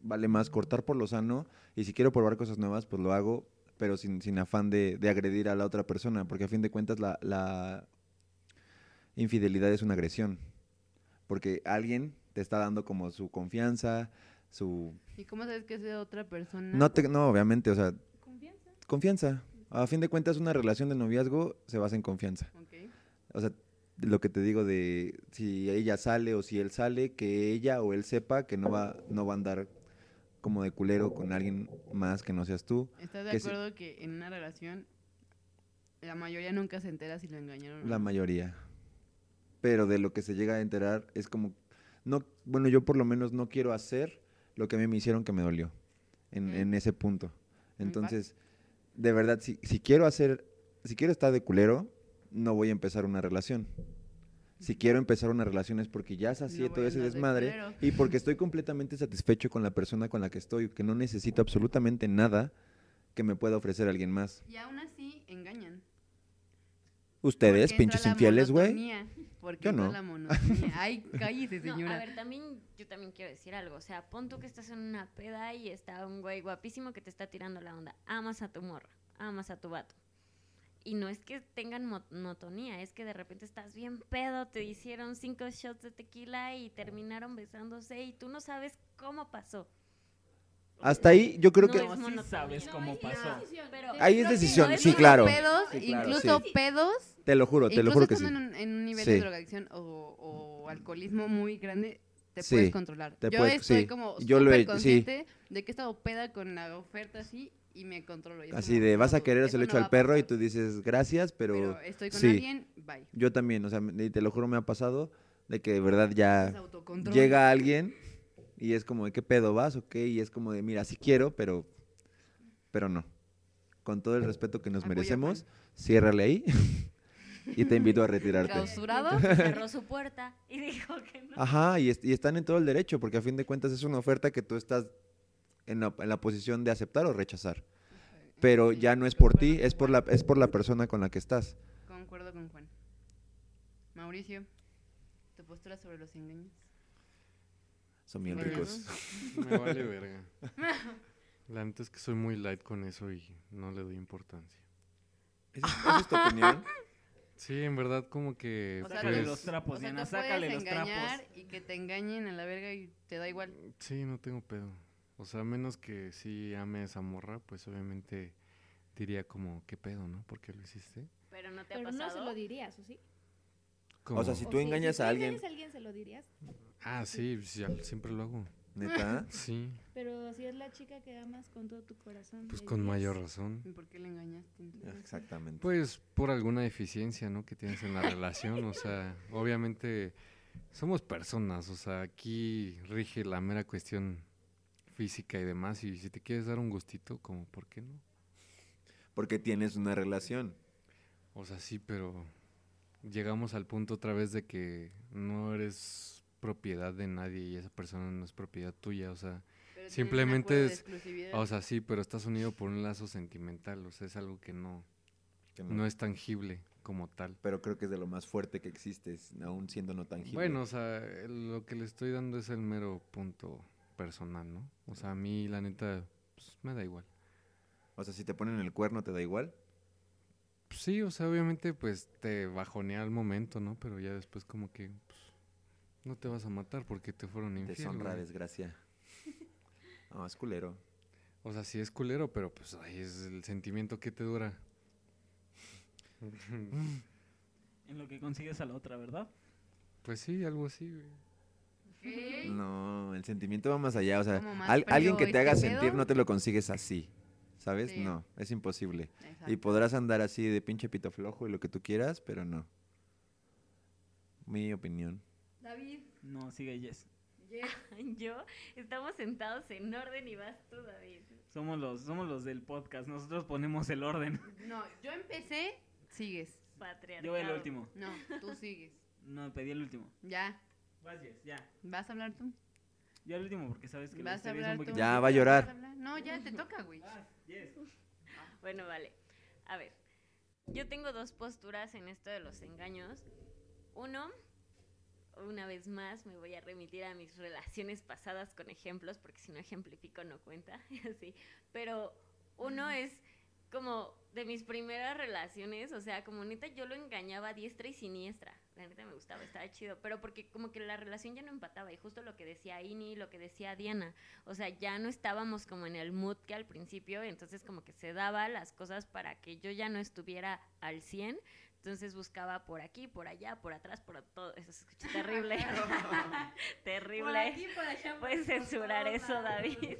Speaker 4: vale más cortar por lo sano. Y si quiero probar cosas nuevas, pues lo hago, pero sin, sin afán de, de agredir a la otra persona, porque a fin de cuentas la, la infidelidad es una agresión. Porque alguien te está dando como su confianza, su...
Speaker 1: ¿Y cómo sabes que es de otra persona?
Speaker 4: No, te- no obviamente, o sea,
Speaker 6: Confianza.
Speaker 4: confianza. A fin de cuentas, una relación de noviazgo se basa en confianza.
Speaker 1: Ok.
Speaker 4: O sea, lo que te digo de si ella sale o si él sale, que ella o él sepa que no va, no va a andar como de culero con alguien más que no seas tú.
Speaker 1: ¿Estás de
Speaker 4: Que sí.
Speaker 1: acuerdo que en una relación la mayoría nunca se entera si lo engañaron? o
Speaker 4: La
Speaker 1: no?
Speaker 4: mayoría. Pero de lo que se llega a enterar es como, no, bueno, yo por lo menos no quiero hacer lo que a mí me hicieron que me dolió en,
Speaker 1: Mm.
Speaker 4: en ese punto.
Speaker 1: Mm, va.
Speaker 4: Entonces, de verdad, si, si quiero hacer, si quiero estar de culero, no voy a empezar una relación. Si quiero empezar una relación es porque ya sacié
Speaker 1: No voy
Speaker 4: todo
Speaker 1: a
Speaker 4: ese
Speaker 1: andar de
Speaker 4: desmadre
Speaker 1: culero.
Speaker 4: y porque estoy completamente satisfecho con la persona con la que estoy, que no necesito absolutamente nada que me pueda ofrecer alguien más.
Speaker 1: Y aún así engañan.
Speaker 4: Ustedes,
Speaker 1: Porque entra
Speaker 4: pinches
Speaker 1: la
Speaker 4: infieles, güey.
Speaker 1: monotonía, Porque
Speaker 4: Yo
Speaker 1: entra
Speaker 4: no.
Speaker 1: la monotonía. Ay, cállese,
Speaker 3: No,
Speaker 1: señora.
Speaker 3: a ver, también, yo también quiero decir algo. O sea, pon tú que estás en una peda y está un güey guapísimo que te está tirando la onda. Amas a tu morra, amas a tu vato. Y no es que tengan monotonía, es que de repente estás bien pedo, te hicieron cinco shots de tequila y terminaron besándose y tú no sabes cómo pasó.
Speaker 4: Hasta ahí yo creo
Speaker 3: No,
Speaker 4: que
Speaker 3: es
Speaker 2: sí
Speaker 3: monotonía.
Speaker 2: sabes
Speaker 3: No,
Speaker 2: cómo
Speaker 6: ahí
Speaker 2: pasó.
Speaker 6: sí, decisión.
Speaker 3: Pero-
Speaker 6: Yo
Speaker 4: Ahí
Speaker 6: creo
Speaker 4: es
Speaker 6: que-
Speaker 4: decisión,
Speaker 3: no es
Speaker 4: sí,
Speaker 1: Incluso
Speaker 4: claro.
Speaker 1: Pedos,
Speaker 4: Sí, claro,
Speaker 1: incluso
Speaker 4: sí.
Speaker 1: pedos.
Speaker 4: Te lo juro, te lo
Speaker 1: incluso
Speaker 4: juro que sí.
Speaker 1: estando en un, en un nivel
Speaker 4: Sí.
Speaker 1: de drogadicción o, o alcoholismo muy grande, te
Speaker 4: Sí,
Speaker 1: puedes controlar.
Speaker 4: te
Speaker 1: Yo
Speaker 4: puedes-
Speaker 1: estoy
Speaker 4: sí.
Speaker 1: como
Speaker 4: Yo lo he- sí.
Speaker 1: consciente de que he estado peda con la oferta así y me controlo. Y es
Speaker 4: Así
Speaker 1: como,
Speaker 4: de,
Speaker 1: no,
Speaker 4: vas a
Speaker 1: dude,
Speaker 4: querer
Speaker 1: eso
Speaker 4: hacerlo
Speaker 1: no
Speaker 4: hecho
Speaker 1: va
Speaker 4: al
Speaker 1: a
Speaker 4: perro y
Speaker 1: pasar.
Speaker 4: tú dices gracias, pero,
Speaker 1: Pero estoy con
Speaker 4: sí.
Speaker 1: alguien, bye.
Speaker 4: yo también, o sea, me- y te lo juro me ha pasado de que de verdad ya
Speaker 1: Es autocontrol.
Speaker 4: llega alguien y es como de qué pedo vas o qué y es como de, mira, sí quiero, pero pero no. Con todo el respeto que nos
Speaker 1: Apoyo,
Speaker 4: merecemos, ciérrale ahí y te invito a retirarte.
Speaker 1: Caos. ¿Censurado?
Speaker 3: Entonces Cerró su puerta y dijo que no.
Speaker 4: Ajá, y, es- y están en todo el derecho, porque a fin de cuentas es una oferta que tú estás en la, en la posición de aceptar o rechazar. Pero ya
Speaker 1: pues
Speaker 4: no es por ti, es por la, es por la persona con la que estás.
Speaker 1: Concuerdo con Juan. Mauricio, tu postura sobre los engaños.
Speaker 4: Son bien
Speaker 1: Bueno.
Speaker 4: ricos.
Speaker 5: Me vale verga. La neta es que soy muy light con eso y no le doy importancia.
Speaker 4: ¿Esa es, esa es tu opinión?
Speaker 5: Sí, en verdad como que...
Speaker 1: O sea,
Speaker 5: pues,
Speaker 2: Sácale los trapos,
Speaker 1: O sea,
Speaker 2: Diana,
Speaker 1: tú puedes
Speaker 2: sácale los
Speaker 1: engañar
Speaker 2: trapos.
Speaker 1: y que te engañen a la verga y te da igual.
Speaker 5: Sí, no tengo pedo. O sea, a menos que sí ame a esa morra, pues obviamente diría como, ¿qué pedo, no? ¿Por qué lo hiciste?
Speaker 3: Pero no te ha
Speaker 6: Pero no se
Speaker 3: pasado.
Speaker 6: lo dirías, ¿o sí?
Speaker 5: Como,
Speaker 4: O sea, si
Speaker 6: ¿O
Speaker 4: tú
Speaker 6: sí?
Speaker 4: engañas
Speaker 6: tú
Speaker 4: a alguien,
Speaker 6: engañas a alguien, se lo dirías.
Speaker 5: Ah, sí, pues, ya, siempre lo hago.
Speaker 4: neta,
Speaker 5: Sí,
Speaker 6: Pero si es la chica que amas con todo tu corazón.
Speaker 5: pues
Speaker 6: le
Speaker 5: con
Speaker 6: dirías.
Speaker 5: mayor razón.
Speaker 1: ¿Y por qué le engañaste? entonces?
Speaker 4: Ah. exactamente.
Speaker 5: Pues por alguna deficiencia, ¿no? Que tienes en la relación, o sea, obviamente somos personas, o sea, aquí rige la mera cuestión física y demás, y si te quieres dar un gustito, como, ¿por qué no?
Speaker 4: Porque tienes una relación.
Speaker 5: O sea, sí, pero llegamos al punto otra vez de que no eres propiedad de nadie y esa persona no es propiedad tuya, o sea,
Speaker 1: Pero tienen un
Speaker 5: Simplemente
Speaker 1: acuerdo de
Speaker 5: es-
Speaker 1: exclusividad.
Speaker 5: o sea, sí, pero estás unido por un lazo sentimental, o sea, es algo que no,
Speaker 4: que no-
Speaker 5: no es tangible como tal.
Speaker 4: Pero creo que es de lo más fuerte que existe, es- aún siendo no tangible.
Speaker 5: Bueno, o sea, eh, lo que le estoy dando es el mero punto personal, ¿no? O sea, a mí la neta, pues me da igual.
Speaker 4: O sea, si te ponen el cuerno, ¿te da igual?
Speaker 5: Pues, sí, o sea, obviamente pues te bajonea al momento, ¿no? Pero ya después como que pues, no te vas a matar porque te fueron infiel.
Speaker 4: Deshonra,
Speaker 5: güey.
Speaker 4: desgracia. No, es culero.
Speaker 5: O sea, sí es culero, pero pues ahí es el sentimiento que te dura.
Speaker 2: En lo que consigues a la otra, ¿verdad?
Speaker 5: Pues sí, algo así, güey.
Speaker 1: Ok.
Speaker 4: No, el sentimiento va más allá. O sea,
Speaker 1: Como más
Speaker 4: al- alguien
Speaker 1: frío
Speaker 4: que te
Speaker 1: este
Speaker 4: haga
Speaker 1: pedo.
Speaker 4: sentir no te lo consigues así. ¿Sabes?
Speaker 1: Sí.
Speaker 4: No, es imposible.
Speaker 1: Exacto.
Speaker 4: Y podrás andar así de pinche pito flojo y lo que tú quieras, pero no. Mi opinión.
Speaker 1: David,
Speaker 2: No, sigue Yes.
Speaker 1: Jess,
Speaker 3: Yo, estamos sentados en orden y vas tú, David.
Speaker 2: Somos los, somos los del podcast, nosotros ponemos el orden.
Speaker 1: no, yo empecé, sigues.
Speaker 3: Patriarcado.
Speaker 2: Yo voy el último.
Speaker 1: No, tú sigues.
Speaker 2: No, pedí el último.
Speaker 1: Ya,
Speaker 2: Vas Yes, ya.
Speaker 1: ¿vas a hablar tú?
Speaker 2: Ya el último, porque sabes que la
Speaker 8: ¿Vas a
Speaker 2: historia es
Speaker 8: hablar
Speaker 2: un
Speaker 8: tú?
Speaker 2: poquito...
Speaker 4: Ya va a llorar.
Speaker 8: ¿Vas hablar? No, ya te toca, güey.
Speaker 2: Ah, yes.
Speaker 3: Bueno, vale. A ver, yo tengo dos posturas en esto de los engaños. Uno, una vez más, me voy a remitir a mis relaciones pasadas con ejemplos, porque si no ejemplifico no cuenta, y así. Pero uno es como de mis primeras relaciones, o sea, como neta yo lo engañaba a diestra y siniestra. La neta me gustaba, estaba chido, pero porque como que la relación ya no empataba y justo lo que decía Ini, lo que decía Diana, o sea, ya no estábamos como en el mood que al principio, entonces como que se daba las cosas para que yo ya no estuviera al 100, entonces buscaba por aquí, por allá, por atrás, por todo, eso se escucha terrible. terrible.
Speaker 8: Por aquí, por allá. por todos
Speaker 3: Puedes censurar
Speaker 8: lados.
Speaker 3: eso, David.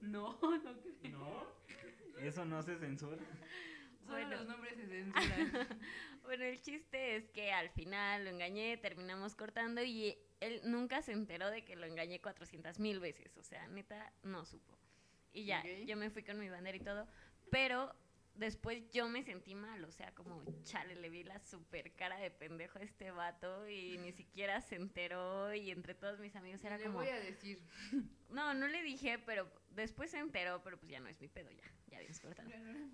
Speaker 8: No, no creo.
Speaker 2: No, eso no se censura.
Speaker 8: Solo
Speaker 3: Bueno.
Speaker 8: los nombres se censuran.
Speaker 3: Bueno, el chiste es que al final lo engañé, terminamos cortando y él nunca se enteró de que lo engañé 400 mil veces. O sea, neta, no supo. Y ya,
Speaker 8: Ok.
Speaker 3: yo me fui con mi bandera y todo. Pero después yo me sentí mal. O sea, como, chale, le vi la super cara de pendejo a este vato y ni siquiera se enteró. Y entre todos mis amigos era
Speaker 8: Le
Speaker 3: como.
Speaker 8: voy a decir.
Speaker 3: No, no le dije, pero después se enteró, pero pues ya no es mi pedo, ya, ya habíamos cortado.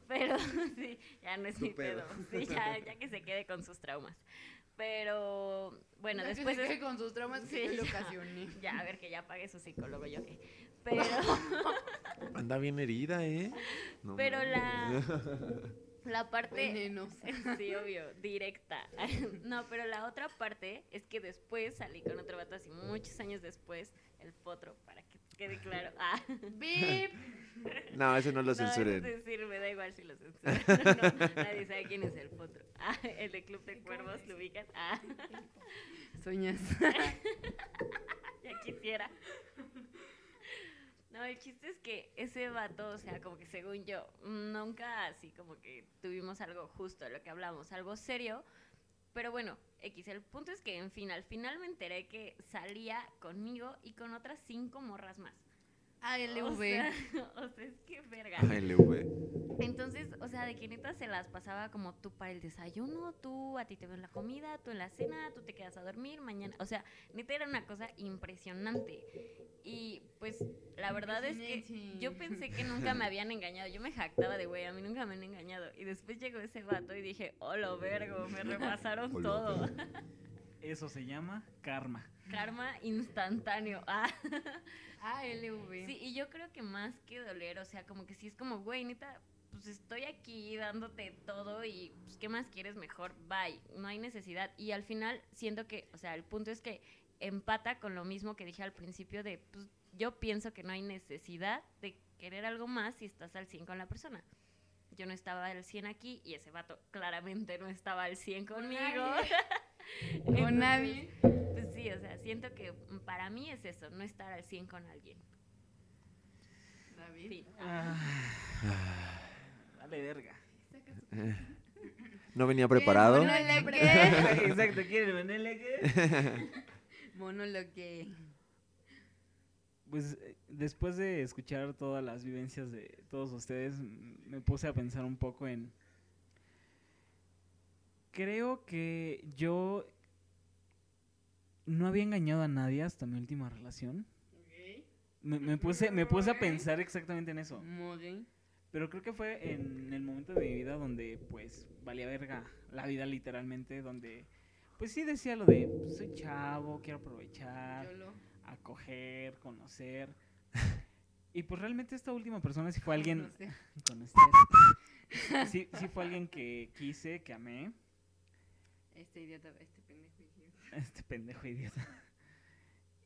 Speaker 3: Pero sí, ya no es
Speaker 7: Tu
Speaker 3: mi pedo. Sí, ya, ya que se quede con sus traumas. Pero bueno,
Speaker 8: Ya que
Speaker 3: después
Speaker 8: se
Speaker 3: es-
Speaker 8: quede con sus traumas
Speaker 3: Sí,
Speaker 8: que yo le
Speaker 3: ya.
Speaker 8: ocasioné.
Speaker 3: ya a ver que ya pague su psicólogo, yo qué. Pero,
Speaker 7: Anda bien herida, ¿eh? No
Speaker 3: pero
Speaker 7: mames.
Speaker 3: la, la parte
Speaker 8: Venenos.
Speaker 3: Sí, obvio, directa. No, pero la otra parte es que después salí con otro vato así muchos años después, el potro, para que quede claro. Ah.
Speaker 8: Bip.
Speaker 7: No, eso no lo
Speaker 3: No,
Speaker 7: censuren.
Speaker 3: eso sí, me da igual si lo censuran. No, nadie sabe quién es el potro. Ah, el de Club de Cuervos, ¿lo ubican? Ah,
Speaker 8: Sueñas.
Speaker 3: ya quisiera. No, el chiste es que ese vato, o sea, como que según yo, nunca así como que tuvimos algo justo, lo que hablamos, algo serio. Pero bueno, X, el punto es que, en fin, al final me enteré que salía conmigo y con otras cinco morras más. O sea,
Speaker 8: ALV.
Speaker 3: o sea es que verga.
Speaker 7: LV.
Speaker 3: Entonces, o sea, de que neta se las pasaba como tú para el desayuno, tú a ti te ven la comida, tú en la cena, tú te quedas a dormir mañana. O sea, neta era una cosa impresionante. Y pues la verdad es que
Speaker 8: Impresionante.
Speaker 3: yo pensé que nunca me habían engañado. Yo me jactaba de, güey, a mí nunca me han engañado. Y después llegó ese vato y dije, hola, vergo, me repasaron
Speaker 7: Hola,
Speaker 3: todo.
Speaker 2: Eso se llama karma.
Speaker 3: Karma instantáneo. Ah.
Speaker 8: ALV.
Speaker 3: Sí, y yo creo que más que doler, o sea, como que sí es como, güey, neta, pues estoy aquí dándote todo y pues, ¿qué más quieres mejor? Bye, no hay necesidad. Y al final siento que, o sea, el punto es que empata con lo mismo que dije al principio de, pues yo pienso que no hay necesidad de querer algo más si estás al 100 con la persona. Yo no estaba al 100 aquí y ese vato claramente no estaba al 100 conmigo.
Speaker 8: Con
Speaker 3: Entonces,
Speaker 8: nadie.
Speaker 3: Pues sí, o sea, siento que para mí es eso, no estar al 100 con alguien.
Speaker 8: David.
Speaker 3: Fin.
Speaker 2: Ah. Vale, verga.
Speaker 7: No venía preparado.
Speaker 8: Mono lo que.
Speaker 2: Exacto, ¿quieres venirle qué?
Speaker 8: Mono lo que.
Speaker 2: Pues eh, después de escuchar todas las vivencias de todos ustedes, m- me puse a pensar un poco en... Creo que yo no había engañado a nadie hasta mi última relación. Me, me puse, me puse a pensar exactamente en eso.
Speaker 8: Mogue.
Speaker 2: Pero creo que fue en el momento de mi vida donde, pues, valía verga la vida literalmente, donde, pues sí decía lo de, pues, soy chavo, quiero
Speaker 3: Ah,
Speaker 2: aprovechar,
Speaker 8: Yolo.
Speaker 2: acoger, conocer. Y pues realmente esta última persona sí fue alguien,
Speaker 8: No sé.
Speaker 2: conocer, sí, sí fue alguien que quise, que amé,
Speaker 8: Este idiota, este pendejo idiota.
Speaker 2: este pendejo idiota.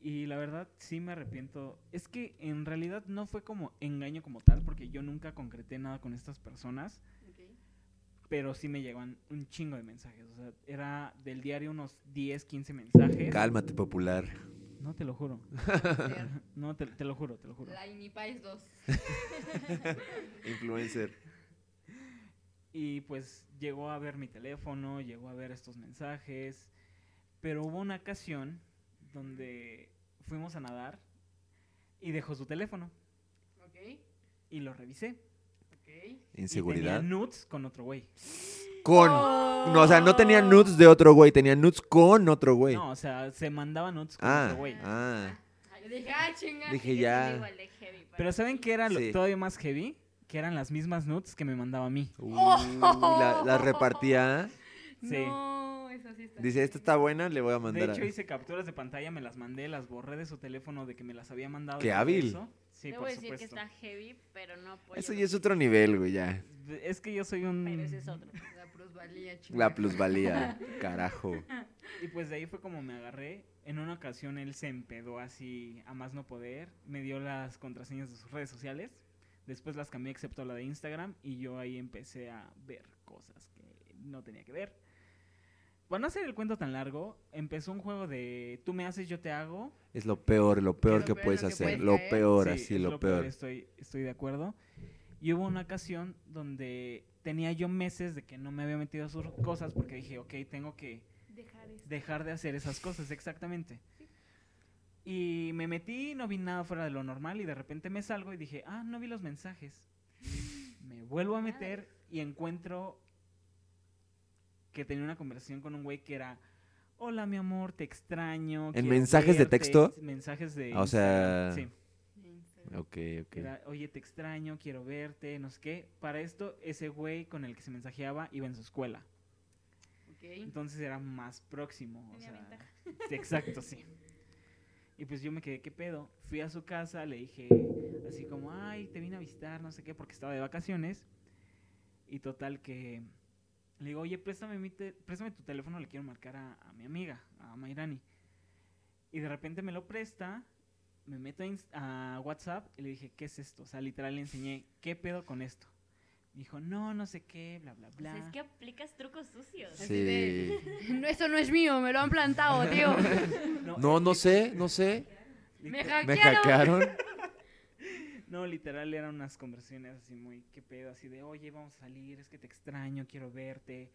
Speaker 2: Y la verdad sí me arrepiento. Es que en realidad no fue como engaño como tal, porque yo nunca concreté nada con estas personas. pero sí me llegaban un chingo de mensajes. O sea, era del diario unos 10, 15 mensajes.
Speaker 7: Cálmate, popular.
Speaker 2: no, te lo juro. No, te, te lo juro, te lo juro.
Speaker 8: La Inipais 2.
Speaker 7: Influencer.
Speaker 2: Y pues llegó a ver mi teléfono, llegó a ver estos mensajes. Pero hubo una ocasión donde fuimos a nadar y dejó su teléfono
Speaker 8: Ok,
Speaker 2: y lo revisé.
Speaker 8: ok.
Speaker 2: Y
Speaker 7: Inseguridad.
Speaker 2: tenía nudes con otro güey.
Speaker 7: Con. No, o sea, no tenía nudes de otro güey, tenía nudes con otro güey.
Speaker 2: No, o sea, se mandaba nudes con
Speaker 7: ah,
Speaker 2: otro güey.
Speaker 7: ah.
Speaker 8: Ay,
Speaker 1: Dije, ah, chinga.
Speaker 4: Dije, ya.
Speaker 2: Pero ¿saben qué era lo
Speaker 4: Sí.
Speaker 2: todavía más heavy? Que eran las mismas nudes que me mandaba a mí.
Speaker 4: Uy, la, la repartía.
Speaker 2: Sí.
Speaker 1: No, eso sí está.
Speaker 4: Dice, esta está buena, le voy a
Speaker 2: De
Speaker 4: mandar. a-
Speaker 2: hecho, hice capturas de pantalla, me las mandé, las borré de su teléfono de que me las había mandado.
Speaker 4: ¡Qué
Speaker 2: y todo
Speaker 4: hábil!
Speaker 2: eso. Sí,
Speaker 3: Debo
Speaker 2: por
Speaker 3: decir que
Speaker 2: supuesto.
Speaker 3: está heavy, pero no apoyo.
Speaker 4: Eso ya es otro nivel, güey, ya.
Speaker 2: Es que yo soy
Speaker 3: Pero ese
Speaker 2: un...
Speaker 3: es otro.
Speaker 1: La plusvalía, chinga.
Speaker 4: La plusvalía, carajo.
Speaker 2: Y pues de ahí fue como me agarré. En una ocasión él se empedó así a más no poder, me dio las contraseñas de sus redes sociales, después las cambié excepto la de Instagram y yo ahí empecé a ver cosas que no tenía que ver. Para no hacer el cuento tan largo, empezó un juego de tú me haces, yo te hago.
Speaker 4: Es lo peor, lo peor
Speaker 1: lo
Speaker 4: que
Speaker 1: peor,
Speaker 4: puedes
Speaker 1: lo que
Speaker 4: hacer.
Speaker 1: puedes
Speaker 4: Lo
Speaker 1: caer.
Speaker 4: peor,
Speaker 2: Sí,
Speaker 4: así,
Speaker 2: es
Speaker 4: lo peor.
Speaker 2: Estoy, estoy de acuerdo. Y hubo una ocasión donde tenía yo meses de que no me había metido a sus cosas porque dije, ok, tengo que
Speaker 6: Dejar esto.
Speaker 2: dejar de hacer esas cosas, exactamente. Y me metí, no vi nada fuera de lo normal y de repente me salgo y dije, ah, no vi los mensajes. Me vuelvo a meter y encuentro que tenía una conversación con un güey que era, hola mi amor, te extraño. quiero
Speaker 4: mensajes de
Speaker 2: verte",
Speaker 4: texto?
Speaker 2: Mensajes de...
Speaker 4: Ah, o sea,
Speaker 2: Instagram, sí.
Speaker 4: Ok, ok.
Speaker 2: Que era, oye, te extraño, quiero verte, no sé qué. Para esto, ese güey con el que se mensajeaba iba en su escuela.
Speaker 1: Ok.
Speaker 2: Entonces era más próximo. o
Speaker 6: Tenía
Speaker 2: sea,
Speaker 6: ventaja.
Speaker 2: sí, exacto, sí. Y pues yo me quedé, ¿qué pedo? Fui a su casa, le dije así como, ay, te vine a visitar, no sé qué, porque estaba de vacaciones. Y total que le digo, oye, préstame, mi te- préstame tu teléfono, le quiero marcar a, a mi amiga, a Mayrani. Y de repente me lo presta, me meto a, Inst- a WhatsApp y le dije, ¿qué es esto? O sea, literal le enseñé, ¿qué pedo con esto? Me dijo, no, no sé qué, bla, bla,
Speaker 3: O sea,
Speaker 2: bla.
Speaker 3: es que aplicas trucos sucios.
Speaker 1: Así de- No, eso no es mío, me lo han plantado, tío.
Speaker 4: No, no sé, no sé.
Speaker 1: Me
Speaker 2: literal-
Speaker 1: hackearon.
Speaker 4: Me hackearon.
Speaker 2: No, literal eran unas conversaciones así muy qué pedo, así de, oye, vamos a salir, es que te extraño, quiero verte.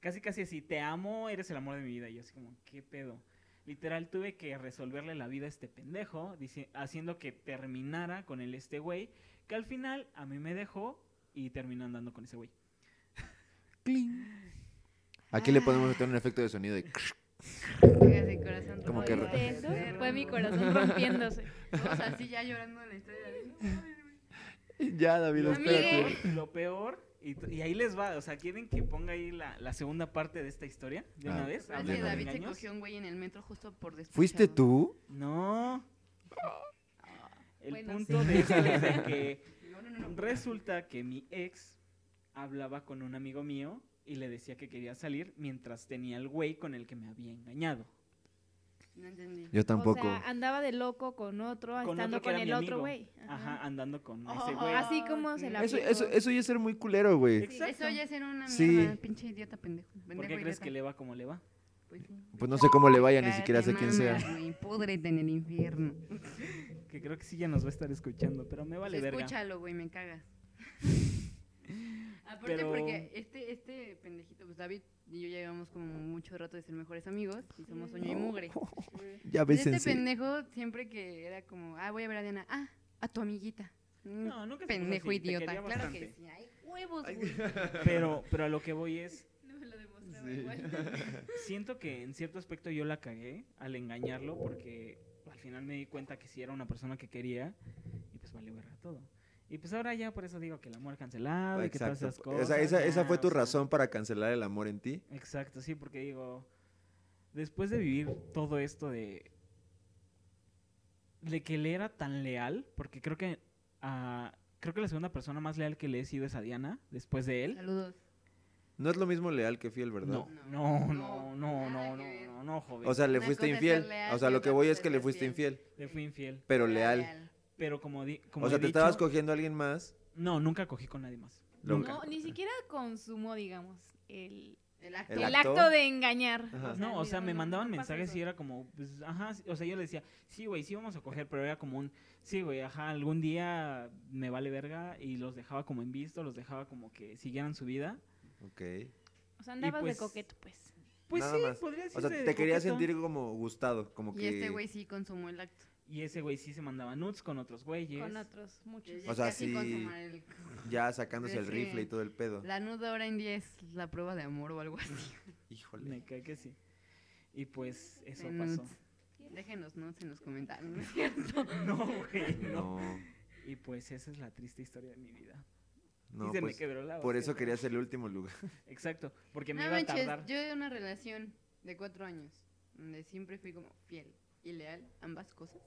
Speaker 2: Casi, casi así, te amo, eres el amor de mi vida. Y yo así como, qué pedo. Literal tuve que resolverle la vida a este pendejo, dici- haciendo que terminara con el este güey, que al final a mí me dejó y terminó andando con ese güey.
Speaker 4: Aquí le podemos meter un efecto de sonido de...
Speaker 1: Fíjate, corazón
Speaker 4: Como
Speaker 1: roto.
Speaker 4: que
Speaker 1: Ay,
Speaker 4: re-
Speaker 1: eso
Speaker 6: Fue mi corazón rompiéndose.
Speaker 1: Todos así ya llorando en la historia.
Speaker 4: ya, David,
Speaker 2: Lo
Speaker 1: Ah, espérate.
Speaker 2: peor, lo peor, y, t- y ahí les va, o sea, ¿quieren que ponga ahí la, la segunda parte de esta historia de una
Speaker 4: Ah,
Speaker 2: vez?
Speaker 1: Parece
Speaker 2: Hablando
Speaker 1: que
Speaker 2: de
Speaker 1: David se
Speaker 2: engaños.
Speaker 1: cogió un güey en el metro justo por después.
Speaker 4: ¿Fuiste tú?
Speaker 2: No. El
Speaker 1: Bueno,
Speaker 2: punto
Speaker 1: sí.
Speaker 2: de esto es de que
Speaker 1: No, no, no.
Speaker 2: resulta que mi ex hablaba con un amigo mío y le decía que quería salir mientras tenía el güey con el que me había engañado.
Speaker 1: No entendí.
Speaker 4: Yo tampoco.
Speaker 6: O sea, andaba de loco con otro,
Speaker 2: Con
Speaker 6: Ah, estando
Speaker 2: otro que
Speaker 6: con
Speaker 2: era mi
Speaker 6: el
Speaker 2: amigo.
Speaker 6: otro güey.
Speaker 2: Ajá, andando con ese
Speaker 1: Oh,
Speaker 2: güey.
Speaker 6: Así como se la
Speaker 4: eso,
Speaker 6: aplicó.
Speaker 4: eso, eso ya es ser muy culero, güey.
Speaker 1: Sí,
Speaker 2: Exacto.
Speaker 1: Eso ya es ser una
Speaker 4: Sí.
Speaker 1: mierda, pinche idiota pendejo. pendejo
Speaker 2: ¿Por qué crees que
Speaker 1: idiota.
Speaker 2: le va como le va?
Speaker 1: Pues sí.
Speaker 4: Pues no sé cómo le vaya, ni
Speaker 1: Cállate,
Speaker 4: siquiera sé quién sea.
Speaker 1: mamas, güey, Púdrete en el infierno.
Speaker 2: Que creo que sí ya nos va a estar escuchando, pero me vale
Speaker 1: Pues
Speaker 2: verga.
Speaker 1: Escúchalo, güey, me cagas. Aparte
Speaker 2: Pero-
Speaker 1: porque este, este pendejito, pues David y yo ya llevamos como mucho rato de ser mejores amigos y somos sueño y mugre.
Speaker 4: Ya
Speaker 1: Pues este
Speaker 4: bésense.
Speaker 1: pendejo siempre que era como, ah, voy a ver a Diana, ah, a tu amiguita. Mm,
Speaker 2: No, nunca se puso
Speaker 1: pendejo
Speaker 2: Pues, así, te
Speaker 1: idiota.
Speaker 2: quería
Speaker 1: Claro
Speaker 2: bastante.
Speaker 1: que sí, ay, huevos, güey.
Speaker 2: Pero, pero a lo que voy es,
Speaker 6: No me lo demostraba igual.
Speaker 2: siento que en cierto aspecto yo la cagué al engañarlo porque al final me di cuenta que sí era una persona que quería y pues valió verga todo. Y pues ahora ya por eso digo que el amor cancelado y que todas
Speaker 4: Exacto.
Speaker 2: esas cosas.
Speaker 4: O sea, esa, esa
Speaker 2: ya,
Speaker 4: fue tu
Speaker 2: o sea,
Speaker 4: razón para cancelar el amor en ti.
Speaker 2: Exacto, sí, porque digo, después de vivir todo esto de, de que él era tan leal, porque creo que, ah, creo que la segunda persona más leal que le he sido es a Diana, después de él.
Speaker 1: Saludos.
Speaker 4: No es lo mismo leal que fiel, ¿verdad?
Speaker 2: No, no, no,
Speaker 1: No,
Speaker 2: no,
Speaker 1: nada que
Speaker 2: no,
Speaker 1: ver.
Speaker 2: no, no, no, joven.
Speaker 4: O sea, le
Speaker 1: Una
Speaker 4: fuiste
Speaker 1: cosa es ser
Speaker 4: infiel.
Speaker 1: leal
Speaker 4: O sea,
Speaker 1: y
Speaker 4: lo
Speaker 1: otra
Speaker 4: que voy
Speaker 1: cosa
Speaker 4: es
Speaker 1: es
Speaker 4: que le
Speaker 1: ser
Speaker 4: fuiste
Speaker 1: fiel.
Speaker 4: infiel,
Speaker 2: le fui infiel.
Speaker 4: pero leal.
Speaker 2: Pero como, di- como
Speaker 4: O
Speaker 2: he
Speaker 4: sea, te
Speaker 2: dicho-
Speaker 4: estabas cogiendo a alguien más.
Speaker 2: No, nunca cogí con nadie más.
Speaker 4: Lo-
Speaker 2: Nunca.
Speaker 6: No, ni siquiera consumó, digamos, el,
Speaker 1: El acto.
Speaker 4: El
Speaker 6: el,
Speaker 4: acto.
Speaker 6: acto? de engañar.
Speaker 4: Ajá.
Speaker 2: No, o sea, me
Speaker 6: no,
Speaker 2: mandaban
Speaker 6: no pasa
Speaker 2: mensajes
Speaker 6: eso.
Speaker 2: y era como, pues, ajá, sí, o sea, yo le decía, sí, güey, sí vamos a coger, pero era como un, sí, güey, ajá, algún día me vale verga y los dejaba como en visto, los dejaba como que siguieran su vida.
Speaker 4: Ok.
Speaker 6: O sea, andabas
Speaker 2: pues-
Speaker 6: de coqueto, pues.
Speaker 2: Pues
Speaker 4: Nada
Speaker 2: sí,
Speaker 4: más.
Speaker 2: podría
Speaker 4: O sea,
Speaker 2: decirse
Speaker 4: te quería
Speaker 2: coqueto.
Speaker 4: sentir como gustado, como que...
Speaker 1: Y este güey sí consumó el acto.
Speaker 2: Y ese güey sí se mandaba nudes con otros güeyes.
Speaker 6: Con otros, muchos.
Speaker 1: Ya
Speaker 4: O sea,
Speaker 1: casi
Speaker 4: sí.
Speaker 1: consumar el-
Speaker 4: Ya sacándose el
Speaker 1: Sí.
Speaker 4: rifle y todo el pedo.
Speaker 1: La nuda ahora en día es la prueba de amor o algo así.
Speaker 4: Híjole.
Speaker 2: Me cae que sí. Y pues eso
Speaker 1: De
Speaker 2: pasó.
Speaker 1: nudes. Déjenos, no en los comentarios, ¿no es cierto?
Speaker 2: No, güey, no.
Speaker 4: No,
Speaker 2: Y pues esa es la triste historia de mi vida.
Speaker 4: no,
Speaker 2: y se
Speaker 4: pues,
Speaker 2: me quebró la
Speaker 4: por eso
Speaker 2: boqueta.
Speaker 4: quería ser el último lugar.
Speaker 2: Exacto, porque me
Speaker 1: No
Speaker 2: iba a
Speaker 1: manches,
Speaker 2: tardar.
Speaker 1: yo de una relación de cuatro años, donde siempre fui como fiel y leal, ambas cosas.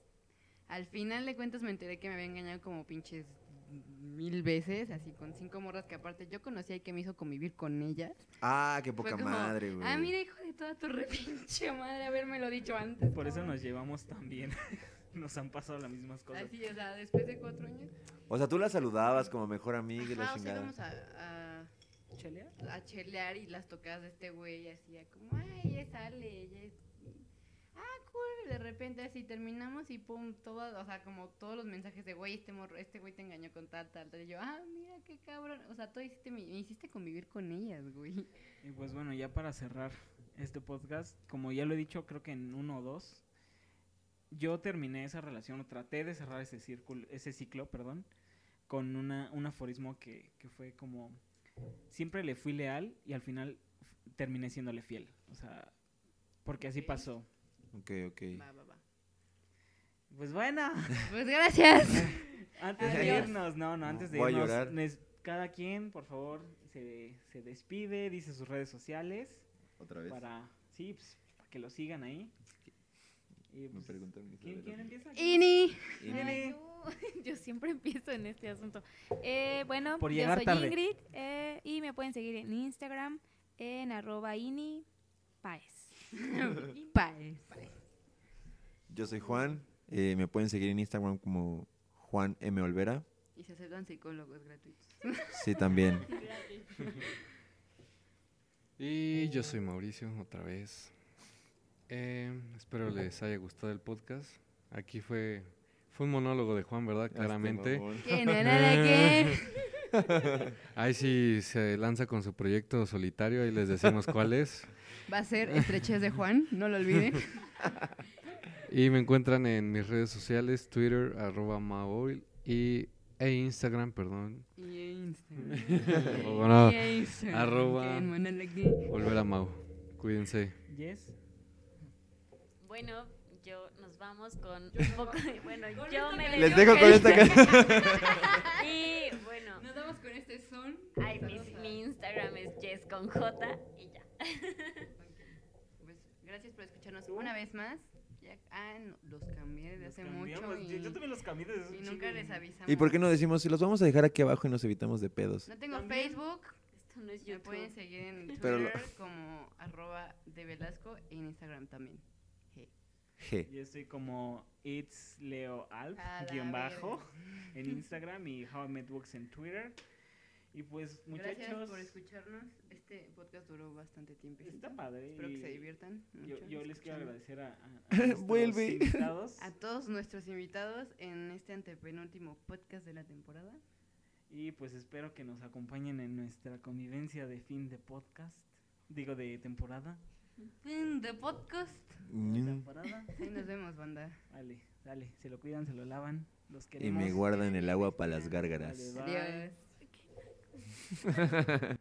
Speaker 1: Al final de cuentas me enteré que me había engañado como pinches mil veces, así con cinco morras que aparte yo conocía y que me hizo convivir con ellas.
Speaker 4: Ah, qué
Speaker 1: Fue
Speaker 4: poca
Speaker 1: como,
Speaker 4: madre, güey.
Speaker 1: Ah, mira, hijo de toda tu repinche madre, haberme lo dicho antes.
Speaker 2: Por eso
Speaker 1: cabrón".
Speaker 2: nos llevamos tan bien. nos han pasado las mismas cosas.
Speaker 1: Así, o sea, después de cuatro años.
Speaker 4: O sea, tú la saludabas como mejor amiga y
Speaker 1: Ah,
Speaker 4: la
Speaker 1: o sea,
Speaker 4: chingada.
Speaker 1: íbamos a- a
Speaker 2: ¿Chelear?
Speaker 1: a chelear y las tocadas de este güey hacía como, ay, ella sale, ella es... Ah, cool, de repente así terminamos y pum, todas, o sea, como todos los mensajes de, güey, este morro, este güey te engañó con tal, tal, tal, y yo, ah, mira qué cabrón, o sea, tú hiciste, mi- me hiciste convivir con ellas, güey.
Speaker 2: Y pues bueno, ya para cerrar este podcast, como ya lo he dicho, creo que en uno o dos, yo terminé esa relación, o traté de cerrar ese círculo, ese ciclo, perdón, con una, un aforismo que, que fue como siempre le fui leal y al final f- terminé siéndole fiel. O sea, porque así
Speaker 1: Ok.
Speaker 2: pasó.
Speaker 4: Ok, ok.
Speaker 1: Va, va, va.
Speaker 2: Pues bueno,
Speaker 1: Pues gracias.
Speaker 2: antes de
Speaker 1: Adiós.
Speaker 2: irnos, no, no, antes de
Speaker 4: Voy a
Speaker 2: irnos,
Speaker 4: llorar.
Speaker 2: nes- cada quien, por favor, se, se despide, dice sus redes sociales.
Speaker 4: Otra vez.
Speaker 2: Para, sí, pues, para que lo sigan ahí. Y,
Speaker 4: Me
Speaker 2: pues,
Speaker 4: preguntaron. mis
Speaker 2: ¿quién,
Speaker 4: redes.
Speaker 2: quién empieza?
Speaker 1: Ini.
Speaker 4: Y
Speaker 2: Ini.
Speaker 4: mi-
Speaker 6: Ay, no, Yo siempre empiezo en este asunto. Eh, bueno,
Speaker 2: Por
Speaker 6: yo
Speaker 2: llegar
Speaker 6: soy
Speaker 2: tarde.
Speaker 6: Ingrid eh, y me pueden seguir en Instagram en arroba ini paes.
Speaker 1: Paez.
Speaker 4: Yo soy Juan. eh, me pueden seguir en Instagram como Juan M. Olvera.
Speaker 1: Y se aceptan psicólogos gratuitos.
Speaker 4: Sí, también.
Speaker 5: Y yo soy Mauricio, otra vez. Eh, espero les haya gustado el podcast. Aquí fue, fue un monólogo de Juan, ¿verdad?
Speaker 4: Este,
Speaker 5: Claramente.
Speaker 1: Que na, na, na, que-
Speaker 5: Ahí sí se lanza con su proyecto solitario y les decimos cuál es.
Speaker 1: Va a ser estrechez de Juan, no lo olviden.
Speaker 5: Y me encuentran en mis redes sociales, Twitter, arroba Maol y, e Instagram, perdón.
Speaker 1: Y Instagram.
Speaker 5: O bueno,
Speaker 1: Y Instagram.
Speaker 5: arroba-
Speaker 1: Que na, na, na, que-
Speaker 5: volver a Mau. Cuídense.
Speaker 2: Yes.
Speaker 3: Bueno, yo nos vamos con un poco de. Bueno, yo me
Speaker 4: Les dejo con esta canción.
Speaker 3: Y bueno,
Speaker 1: Nos vamos con este son.
Speaker 3: ay, mi, mi Instagram es Jess con J y ya.
Speaker 1: Pues, gracias por escucharnos una vez más. Ya- ah, no, los cambié desde hace mucho. Y,
Speaker 2: los cambié
Speaker 1: y nunca les avisamos.
Speaker 4: ¿Y por qué no decimos si los vamos a dejar aquí abajo y nos evitamos de pedos?
Speaker 1: No tengo
Speaker 2: También.
Speaker 1: Facebook.
Speaker 3: Esto no es
Speaker 1: Me pueden
Speaker 3: YouTube.
Speaker 1: seguir en
Speaker 4: Pero lo-
Speaker 1: Twitter como arroba de Velasco e en Instagram también.
Speaker 4: G.
Speaker 2: Yo estoy como It's Leo Alp,
Speaker 1: A la
Speaker 2: guión bajo, en Instagram y How I Met Works en Twitter. Y pues,
Speaker 1: Gracias por
Speaker 2: muchachos,
Speaker 1: escucharnos. Este podcast duró bastante tiempo.
Speaker 2: está padre.
Speaker 1: Espero que se
Speaker 2: y
Speaker 1: diviertan.
Speaker 2: Yo,
Speaker 1: mucho
Speaker 2: yo les quiero
Speaker 1: escuchándonos.
Speaker 2: agradecer a, a- a nuestros
Speaker 4: Vuelve.
Speaker 2: invitados.
Speaker 1: A todos nuestros invitados en este antepenúltimo podcast de la temporada.
Speaker 2: Y pues espero que nos acompañen en nuestra convivencia de fin de podcast. Digo, de temporada.
Speaker 1: Fin de podcast.
Speaker 4: Mm.
Speaker 2: Temporada.
Speaker 1: Ahí nos vemos, banda.
Speaker 2: Dale, dale. Se lo cuidan, se lo lavan. Los
Speaker 4: Y
Speaker 2: queremos.
Speaker 4: me guardan el agua para las gárgaras.
Speaker 2: Vale, bye.
Speaker 1: Adiós.